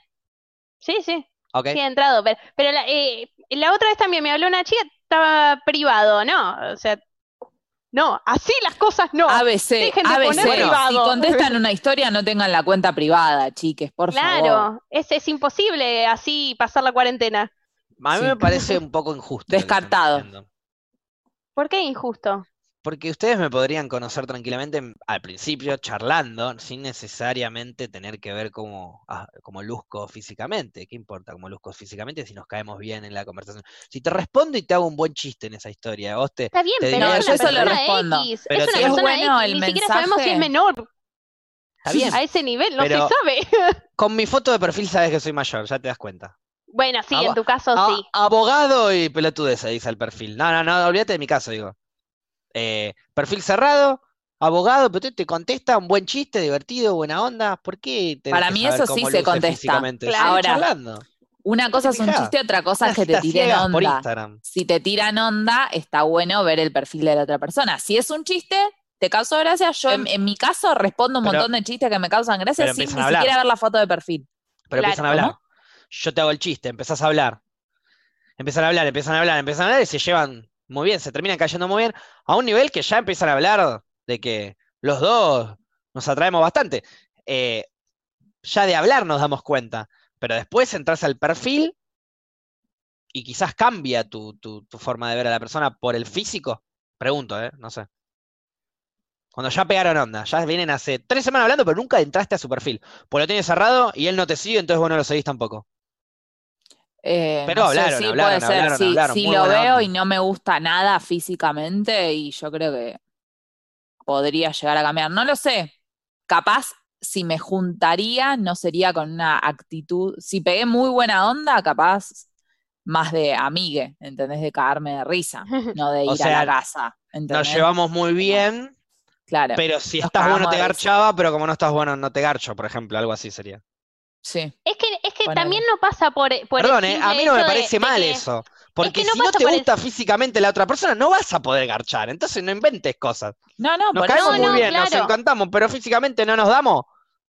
Speaker 2: Sí, sí.
Speaker 1: ¿Ok?
Speaker 2: Sí, he entrado, pero, pero la, eh, la otra vez también me habló una chica, estaba privado, ¿no? O sea, no, así las cosas
Speaker 1: Ah,
Speaker 2: no.
Speaker 3: ABC,
Speaker 2: Dejen de
Speaker 3: ABC.
Speaker 2: poner
Speaker 3: Si
Speaker 2: privado.
Speaker 3: contestan una historia, no tengan la cuenta privada, chiques, por favor.
Speaker 2: Claro, es, es imposible así pasar la cuarentena.
Speaker 1: A mí
Speaker 3: sí.
Speaker 1: me parece un poco injusto. lo que están
Speaker 3: Descartado.
Speaker 1: haciendo.
Speaker 2: ¿Por qué injusto?
Speaker 1: Porque ustedes me podrían conocer tranquilamente al principio charlando, sin necesariamente tener que ver como, ah, como luzco físicamente. ¿Qué importa como luzco físicamente si nos caemos bien en la conversación? Si te respondo y te hago un buen chiste en esa historia, vos te...
Speaker 2: Está bien,
Speaker 1: Te
Speaker 2: pero
Speaker 1: digo-
Speaker 2: es
Speaker 1: No, yo
Speaker 2: una
Speaker 1: eso lo
Speaker 2: persona
Speaker 3: respondo.
Speaker 2: X,
Speaker 1: Pero
Speaker 2: es una
Speaker 1: si es
Speaker 2: persona
Speaker 3: bueno
Speaker 2: X,
Speaker 3: el
Speaker 2: ni siquiera sabemos si es
Speaker 3: mensaje-
Speaker 2: menor.
Speaker 1: Está bien.
Speaker 2: A ese nivel no
Speaker 1: Pero-
Speaker 2: se sabe.
Speaker 1: Con mi foto de perfil sabes que soy mayor, ya te das cuenta.
Speaker 2: Bueno, sí,
Speaker 1: Ah,
Speaker 2: en tu caso
Speaker 1: A-
Speaker 2: Oh, sí.
Speaker 1: Abogado y pelotudeza, dice el perfil. No, no, no, olvídate de mi caso, digo. Eh, perfil cerrado, abogado, pero te- te contesta un buen chiste, divertido, buena onda. ¿Por qué tenés
Speaker 3: Para
Speaker 1: que
Speaker 3: mí
Speaker 1: saber
Speaker 3: eso sí
Speaker 1: cómo
Speaker 3: se
Speaker 1: luce
Speaker 3: contesta.
Speaker 1: físicamente?
Speaker 2: Claro.
Speaker 1: Seguí
Speaker 3: Ahora,
Speaker 1: charlando.
Speaker 3: Una cosa es un
Speaker 1: Fijá.
Speaker 3: chiste, otra cosa
Speaker 1: Unas
Speaker 3: es que te
Speaker 1: citas
Speaker 3: tiren
Speaker 1: ciegas por
Speaker 3: onda.
Speaker 1: Instagram.
Speaker 3: Si te tiran onda, está bueno ver el perfil de la otra persona. Si es un chiste, te causó gracia. Yo, en,
Speaker 1: Em-
Speaker 3: en mi caso, respondo un
Speaker 1: Pero-
Speaker 3: montón de chistes que me causan gracia
Speaker 1: pero
Speaker 3: sin ni
Speaker 1: empiezan a hablar.
Speaker 3: siquiera ver la foto de perfil.
Speaker 1: Pero
Speaker 2: Claro.
Speaker 1: empiezan a hablar.
Speaker 3: ¿Cómo?
Speaker 1: Yo te hago el chiste, empezás a hablar. Empiezan a hablar, empiezan a hablar, empiezan a hablar y se llevan muy bien, se terminan cayendo muy bien, a un nivel que ya empiezan a hablar de que los dos nos atraemos bastante. Eh, ya de hablar nos damos cuenta, pero después entras al perfil y quizás cambia tu, tu- tu forma de ver a la persona por el físico. Pregunto, ¿eh? No sé. Cuando ya pegaron onda, ya vienen hace tres semanas hablando, pero nunca entraste a su perfil. Pues lo tienes cerrado y él no te sigue, entonces vos no lo seguís tampoco.
Speaker 3: Eh,
Speaker 1: Pero
Speaker 3: no sé,
Speaker 1: hablaron,
Speaker 3: sí,
Speaker 1: hablaron,
Speaker 3: puede ser.
Speaker 1: hablaron,
Speaker 3: si
Speaker 1: hablaron,
Speaker 3: si
Speaker 1: muy
Speaker 3: lo
Speaker 1: buena
Speaker 3: veo
Speaker 1: onda.
Speaker 3: y no me gusta nada físicamente, y yo creo que podría llegar a cambiar. No lo sé. Capaz, si me juntaría, no sería con una actitud. Si pegué muy buena onda, capaz más de amigue, ¿entendés? De cagarme de risa, no de
Speaker 1: O
Speaker 3: ir
Speaker 1: sea,
Speaker 3: a la casa.
Speaker 1: Nos
Speaker 3: ¿entendés?
Speaker 1: llevamos muy bien,
Speaker 3: Claro,
Speaker 1: pero si
Speaker 3: nos
Speaker 1: estás bueno
Speaker 3: cagamos
Speaker 1: te
Speaker 3: de risa.
Speaker 1: garchaba, pero como no estás bueno no te garcho, por ejemplo, algo así sería.
Speaker 3: sí.
Speaker 2: Es que, es que
Speaker 3: Ponele.
Speaker 2: también no pasa por, por el
Speaker 1: Perdón, eh, a
Speaker 2: simple
Speaker 1: mí no me
Speaker 2: hecho de-
Speaker 1: parece
Speaker 2: de
Speaker 1: mal
Speaker 2: que-
Speaker 1: eso. Porque
Speaker 2: no
Speaker 1: si no
Speaker 2: pasa
Speaker 1: te
Speaker 2: por el-
Speaker 1: gusta físicamente la otra persona, no vas a poder garchar. Entonces no inventes cosas.
Speaker 3: No, no,
Speaker 1: Nos
Speaker 3: por
Speaker 1: caemos
Speaker 3: eso
Speaker 1: muy
Speaker 2: no,
Speaker 1: bien, nos
Speaker 2: claro.
Speaker 1: encantamos, pero físicamente no nos damos.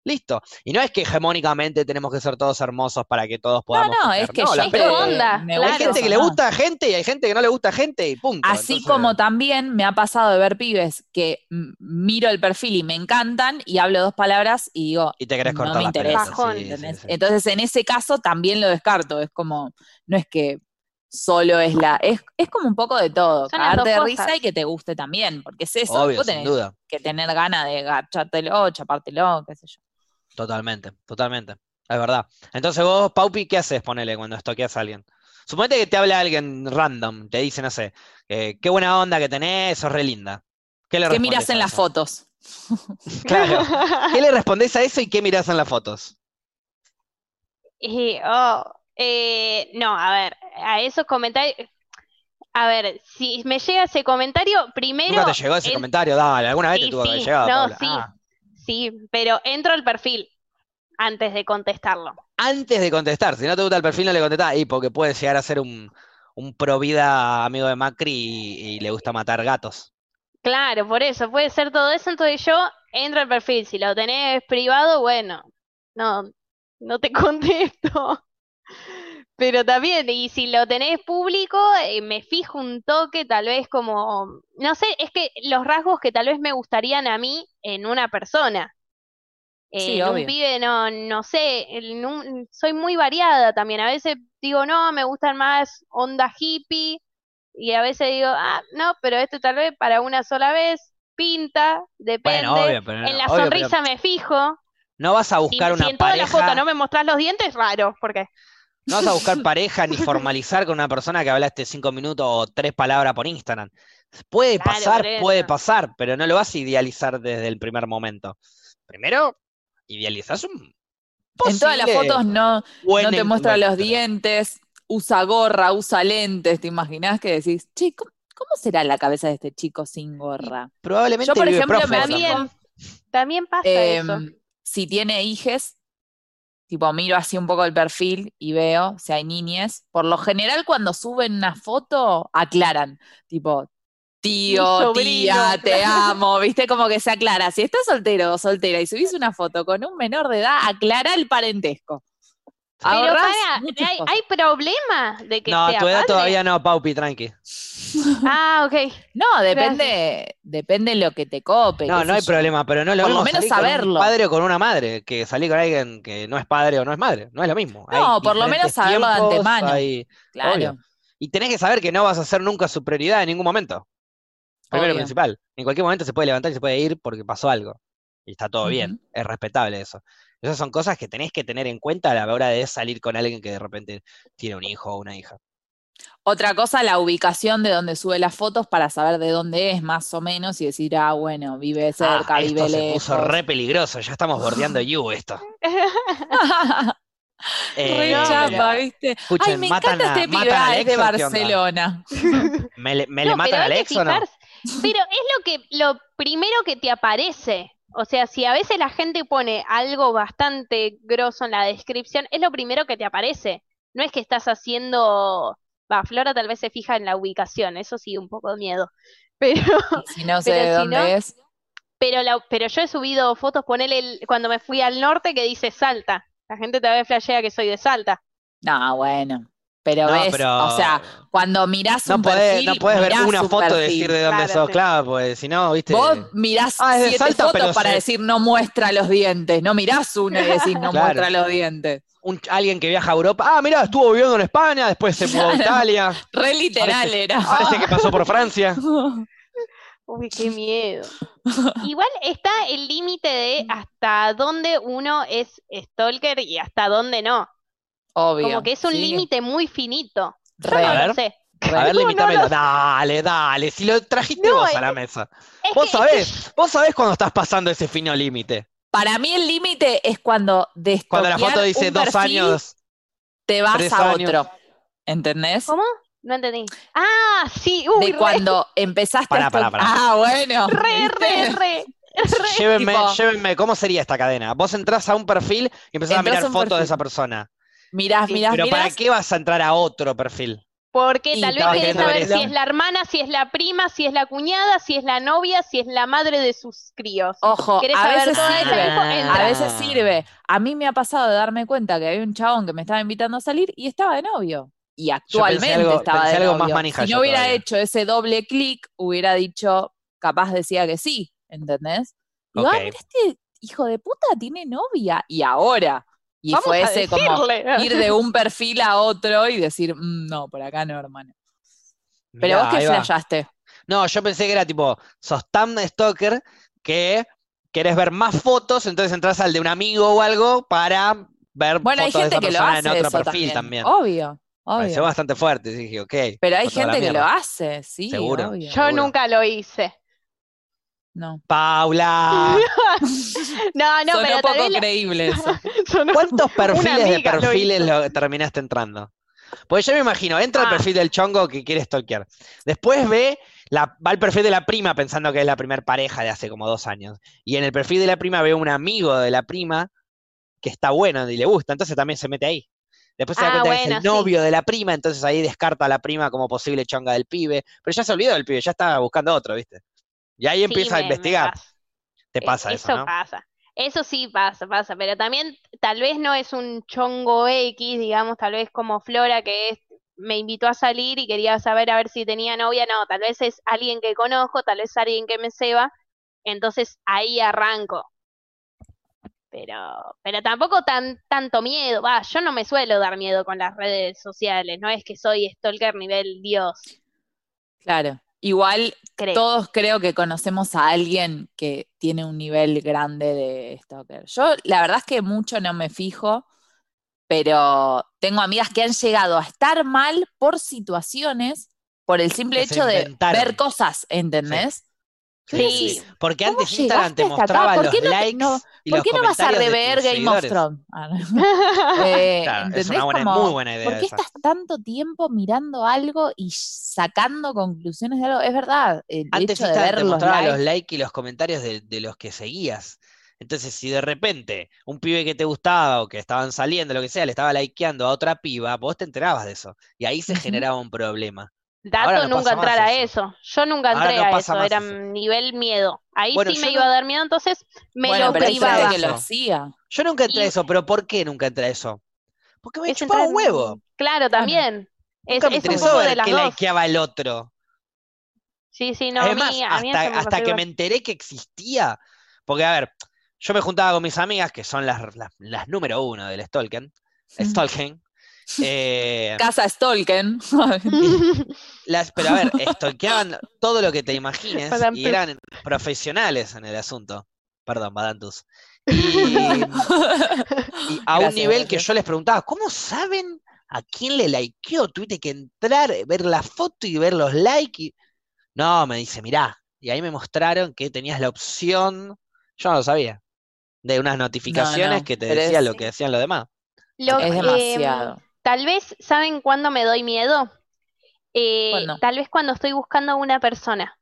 Speaker 1: Listo. Y no es que hegemónicamente tenemos que ser todos hermosos para que todos podamos.
Speaker 3: no,
Speaker 1: coger.
Speaker 3: es que
Speaker 1: No,
Speaker 3: yo
Speaker 1: la
Speaker 2: es
Speaker 1: pe-
Speaker 2: tu onda,
Speaker 3: me
Speaker 2: claro.
Speaker 1: Hay
Speaker 3: gusta
Speaker 1: gente que le
Speaker 3: más.
Speaker 1: gusta a gente y hay gente que no le gusta a gente y punto.
Speaker 3: Así
Speaker 1: Entonces,
Speaker 3: como también me ha pasado de ver pibes que mm, miro el perfil y me encantan y hablo dos palabras y digo,
Speaker 1: Y te querés
Speaker 3: no
Speaker 1: cortar
Speaker 3: me
Speaker 1: las
Speaker 3: interesa.
Speaker 1: pelotas,
Speaker 2: Bajón,
Speaker 1: sí, sí,
Speaker 3: ¿entendés?
Speaker 1: sí.
Speaker 3: Entonces en ese caso también lo descarto, es como, no es que solo es la, es, es como un poco de todo,
Speaker 2: Son las dos
Speaker 3: cagarte de
Speaker 2: cosas.
Speaker 3: risa y que te guste también, porque es eso,
Speaker 1: Obvio,
Speaker 3: vos
Speaker 1: sin
Speaker 3: tenés
Speaker 1: duda.
Speaker 3: que tener ganas de gachártelo, chapártelo, qué sé yo.
Speaker 1: Totalmente, totalmente. Es verdad. Entonces vos, Paupi, ¿qué haces, ponele, cuando estoqueas a alguien? Suponete que te habla alguien random, te dice, no sé, eh, qué buena onda que tenés, sos re linda. ¿Qué le
Speaker 3: ¿Qué
Speaker 1: respondés
Speaker 3: miras
Speaker 1: a
Speaker 3: en las
Speaker 1: eso?
Speaker 3: fotos?
Speaker 1: Claro. ¿Qué le respondés a eso y qué mirás en las fotos?
Speaker 2: Y, oh, eh, no, a ver, a esos comentarios. A ver, si me llega ese comentario, primero,
Speaker 1: Nunca te llegó ese
Speaker 2: en-
Speaker 1: comentario, dale, alguna vez te
Speaker 2: Sí,
Speaker 1: tuvo que haber
Speaker 2: sí,
Speaker 1: llegado,
Speaker 2: no,
Speaker 1: Paula.
Speaker 2: sí.
Speaker 1: Ah,
Speaker 2: sí, pero entro al perfil antes de contestarlo.
Speaker 1: antes de contestar, si no te gusta el perfil, no le contestás, y porque puede llegar a ser un, un pro vida amigo de Macri y, y le gusta matar gatos.
Speaker 2: Claro, por eso, puede ser todo eso, entonces yo entro al perfil. Si lo tenés privado, bueno, no, no te contesto. Pero también, y si lo tenés público, eh, me fijo un toque, tal vez como, no sé, es que los rasgos que tal vez me gustarían a mí en una persona. Eh,
Speaker 3: Sí,
Speaker 2: en un
Speaker 3: obvio.
Speaker 2: pibe, no, no sé, en un- soy muy variada también. A veces digo, no, me gustan más onda hippie. Y a veces digo, ah, no, pero esto tal vez para una sola vez, pinta, depende.
Speaker 1: Bueno, obvio, pero no,
Speaker 2: en la
Speaker 1: obvio, pero
Speaker 2: sonrisa me fijo.
Speaker 1: no vas a
Speaker 2: Y
Speaker 1: buscar
Speaker 2: si
Speaker 1: una
Speaker 2: en toda la foto
Speaker 1: pareja.
Speaker 2: no me mostrás los dientes, raro, porque
Speaker 1: No vas a buscar pareja ni formalizar con una persona que hablaste cinco minutos o tres palabras por Instagram. Puede
Speaker 2: Claro,
Speaker 1: pasar,
Speaker 2: por
Speaker 1: puede
Speaker 2: eso.
Speaker 1: pasar, pero no lo vas a idealizar desde el primer momento. Primero, idealizás un
Speaker 3: en todas las
Speaker 1: posible
Speaker 3: fotos no,
Speaker 1: buen
Speaker 3: no te muestra los
Speaker 1: encuentro.
Speaker 3: dientes, usa gorra, usa lentes, ¿te imaginás que decís, che, ¿cómo, cómo será la cabeza de este chico sin gorra?
Speaker 1: Probablemente
Speaker 3: Yo, por
Speaker 1: vive
Speaker 3: ejemplo, me
Speaker 1: prófugo
Speaker 3: vi
Speaker 1: también.
Speaker 2: también, también pasa eso.
Speaker 3: Em, si tiene hijes, tipo miro así un poco el perfil y veo si hay niñes. Por lo general, cuando suben una foto, aclaran, tipo,
Speaker 2: Mi
Speaker 3: tío,
Speaker 2: sobrino".
Speaker 3: tía, te amo, viste, como que se aclara. Si estás soltero o soltera y subís una foto con un menor de edad, aclara el parentesco.
Speaker 2: Pero
Speaker 3: Ahorrás
Speaker 2: para,
Speaker 3: muchas
Speaker 2: ¿hay,
Speaker 3: cosas.
Speaker 2: hay problema de que
Speaker 1: No,
Speaker 2: sea
Speaker 1: tu edad
Speaker 2: padre?
Speaker 1: todavía no, Paupi, tranqui.
Speaker 2: Ah, ok.
Speaker 3: No, depende, depende lo que te cope.
Speaker 1: No,
Speaker 3: qué
Speaker 1: no
Speaker 3: sé
Speaker 1: hay
Speaker 3: yo.
Speaker 1: problema, pero no es lo
Speaker 3: Por lo
Speaker 1: mismo
Speaker 3: menos
Speaker 1: salir con un
Speaker 3: saberlo.
Speaker 1: padre o con una madre, que salir con alguien que no es padre o no es madre, no es lo mismo. Hay
Speaker 3: No, por lo menos
Speaker 1: diferentes
Speaker 3: saberlo de
Speaker 1: tiempos,
Speaker 3: antemano.
Speaker 1: hay-
Speaker 3: Claro.
Speaker 1: obvio. Y tenés que saber que no vas a ser nunca su prioridad en ningún momento. Primero y
Speaker 3: Obvio.
Speaker 1: principal. En cualquier momento se puede levantar y se puede ir porque pasó algo. Y está todo bien.
Speaker 3: Ujú.
Speaker 1: Es respetable eso. Esas son cosas que tenés que tener en cuenta a la hora de salir con alguien que de repente tiene un hijo o una hija.
Speaker 3: Otra cosa, la ubicación de donde sube las fotos para saber de dónde es más o menos y decir, ah, bueno, vive cerca,
Speaker 1: Ah, esto
Speaker 3: vive
Speaker 1: se puso
Speaker 3: lejos.
Speaker 1: re peligroso. Ya estamos bordeando You esto.
Speaker 3: Re
Speaker 1: Eh,
Speaker 3: chapa, ¿viste? Ay,
Speaker 1: escuchen,
Speaker 3: me
Speaker 1: matan
Speaker 3: encanta
Speaker 1: a-
Speaker 3: este
Speaker 1: matan
Speaker 3: pibe,
Speaker 1: a
Speaker 3: ah, es de
Speaker 1: Lexor, ¿qué onda?
Speaker 3: Barcelona.
Speaker 1: ¿Me, le- me le
Speaker 2: No,
Speaker 1: matan
Speaker 2: pero
Speaker 1: al
Speaker 2: hay que
Speaker 1: ex o no?
Speaker 2: fijarse- Pero es lo que lo primero que te aparece. O sea, si a veces la gente pone algo bastante grosso en la descripción, es lo primero que te aparece. No es que estás haciendo. Va, Flora tal vez se fija en la ubicación, eso sí, un poco de miedo. Pero,
Speaker 3: Si no sé
Speaker 2: Pero
Speaker 3: de
Speaker 2: si
Speaker 3: dónde
Speaker 2: no-
Speaker 3: es.
Speaker 2: pero, la- pero yo he subido fotos, ponele el- cuando me fui al norte que dice Salta. La gente tal vez flashea que soy de Salta.
Speaker 3: No, bueno. Pero
Speaker 1: No,
Speaker 3: ves,
Speaker 1: pero-
Speaker 3: o sea, cuando mirás
Speaker 1: No
Speaker 3: un
Speaker 1: podés,
Speaker 3: perfil,
Speaker 1: no podés ver
Speaker 3: mirás
Speaker 1: una
Speaker 3: su
Speaker 1: foto y
Speaker 3: perfil.
Speaker 1: decir de dónde
Speaker 2: Claro,
Speaker 1: sos,
Speaker 2: sí.
Speaker 1: claro, pues si no, viste.
Speaker 3: Vos mirás
Speaker 1: Ah, es de
Speaker 3: siete
Speaker 1: Salta, pero
Speaker 3: fotos para
Speaker 1: se-
Speaker 3: decir no muestra los dientes, no mirás uno y decís no
Speaker 1: Claro.
Speaker 3: muestra los dientes.
Speaker 1: Un- alguien que viaja a Europa. Ah, mirá, estuvo viviendo en España, después se mudó a
Speaker 3: Claro.
Speaker 1: Italia.
Speaker 3: Re literal era.
Speaker 1: Parece Ah. que pasó por Francia.
Speaker 2: Uy, qué miedo. Igual está el límite de hasta dónde uno es stalker y hasta dónde no.
Speaker 3: Obvio.
Speaker 2: Como que es un
Speaker 3: sí.
Speaker 2: límite muy finito. Yo
Speaker 3: Re.
Speaker 2: no
Speaker 1: A ver.
Speaker 2: lo sé.
Speaker 3: Re.
Speaker 1: A ver,
Speaker 2: No, no
Speaker 1: limítamelo.
Speaker 2: lo-
Speaker 1: Dale, dale. Si lo trajiste
Speaker 2: No,
Speaker 1: vos a
Speaker 2: es-
Speaker 1: la mesa.
Speaker 2: Es
Speaker 1: Vos
Speaker 2: que-
Speaker 1: sabés, vos sabés cuando estás pasando ese fino límite.
Speaker 3: Para mí el límite es cuando de
Speaker 1: Cuando la foto
Speaker 3: estoquear
Speaker 1: dice
Speaker 3: un
Speaker 1: dos
Speaker 3: perfil,
Speaker 1: años.
Speaker 3: te vas
Speaker 1: tres
Speaker 3: a
Speaker 1: años.
Speaker 3: otro. ¿Entendés?
Speaker 2: ¿Cómo? No entendí. Ah, sí, uy,
Speaker 3: de
Speaker 2: re,
Speaker 3: cuando empezaste
Speaker 1: Pará,
Speaker 3: a
Speaker 1: pará,
Speaker 3: estoque-
Speaker 1: pará.
Speaker 3: Ah, bueno.
Speaker 2: re,
Speaker 3: ¿viste?
Speaker 2: re, re.
Speaker 1: Llévenme,
Speaker 3: tipo-
Speaker 1: llévenme. ¿Cómo sería esta cadena? Vos entrás a un perfil y empezás a
Speaker 3: Entrás
Speaker 1: mirar
Speaker 3: a un
Speaker 1: fotos de
Speaker 3: perfil.
Speaker 1: esa persona.
Speaker 3: Mirás, mirás,
Speaker 1: Pero ¿para
Speaker 3: mirás.
Speaker 1: qué vas a entrar a otro perfil?
Speaker 2: Porque
Speaker 3: Y
Speaker 2: tal vez
Speaker 1: estaba
Speaker 2: querés
Speaker 1: queriendo ver
Speaker 2: saber si
Speaker 1: eso.
Speaker 2: es la hermana, si es la prima, si es la cuñada, si es la novia, si es la madre de sus críos.
Speaker 3: Ojo,
Speaker 2: ¿Querés
Speaker 3: a
Speaker 2: saber
Speaker 3: veces
Speaker 2: toda esa
Speaker 3: sirve.
Speaker 2: info? Entra.
Speaker 3: eh, A veces sirve. A mí me ha pasado de darme cuenta que había un chabón que me estaba invitando a salir y estaba de novio. Y actualmente
Speaker 1: algo-
Speaker 3: estaba
Speaker 1: pensé
Speaker 3: de
Speaker 1: algo más
Speaker 3: novio.
Speaker 1: manija
Speaker 3: si
Speaker 1: yo
Speaker 3: no hubiera
Speaker 1: todavía.
Speaker 3: hecho ese doble clic, hubiera dicho, capaz decía que sí, ¿entendés? Y digo,
Speaker 1: Ok.
Speaker 3: "Ah, mira, este hijo de puta tiene novia. Y ahora. Y
Speaker 2: Vamos
Speaker 3: fue
Speaker 2: a
Speaker 3: ese como
Speaker 2: decirle.
Speaker 3: ir de un perfil a otro y decir, "Mm, no, por acá no, hermano. Pero
Speaker 1: Mirá,
Speaker 3: vos qué
Speaker 1: ahí va.
Speaker 3: flashaste.
Speaker 1: No, yo pensé que era tipo, sos tan stalker que querés ver más fotos, entonces entras al de un amigo o algo para ver
Speaker 3: Bueno, hay
Speaker 1: fotos de
Speaker 3: gente
Speaker 1: esa
Speaker 3: que lo
Speaker 1: persona
Speaker 3: hace
Speaker 1: en otro
Speaker 3: eso
Speaker 1: perfil también.
Speaker 3: Obvio,
Speaker 1: Pareció
Speaker 3: obvio.
Speaker 1: bastante fuerte, sí, dije, ok.
Speaker 3: Pero hay
Speaker 1: foto de la
Speaker 3: gente que lo
Speaker 1: mierda.
Speaker 3: hace, sí,
Speaker 1: Seguro.
Speaker 3: obvio.
Speaker 2: Yo
Speaker 1: Seguro.
Speaker 2: nunca lo hice.
Speaker 3: No.
Speaker 1: Paula,
Speaker 2: No, Ah, no,
Speaker 3: Sonó
Speaker 2: pero tal
Speaker 3: poco
Speaker 2: vez la-
Speaker 3: creíble eso.
Speaker 2: sonó-
Speaker 1: ¿cuántos perfiles de
Speaker 2: amiga lo
Speaker 1: perfiles lo terminaste entrando? Pues yo me imagino, entra
Speaker 2: Ah.
Speaker 1: el perfil del chongo que quiere stalkear. Después ve, la, va al perfil de la prima pensando que es la primer pareja de hace como dos años. Y en el perfil de la prima ve un amigo de la prima que está bueno y le gusta, entonces también se mete ahí. Después se da
Speaker 2: Ah,
Speaker 1: cuenta que es
Speaker 2: bueno,
Speaker 1: el
Speaker 2: sí.
Speaker 1: novio de la prima, entonces ahí descarta a la prima como posible chonga del pibe. Pero ya se olvidó del pibe, ya estaba buscando otro, ¿viste? Y ahí empieza
Speaker 2: Sí,
Speaker 1: a
Speaker 2: me- me
Speaker 1: investigar.
Speaker 2: pasa.
Speaker 1: Te pasa
Speaker 2: Eh,
Speaker 1: eso, ¿no?
Speaker 2: pasa. Eso sí pasa, pasa, pero también tal vez no es un chongo X, digamos, tal vez como Flora que es, me invitó a salir y quería saber a ver si tenía novia, no, tal vez es alguien que conozco, tal vez alguien que me ceba, entonces ahí arranco. Pero, pero tampoco tan, tanto miedo, va, yo no me suelo dar miedo con las redes sociales, no es que soy stalker nivel Dios,
Speaker 3: Claro. Igual
Speaker 2: creo.
Speaker 3: todos creo que conocemos a alguien que tiene un nivel grande de stalker. Yo la verdad es que mucho no me fijo, pero tengo amigas que han llegado a estar mal por situaciones, por el simple
Speaker 1: Que se
Speaker 3: hecho de
Speaker 1: inventaron.
Speaker 3: ver cosas, ¿entendés?
Speaker 2: Sí.
Speaker 1: Porque
Speaker 3: ¿Cómo
Speaker 1: antes Instagram te
Speaker 3: llegaste hasta acá?
Speaker 1: mostraba
Speaker 3: ¿Por
Speaker 1: los
Speaker 3: qué no te-
Speaker 1: likes
Speaker 3: no-
Speaker 1: y
Speaker 3: ¿Por
Speaker 1: los
Speaker 3: qué no vas a
Speaker 1: comentarios de
Speaker 3: rever
Speaker 1: tus
Speaker 3: Game of
Speaker 1: seguidores.
Speaker 3: Thrones? Ah, no. Eh,
Speaker 1: Claro, es
Speaker 3: ¿entendés?
Speaker 1: una buena,
Speaker 3: Como-
Speaker 1: muy buena idea
Speaker 3: ¿Por qué
Speaker 1: esa.
Speaker 3: estás tanto tiempo mirando algo y sacando conclusiones de algo? Es verdad, el
Speaker 1: Antes
Speaker 3: hecho de
Speaker 1: Instagram
Speaker 3: ver
Speaker 1: te
Speaker 3: los
Speaker 1: mostraba
Speaker 3: likes.
Speaker 1: los likes y los comentarios de, de los que seguías. Entonces, si de repente un pibe que te gustaba o que estaban saliendo, lo que sea, le estaba likeando a otra piba, vos te enterabas de eso. Y ahí se
Speaker 3: Ujú.
Speaker 1: generaba un problema.
Speaker 2: Dato
Speaker 1: Ahora no
Speaker 2: nunca
Speaker 1: pasa más
Speaker 2: entrar a
Speaker 1: eso.
Speaker 2: eso. Yo nunca
Speaker 1: Ahora
Speaker 2: entré
Speaker 1: no
Speaker 2: a
Speaker 1: pasa
Speaker 2: eso,
Speaker 1: más
Speaker 2: era
Speaker 1: eso.
Speaker 2: nivel miedo. Ahí
Speaker 1: Bueno,
Speaker 2: sí
Speaker 1: yo
Speaker 2: me
Speaker 1: no-
Speaker 2: iba a dar miedo, entonces me
Speaker 3: Bueno,
Speaker 2: lo
Speaker 3: pero hay gente
Speaker 2: privaba.
Speaker 3: que lo hacía.
Speaker 1: Yo nunca entré a
Speaker 2: Y-
Speaker 1: eso, pero ¿por qué nunca entré a eso? Porque me
Speaker 2: Es
Speaker 1: chupaba
Speaker 2: entrar
Speaker 1: un
Speaker 2: en-
Speaker 1: huevo.
Speaker 2: Claro, también. Es,
Speaker 1: Nunca me
Speaker 2: es un
Speaker 1: interesó
Speaker 2: poco de
Speaker 1: ver
Speaker 2: las
Speaker 1: que
Speaker 2: dos.
Speaker 1: likeaba el otro.
Speaker 2: Sí, sí, no, a
Speaker 1: Además,
Speaker 2: mí, a mí
Speaker 1: hasta,
Speaker 2: eso me
Speaker 1: hasta
Speaker 2: pasó
Speaker 1: que me
Speaker 2: igual.
Speaker 1: enteré que existía, porque a ver, yo me juntaba con mis amigas, que son las, las, las número uno del Stalken, Stalken, eh,
Speaker 3: Casa Stalken.
Speaker 1: las, pero a ver, stalkeaban todo lo que te imagines
Speaker 2: Madame
Speaker 1: y
Speaker 2: Tus.
Speaker 1: eran profesionales en el asunto. Perdón, Madame Tus. Y, y a un
Speaker 3: Gracias,
Speaker 1: nivel que
Speaker 3: gracias.
Speaker 1: yo les preguntaba, ¿cómo saben a quién le likeó? Tuviste que entrar, ver la foto y ver los likes. y- No, me dice, mirá. Y ahí me mostraron que tenías la opción, yo no lo sabía, de unas notificaciones
Speaker 3: no,
Speaker 1: que te
Speaker 3: pero
Speaker 1: decía
Speaker 3: es-
Speaker 1: lo que decían los demás.
Speaker 2: Lo
Speaker 3: Es
Speaker 2: que, em,
Speaker 3: demasiado.
Speaker 2: Tal vez, ¿saben cuándo me doy miedo? Eh,
Speaker 3: ¿Cuándo?
Speaker 2: tal vez cuando estoy buscando a una persona.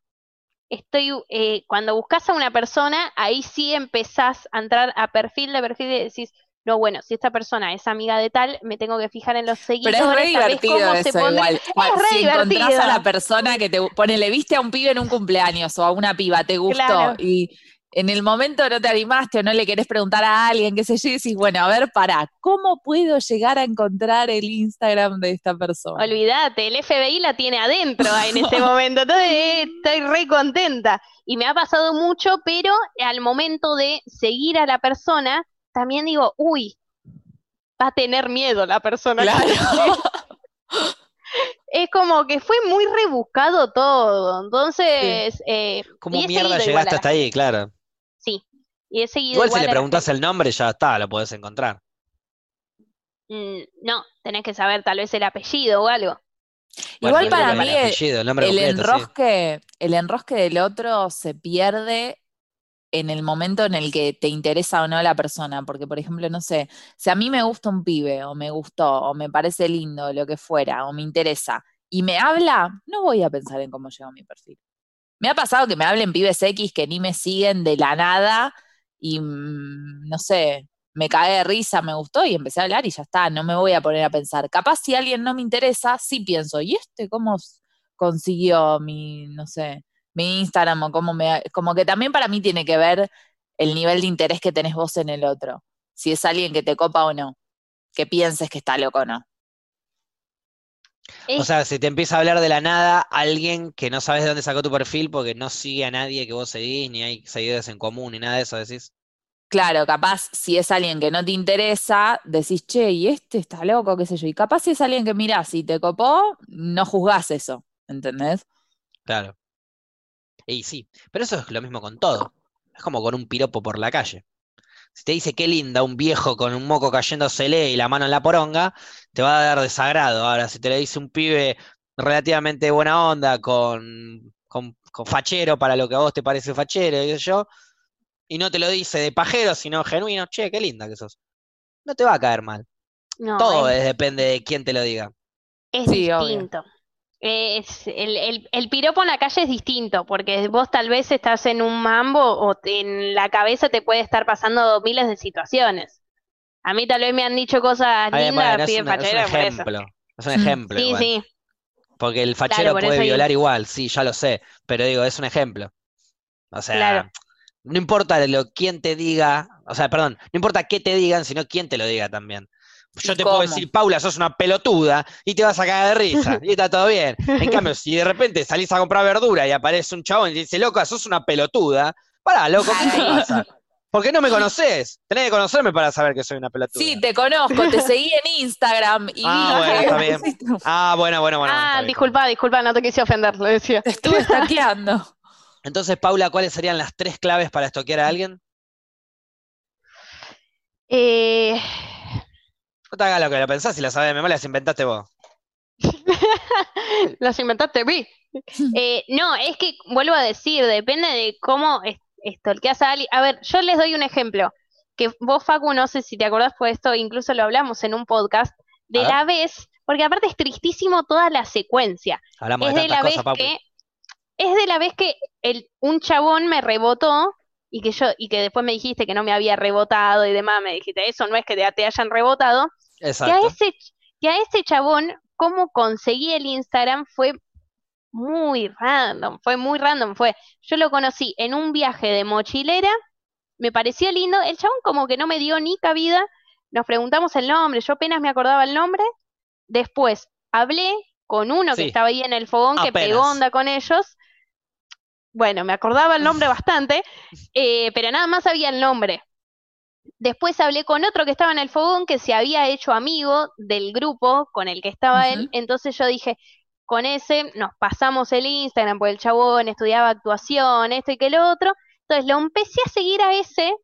Speaker 2: Estoy, eh, cuando buscas a una persona, ahí sí empezás a entrar a perfil de perfil y decís, no, bueno, si esta persona es amiga de tal, me tengo que fijar en los
Speaker 3: Pero
Speaker 2: seguidores,
Speaker 3: es re
Speaker 2: tal vez
Speaker 3: divertido
Speaker 2: cómo se
Speaker 3: eso
Speaker 2: pondrá-
Speaker 3: igual. Cuando-
Speaker 2: re
Speaker 3: si encontrás a
Speaker 2: divertido.
Speaker 3: la persona que te ponele, viste a un pibe en un cumpleaños o a una piba, te gustó,
Speaker 2: Claro.
Speaker 3: y en el momento no te animaste o no le querés preguntar a alguien, qué sé yo, y decís, bueno, a ver, pará, ¿cómo puedo llegar a encontrar el Instagram de esta persona?
Speaker 2: Olvídate, el FBI la tiene adentro en este momento, entonces eh, estoy re contenta. Y me ha pasado mucho, pero al momento de seguir a la persona, también digo, uy, va a tener miedo la persona.
Speaker 3: Claro.
Speaker 2: Es como que fue muy rebuscado todo, entonces, eh,
Speaker 1: ¿Cómo
Speaker 2: y he
Speaker 1: mierda
Speaker 2: seguido igual a
Speaker 1: llegaste
Speaker 2: la
Speaker 3: ¿eh?
Speaker 1: hasta ahí? Claro.
Speaker 2: sí, y he seguido
Speaker 1: Igual si
Speaker 2: igual
Speaker 1: le
Speaker 2: a la
Speaker 1: preguntás el nombre, ya está, lo podés encontrar.
Speaker 2: Mm, no, tenés que saber tal vez el apellido o algo.
Speaker 1: Bueno,
Speaker 3: Igual
Speaker 1: el
Speaker 3: para
Speaker 1: nombre,
Speaker 3: mí
Speaker 1: el
Speaker 3: es-
Speaker 1: apellido, el nombre
Speaker 3: el
Speaker 1: completo, sí.
Speaker 3: enrosque, el enrosque del otro se pierde en el momento en el que te interesa o no la persona, porque por ejemplo, no sé, si a mí me gusta un pibe o me gustó o me parece lindo, lo que fuera, o me interesa y me habla, no voy a pensar en cómo llegó a mi perfil. Me ha pasado que me hablen pibes X que ni me siguen de la nada y mm, no sé, me cagué de risa, me gustó y empecé a hablar y ya está, no me voy a poner a pensar. Capaz si alguien no me interesa, sí pienso, ¿y este cómo consiguió mi, no sé, mi Instagram o cómo me... Como que también para mí tiene que ver el nivel de interés que tenés vos en el otro, si es alguien que te copa o no, que pienses que está loco o no.
Speaker 1: O sea, si te empieza a hablar de la nada alguien que no sabes de dónde sacó tu perfil porque no sigue a nadie que vos seguís, ni hay seguidores en común, ni nada de eso, decís.
Speaker 3: Claro, capaz si es alguien que no te interesa, decís, che, y este está loco, qué sé yo. Y capaz si es alguien que mirá, si te copó, no juzgás eso, ¿entendés?
Speaker 1: Claro. Y sí, pero eso es lo mismo con todo. Es como con un piropo por la calle. Si te dice qué linda un viejo con un moco cayéndosele y la mano en la poronga, te va a dar desagrado. Ahora, si te le dice un pibe relativamente buena onda, con, con, con fachero para lo que a vos te parece fachero, y yo, y no te lo dice de pajero, sino genuino, che, qué linda que sos. No te va a caer mal.
Speaker 2: No,
Speaker 1: Todo
Speaker 2: es,
Speaker 1: es- depende de quién te lo diga.
Speaker 2: es
Speaker 3: Sí, obvio.
Speaker 2: distinto. Es, el, el, el piropo en la calle es distinto, porque vos tal vez estás en un mambo o te- en la cabeza te puede estar pasando miles de situaciones. A mí tal vez me han dicho cosas
Speaker 1: Además,
Speaker 2: lindas,
Speaker 1: no es,
Speaker 2: piden
Speaker 1: una- es un
Speaker 2: fachera por eso.
Speaker 1: ejemplo. Es un
Speaker 3: Mm.
Speaker 1: ejemplo.
Speaker 2: Sí,
Speaker 1: igual.
Speaker 2: sí.
Speaker 1: Porque el fachero
Speaker 2: Claro, por
Speaker 1: puede
Speaker 2: eso digo.
Speaker 1: violar igual, sí, ya lo sé, pero digo, es un ejemplo. O sea,
Speaker 2: Claro.
Speaker 1: no importa de lo quién te diga, o sea, perdón, no importa qué te digan, sino quién te lo diga también. Yo
Speaker 3: ¿Y
Speaker 1: te puedo
Speaker 3: cómo?
Speaker 1: decir, Paula, sos una pelotuda y te vas a cagar de risa y está todo bien. En cambio, si de repente salís a comprar verdura y aparece un chabón y te dice, loca, sos una pelotuda, pará, loco, ¿qué te pasa? ¿Por qué no me conoces? Tenés que conocerme para saber que soy una pelotuda.
Speaker 3: Sí, te conozco, te seguí en Instagram y
Speaker 1: Ah,
Speaker 3: vi que-
Speaker 1: bueno, está Ah, bueno, bueno, bueno. bueno, está
Speaker 2: Ah,
Speaker 1: bien.
Speaker 2: disculpa, disculpa, no te quise ofender, lo decía.
Speaker 3: te estuve stalkeando.
Speaker 1: Entonces, Paula, ¿cuáles serían las tres claves para estoquear a alguien?
Speaker 2: Eh,
Speaker 1: No te hagas lo que lo pensás, si la sabes de memoria, las inventaste vos.
Speaker 2: Las inventaste, vi. Eh, no, es que vuelvo a decir, depende de cómo es- estolqueas a alguien. A ver, yo les doy un ejemplo. Que vos, Facu, no sé si te acordás, por esto incluso lo hablamos en un podcast, de
Speaker 1: A ver.
Speaker 2: la vez, porque aparte es tristísimo toda la secuencia.
Speaker 1: Hablamos
Speaker 2: Es
Speaker 1: de
Speaker 2: de
Speaker 1: tantas
Speaker 2: la vez
Speaker 1: cosas, Paula.
Speaker 2: que, es de la vez que el, un chabón me rebotó y que yo, y que después me dijiste que no me había rebotado y demás, me dijiste, eso no es que te- te hayan rebotado que a
Speaker 1: Exacto.
Speaker 2: ese, ch- que a ese chabón, cómo conseguí el Instagram fue muy random, fue muy random, fue, yo lo conocí en un viaje de mochilera, me pareció lindo, el chabón como que no me dio ni cabida, nos preguntamos el nombre, yo apenas me acordaba el nombre, después hablé con uno
Speaker 1: Sí.
Speaker 2: que estaba ahí en el fogón, que pegó
Speaker 1: Apenas.
Speaker 2: onda con ellos, bueno, me acordaba el nombre bastante, eh, pero nada más sabía el nombre. Después hablé con otro que estaba en el fogón que se había hecho amigo del grupo con el que estaba
Speaker 3: Ujú.
Speaker 2: él. Entonces yo dije, con ese nos pasamos el Instagram, porque el chabón estudiaba actuación, esto y que lo otro. Entonces lo empecé a seguir a ese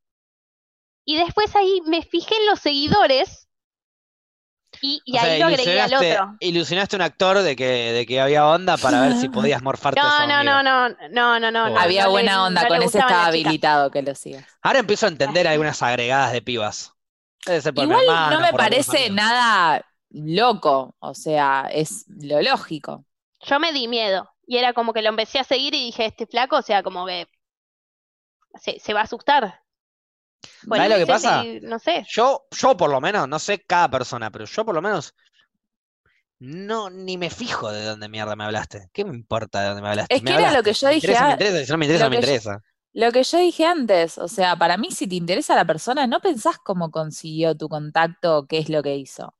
Speaker 2: y después ahí me fijé en los seguidores y, y
Speaker 1: O sea,
Speaker 2: ahí lo agregué al
Speaker 1: ilusionaste,
Speaker 2: otro.
Speaker 1: ilusionaste a un actor de que, de que había onda para ver si podías morfarte a
Speaker 2: No,
Speaker 1: su
Speaker 2: no,
Speaker 1: amigo.
Speaker 2: no, no, no, no, no.
Speaker 1: Oh.
Speaker 2: no,
Speaker 3: Había
Speaker 2: no le-
Speaker 3: buena onda,
Speaker 2: no le
Speaker 3: con ese
Speaker 2: gustaban las
Speaker 3: estaba
Speaker 2: chicas.
Speaker 3: habilitado que lo sigas.
Speaker 1: Ahora empiezo a entender algunas agregadas de pibas. Debe ser por mi
Speaker 3: Igual
Speaker 1: hermano,
Speaker 3: no me
Speaker 1: por algunos
Speaker 3: parece
Speaker 1: amigos.
Speaker 3: nada loco, o sea, es lo lógico.
Speaker 2: yo me di miedo. Y era como que lo empecé a seguir y dije, este flaco, o sea, como que se, se va a asustar.
Speaker 1: ¿Sabés lo que
Speaker 2: empecé a
Speaker 1: pasa?
Speaker 2: seguir, no sé.
Speaker 1: Yo, yo por lo menos, no sé cada persona, pero yo por lo menos no ni me fijo de dónde mierda me hablaste. ¿Qué me importa de dónde me hablaste?
Speaker 3: Es
Speaker 1: Me
Speaker 3: que era lo
Speaker 1: hablaste.
Speaker 3: que yo
Speaker 1: Me
Speaker 3: dije,
Speaker 1: interesa, me
Speaker 3: ah,
Speaker 1: interesa, si no me interesa, no
Speaker 3: lo
Speaker 1: me
Speaker 3: que yo-
Speaker 1: interesa.
Speaker 3: lo que yo dije antes, o sea, para mí si te interesa la persona, no pensás cómo consiguió tu contacto o qué es lo que hizo.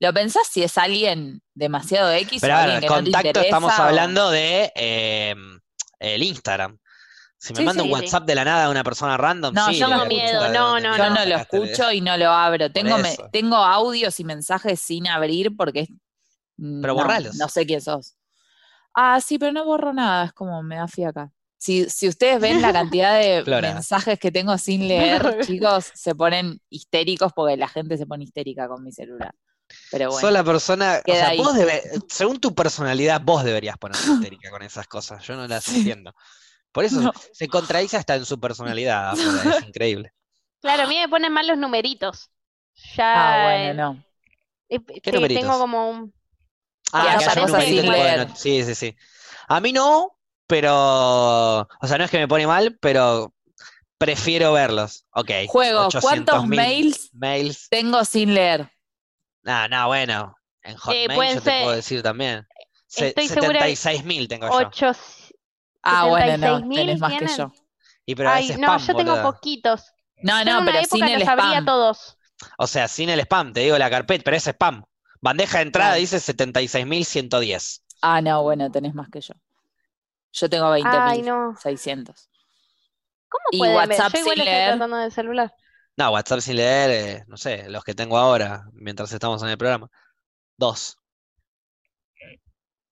Speaker 3: Lo pensás si es alguien demasiado X
Speaker 1: Pero
Speaker 3: o
Speaker 1: a
Speaker 3: alguien
Speaker 1: ver,
Speaker 3: que no te
Speaker 1: contacto
Speaker 3: interesa.
Speaker 1: estamos
Speaker 3: o-
Speaker 1: hablando de eh, el Instagram. Si me
Speaker 3: Sí,
Speaker 1: manda
Speaker 2: sí,
Speaker 1: un
Speaker 2: sí.
Speaker 1: WhatsApp de la nada a una persona random,
Speaker 3: No,
Speaker 1: sí,
Speaker 3: yo
Speaker 1: le
Speaker 3: no
Speaker 1: voy a
Speaker 2: miedo,
Speaker 1: preguntar de
Speaker 2: no,
Speaker 1: dónde
Speaker 2: no,
Speaker 1: mierda
Speaker 3: Yo no lo
Speaker 1: sacaste de-
Speaker 3: escucho y no lo abro. Tengo, me-
Speaker 1: eso.
Speaker 3: tengo audios y mensajes sin abrir porque es- mm,
Speaker 1: Pero
Speaker 3: no,
Speaker 1: borralos.
Speaker 3: No sé quién sos. Ah, sí, pero no borro nada. Es como me da fiaca. Si, si ustedes ven la cantidad de
Speaker 1: Flora.
Speaker 3: mensajes que tengo sin leer, chicos, se ponen histéricos porque la gente se pone histérica con mi celular. Pero bueno.
Speaker 1: Sos la persona, o
Speaker 3: Queda
Speaker 1: sea,
Speaker 3: ahí.
Speaker 1: vos debe- según tu personalidad, vos deberías ponerte histérica con esas cosas. Yo no las
Speaker 3: Sí.
Speaker 1: entiendo. Por eso
Speaker 3: No.
Speaker 1: se contradice hasta en su personalidad. Flora, Es increíble.
Speaker 2: Claro, a mí me ponen mal los numeritos. Ya
Speaker 3: Ah, bueno,
Speaker 2: eh,
Speaker 3: no.
Speaker 2: eh, te-
Speaker 1: numeritos?
Speaker 2: tengo como un...
Speaker 1: Ah,
Speaker 2: Ah,
Speaker 1: que haya
Speaker 2: no,
Speaker 1: un
Speaker 2: cosas
Speaker 1: numerito
Speaker 2: sin
Speaker 1: tipo de
Speaker 3: leer.
Speaker 1: no- Sí, sí, sí. A mí no, pero. O sea, no es que me pone mal, pero prefiero verlos. Ok.
Speaker 3: Juego, ¿cuántos
Speaker 1: 800.000
Speaker 3: mails
Speaker 1: mails?
Speaker 3: tengo sin leer?
Speaker 1: Ah, no, bueno. En Hotmail
Speaker 2: Eh, pueden
Speaker 1: yo te
Speaker 2: ser-
Speaker 1: puedo decir también. Se-
Speaker 2: estoy segura que
Speaker 1: 76.000 tengo yo.
Speaker 2: Ocho...
Speaker 3: Ah, bueno, no,
Speaker 2: 76.000
Speaker 3: tenés más que
Speaker 2: tienen.
Speaker 3: yo.
Speaker 1: Y pero
Speaker 2: Ay,
Speaker 1: es spam,
Speaker 2: no, yo tengo
Speaker 1: boluda.
Speaker 2: poquitos.
Speaker 3: Ah, No,
Speaker 2: Yo en
Speaker 3: no,
Speaker 2: una
Speaker 3: pero
Speaker 2: época
Speaker 3: sin el
Speaker 2: los abría
Speaker 3: spam.
Speaker 2: todos.
Speaker 1: O sea, sin el spam, te digo la carpeta, pero es spam. Bandeja de entrada
Speaker 3: Claro.
Speaker 1: dice 76.110.
Speaker 3: Ah, no, bueno, tenés más que yo. Yo tengo
Speaker 2: Ay,
Speaker 3: 20.600.
Speaker 2: no. ¿Cómo
Speaker 3: Y
Speaker 2: pueden ver?
Speaker 3: WhatsApp
Speaker 2: Yo igual
Speaker 3: sin
Speaker 2: estoy
Speaker 3: leer.
Speaker 2: tratando del celular.
Speaker 1: No, WhatsApp sin leer, eh, no sé, los que tengo ahora, mientras estamos en el programa. Dos.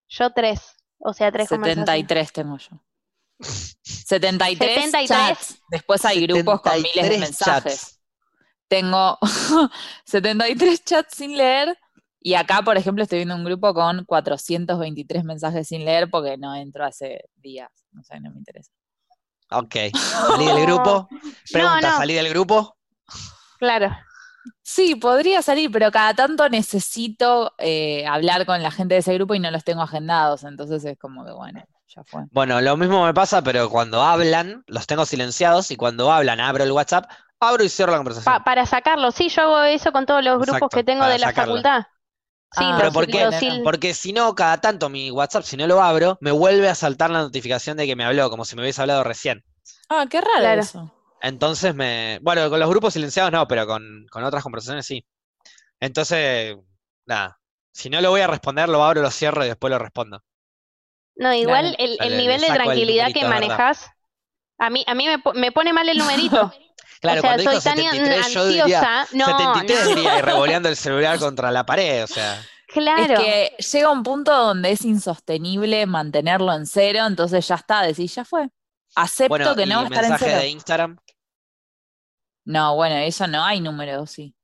Speaker 2: Yo tres. O sea, tres conversaciones.
Speaker 3: 73 tengo yo. 73,
Speaker 2: 73.
Speaker 3: chats. Después hay grupos con miles de
Speaker 1: 73
Speaker 3: mensajes.
Speaker 1: chats.
Speaker 3: Tengo 73 chats sin leer. Y acá, por ejemplo, estoy viendo un grupo con 423 mensajes sin leer porque no entro hace días. No sé, no me interesa.
Speaker 1: Ok. Salí del grupo. Pregunta,
Speaker 2: no.
Speaker 1: ¿salí del grupo?
Speaker 2: Claro.
Speaker 3: Sí, podría salir, pero cada tanto necesito eh, hablar con la gente de ese grupo y no los tengo agendados. Entonces es como que, bueno, ya fue.
Speaker 1: Bueno, lo mismo me pasa, pero cuando hablan, los tengo silenciados y cuando hablan abro el WhatsApp, abro y cierro la conversación.
Speaker 2: Pa- para sacarlo. Sí, yo hago eso con todos los grupos
Speaker 1: Exacto,
Speaker 2: que tengo
Speaker 1: para
Speaker 2: de la
Speaker 1: sacarlo.
Speaker 2: facultad. Sí,
Speaker 3: Ah,
Speaker 1: ¿Pero
Speaker 2: los-
Speaker 1: por qué?
Speaker 2: los sil-
Speaker 1: Porque si no, cada tanto mi WhatsApp, si no lo abro, me vuelve a saltar la notificación de que me habló, como si me hubiese hablado recién.
Speaker 3: Ah, qué raro
Speaker 2: Claro.
Speaker 3: eso.
Speaker 1: Entonces me. Bueno, con los grupos silenciados no, pero con, con otras conversaciones sí. Entonces, nada. Si no lo voy a responder, lo abro, lo cierro y después lo respondo.
Speaker 2: No, igual
Speaker 3: Claro.
Speaker 2: el, el
Speaker 1: Le- le
Speaker 2: nivel de
Speaker 1: saco el
Speaker 2: tranquilidad
Speaker 1: numerito,
Speaker 2: que
Speaker 1: es verdad.
Speaker 2: manejas, a mí, a mí me, po- me pone mal el numerito.
Speaker 1: Claro,
Speaker 2: o sea,
Speaker 1: cuando dijo
Speaker 2: soy tan
Speaker 1: 73, yo diría.
Speaker 2: ansiosa. No,
Speaker 1: 73
Speaker 2: no,
Speaker 1: diría, y revoleando el celular contra la pared, o sea.
Speaker 2: claro.
Speaker 3: Es que llega un punto donde es insostenible mantenerlo en cero, entonces ya está, decís, ya fue. Acepto
Speaker 1: Bueno,
Speaker 3: que
Speaker 1: y
Speaker 3: no va a estar en
Speaker 1: mensaje
Speaker 3: cero.
Speaker 1: de Instagram,
Speaker 3: No, bueno, eso no hay número, sí.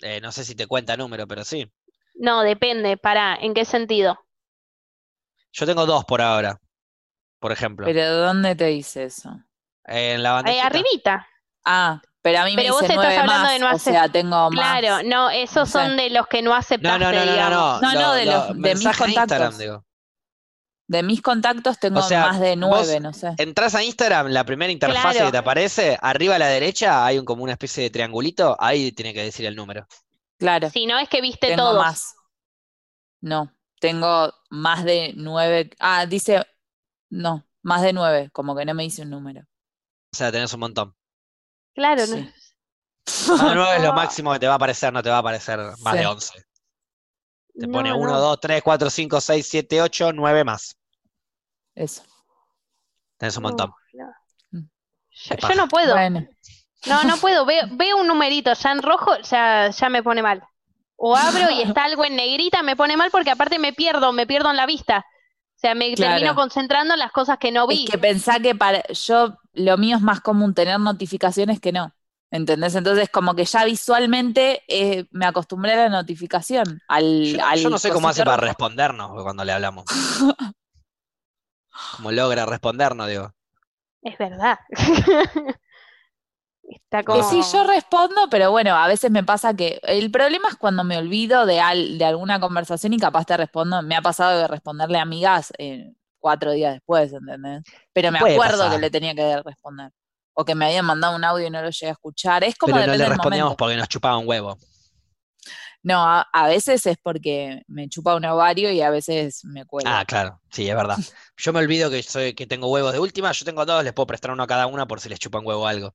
Speaker 1: eh, no sé si te cuenta número, pero sí.
Speaker 2: No, depende. Para, ¿en qué sentido?
Speaker 1: Yo tengo dos por ahora, por ejemplo.
Speaker 3: Pero ¿dónde te dice eso?
Speaker 1: en la
Speaker 2: Eh,
Speaker 1: bandejita.
Speaker 2: arribita.
Speaker 3: Ah, pero a mí me
Speaker 2: Pero vos
Speaker 3: dice
Speaker 2: estás
Speaker 3: nueve
Speaker 2: hablando
Speaker 3: más,
Speaker 2: de no
Speaker 3: o
Speaker 2: hacer-
Speaker 3: sea, tengo más.
Speaker 2: Claro, no, esos
Speaker 3: sé.
Speaker 2: son de los que no
Speaker 1: No, no,
Speaker 2: aceptaste,
Speaker 1: no, no,
Speaker 2: digamos.
Speaker 1: no,
Speaker 3: No, no, de los- de mis
Speaker 1: mensajes Instagram,
Speaker 3: contactos.
Speaker 1: digo.
Speaker 3: De mis contactos tengo
Speaker 1: sea,
Speaker 3: más de
Speaker 1: vos- eh,
Speaker 3: nueve, no sé.
Speaker 1: Entrás a Instagram, la primera interfaz
Speaker 2: Claro.
Speaker 1: que te aparece, arriba a la derecha hay un, como una especie de triangulito, ahí tiene que decir el número.
Speaker 3: Claro,
Speaker 2: Si no es que viste
Speaker 3: tengo
Speaker 2: todos.
Speaker 3: más. No, tengo más de nueve. Ah, dice, no, más de nueve, como que no me dice un número.
Speaker 1: O sea, tenés un montón.
Speaker 2: Claro,
Speaker 3: Sí.
Speaker 2: no.
Speaker 1: Más de nueve es lo
Speaker 2: Ah.
Speaker 1: máximo que te va a aparecer, no te va a aparecer más
Speaker 3: Sí.
Speaker 1: de 11. Te pone
Speaker 2: No,
Speaker 1: 1,
Speaker 2: no.
Speaker 1: 2, 3, 4, 5, 6, 7, 8, 9 más.
Speaker 3: Eso.
Speaker 1: Tenés un
Speaker 2: No,
Speaker 1: montón.
Speaker 2: no.
Speaker 3: Mm.
Speaker 2: Yo,
Speaker 1: Qué
Speaker 2: yo no puedo,
Speaker 3: Bueno.
Speaker 2: no, no puedo, veo, veo un numerito ya en rojo, ya, ya me pone mal. O abro y está algo en negrita, me pone mal porque aparte me pierdo, me pierdo en la vista. O sea, me
Speaker 3: Claro.
Speaker 2: termino concentrando en las cosas que no vi.
Speaker 3: Es que pensá que para yo lo mío es más común tener notificaciones que no. ¿Entendés? Entonces, como que ya visualmente eh, me acostumbré a la notificación. Al,
Speaker 1: Yo,
Speaker 3: al
Speaker 1: yo no sé cómo hace
Speaker 3: cosito
Speaker 1: para
Speaker 3: rojo.
Speaker 1: respondernos cuando le hablamos. Cómo logra respondernos, digo.
Speaker 2: Es verdad. Está
Speaker 1: Que
Speaker 2: como...
Speaker 3: Que sí, yo respondo, pero bueno, a veces me pasa que el problema es cuando me olvido de, al- de alguna conversación y capaz te respondo. Me ha pasado de responderle a amigas eh, cuatro días después, ¿entendés? Pero me
Speaker 1: Puede
Speaker 3: acuerdo
Speaker 1: pasar.
Speaker 3: que le tenía que responder. O que me habían mandado un audio y no lo llegué a escuchar. Es como
Speaker 1: Pero no
Speaker 3: depende
Speaker 1: le
Speaker 3: del momento.
Speaker 1: respondíamos porque nos chupaba un huevo.
Speaker 3: No, a, a veces es porque me chupa un ovario y a veces me cuela.
Speaker 1: Ah, claro, sí, es verdad. Yo me olvido que soy, que tengo huevos de última, yo tengo dos, les puedo prestar uno a cada una por si les chupan huevo algo.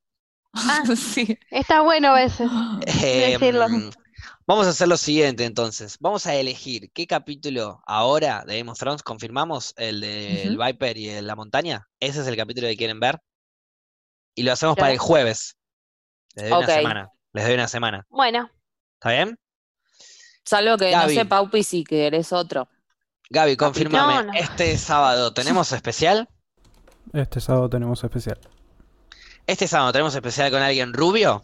Speaker 3: sí.
Speaker 2: Está bueno a veces.
Speaker 1: Em,
Speaker 2: Decirlo.
Speaker 1: vamos a hacer lo siguiente entonces. Vamos a elegir qué capítulo ahora de Game of Thrones confirmamos, el de el Viper y el la montaña. Ese es el capítulo que quieren ver. Y lo hacemos para
Speaker 2: Claro.
Speaker 1: el jueves. Les doy
Speaker 3: Ok.
Speaker 1: una semana. Les doy una semana.
Speaker 2: Bueno,
Speaker 1: ¿Está bien?
Speaker 3: Salvo que
Speaker 1: Gaby.
Speaker 3: no sé, Paupi, si querés otro.
Speaker 1: Gaby, confirmame.
Speaker 2: no.
Speaker 1: Este sábado tenemos especial.
Speaker 4: Este sábado tenemos especial.
Speaker 1: Este sábado tenemos especial con alguien rubio,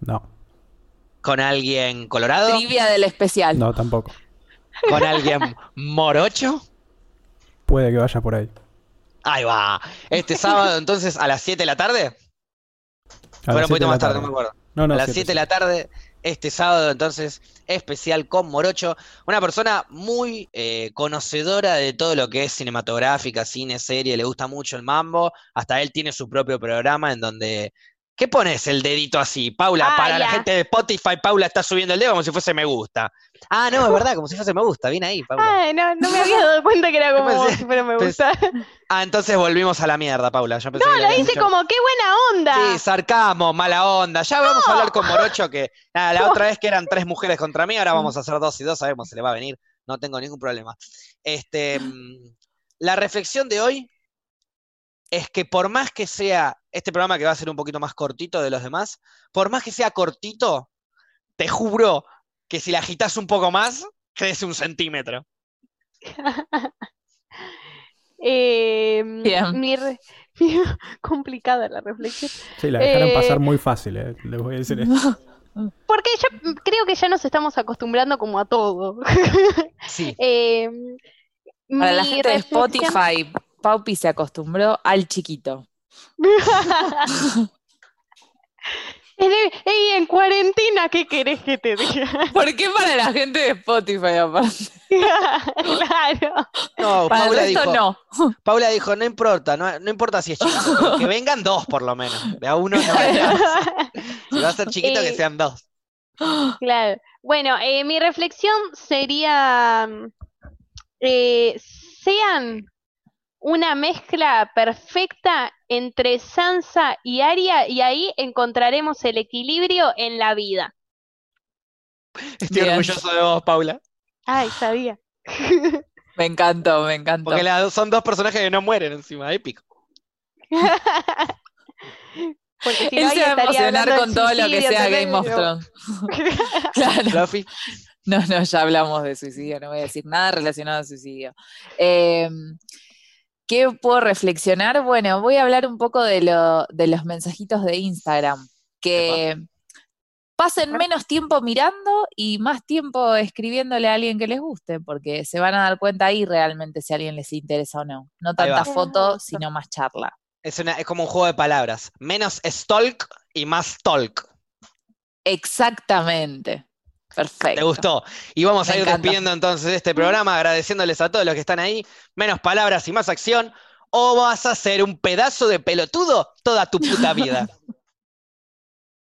Speaker 4: No,
Speaker 1: con alguien colorado.
Speaker 3: Trivia del especial.
Speaker 4: no tampoco.
Speaker 1: con alguien morocho.
Speaker 4: Puede que vaya por ahí.
Speaker 1: Ahí va. Este sábado, entonces, a las 7 de la tarde.
Speaker 4: A
Speaker 1: Fue
Speaker 4: las
Speaker 1: un poquito
Speaker 4: siete de
Speaker 1: más
Speaker 4: la
Speaker 1: tarde, no me acuerdo.
Speaker 4: No, no,
Speaker 1: a las
Speaker 4: siete,
Speaker 1: 7 de la tarde este sábado, entonces, especial con Morocho, una persona muy eh, conocedora de todo lo que es cinematográfica, cine, serie, le gusta mucho el mambo, hasta él tiene su propio programa en donde... ¿Qué pones el dedito así, Paula?
Speaker 2: Ah,
Speaker 1: para la
Speaker 2: ya.
Speaker 1: gente de Spotify, Paula está subiendo el dedo como si fuese me gusta. Ah, no, es verdad, como si fuese me gusta, bien ahí, Paula.
Speaker 2: Ay, no, no me había dado cuenta que era como
Speaker 1: Yo pensé-
Speaker 2: si fuera me
Speaker 1: pensé-
Speaker 2: gusta.
Speaker 1: Ah, entonces volvimos a la mierda, Paula. Yo pensé
Speaker 2: No,
Speaker 1: que le
Speaker 2: lo
Speaker 1: habías
Speaker 2: hice
Speaker 1: dicho-
Speaker 2: como, qué buena onda.
Speaker 1: Sí, sarcasmo, mala onda. Ya vamos a hablar con Morocho que nada, la otra vez que eran tres mujeres contra mí, ahora vamos a hacer dos y dos, sabemos se le va a venir. No tengo ningún problema. Este, mm, la reflexión de hoy es que por más que sea este programa que va a ser un poquito más cortito de los demás, por más que sea cortito, te juro que si la agitas un poco más, crece un centímetro.
Speaker 2: Eh,
Speaker 3: Bien.
Speaker 2: mi re- mi- complicada la reflexión.
Speaker 4: Sí, la dejaron
Speaker 2: Eh,
Speaker 4: pasar muy fácil, eh. Les voy a decir esto.
Speaker 2: Porque ya creo que ya nos estamos acostumbrando como a todo.
Speaker 1: Sí,
Speaker 2: Eh,
Speaker 3: Para la
Speaker 2: mi
Speaker 3: gente de
Speaker 2: reflexión-
Speaker 3: Spotify, Paupi se acostumbró al chiquito.
Speaker 2: Es de- ey, en cuarentena, ¿qué querés que te diga?
Speaker 3: ¿Por qué para la gente de Spotify aparte?
Speaker 2: claro.
Speaker 1: no,
Speaker 3: Para el
Speaker 1: Paula
Speaker 3: resto
Speaker 1: dijo,
Speaker 3: no.
Speaker 1: Paula dijo, no importa, no, no importa si es chiquito, que vengan dos por lo menos, de a uno no vengan. Si va a ser chiquito, que
Speaker 2: Eh,
Speaker 1: sean dos.
Speaker 2: Claro. Bueno, eh, mi reflexión sería, mm, eh, sean una mezcla perfecta entre Sansa y Arya y ahí encontraremos el equilibrio en la vida.
Speaker 1: Estoy
Speaker 3: Bien.
Speaker 1: orgulloso de vos, Paula.
Speaker 2: Ay, sabía.
Speaker 3: Me encantó, me encantó.
Speaker 1: Porque las dos- son dos personajes que no mueren encima, épico.
Speaker 2: Porque si no,
Speaker 3: Él se
Speaker 2: Arya
Speaker 3: va a
Speaker 2: estaría
Speaker 3: emocionar
Speaker 2: hablando
Speaker 3: con
Speaker 2: del
Speaker 3: todo lo que
Speaker 2: suicidio,
Speaker 3: sea
Speaker 2: ¿entendés?
Speaker 3: Game of
Speaker 2: Pero-
Speaker 3: Thrones. Claro.
Speaker 1: Fluffy.
Speaker 3: No, no, ya hablamos de suicidio, no voy a decir nada relacionado a suicidio. Eh, ¿qué puedo reflexionar? Bueno, voy a hablar un poco de, lo- de los mensajitos de Instagram, que pasen menos tiempo mirando y más tiempo escribiéndole a alguien que les guste, porque se van a dar cuenta ahí realmente si a alguien les interesa o no. No
Speaker 1: Ahí va.
Speaker 3: tanta foto, sino más charla.
Speaker 1: Es, una- es como un juego de palabras. Menos stalk y más talk.
Speaker 3: Exactamente. Perfecto.
Speaker 1: ¿Te gustó? Y vamos a
Speaker 3: Me
Speaker 1: ir
Speaker 3: encanta.
Speaker 1: despidiendo entonces de este programa, agradeciéndoles a todos los que están ahí. Menos palabras y más acción. O vas a ser un pedazo de pelotudo toda tu puta vida.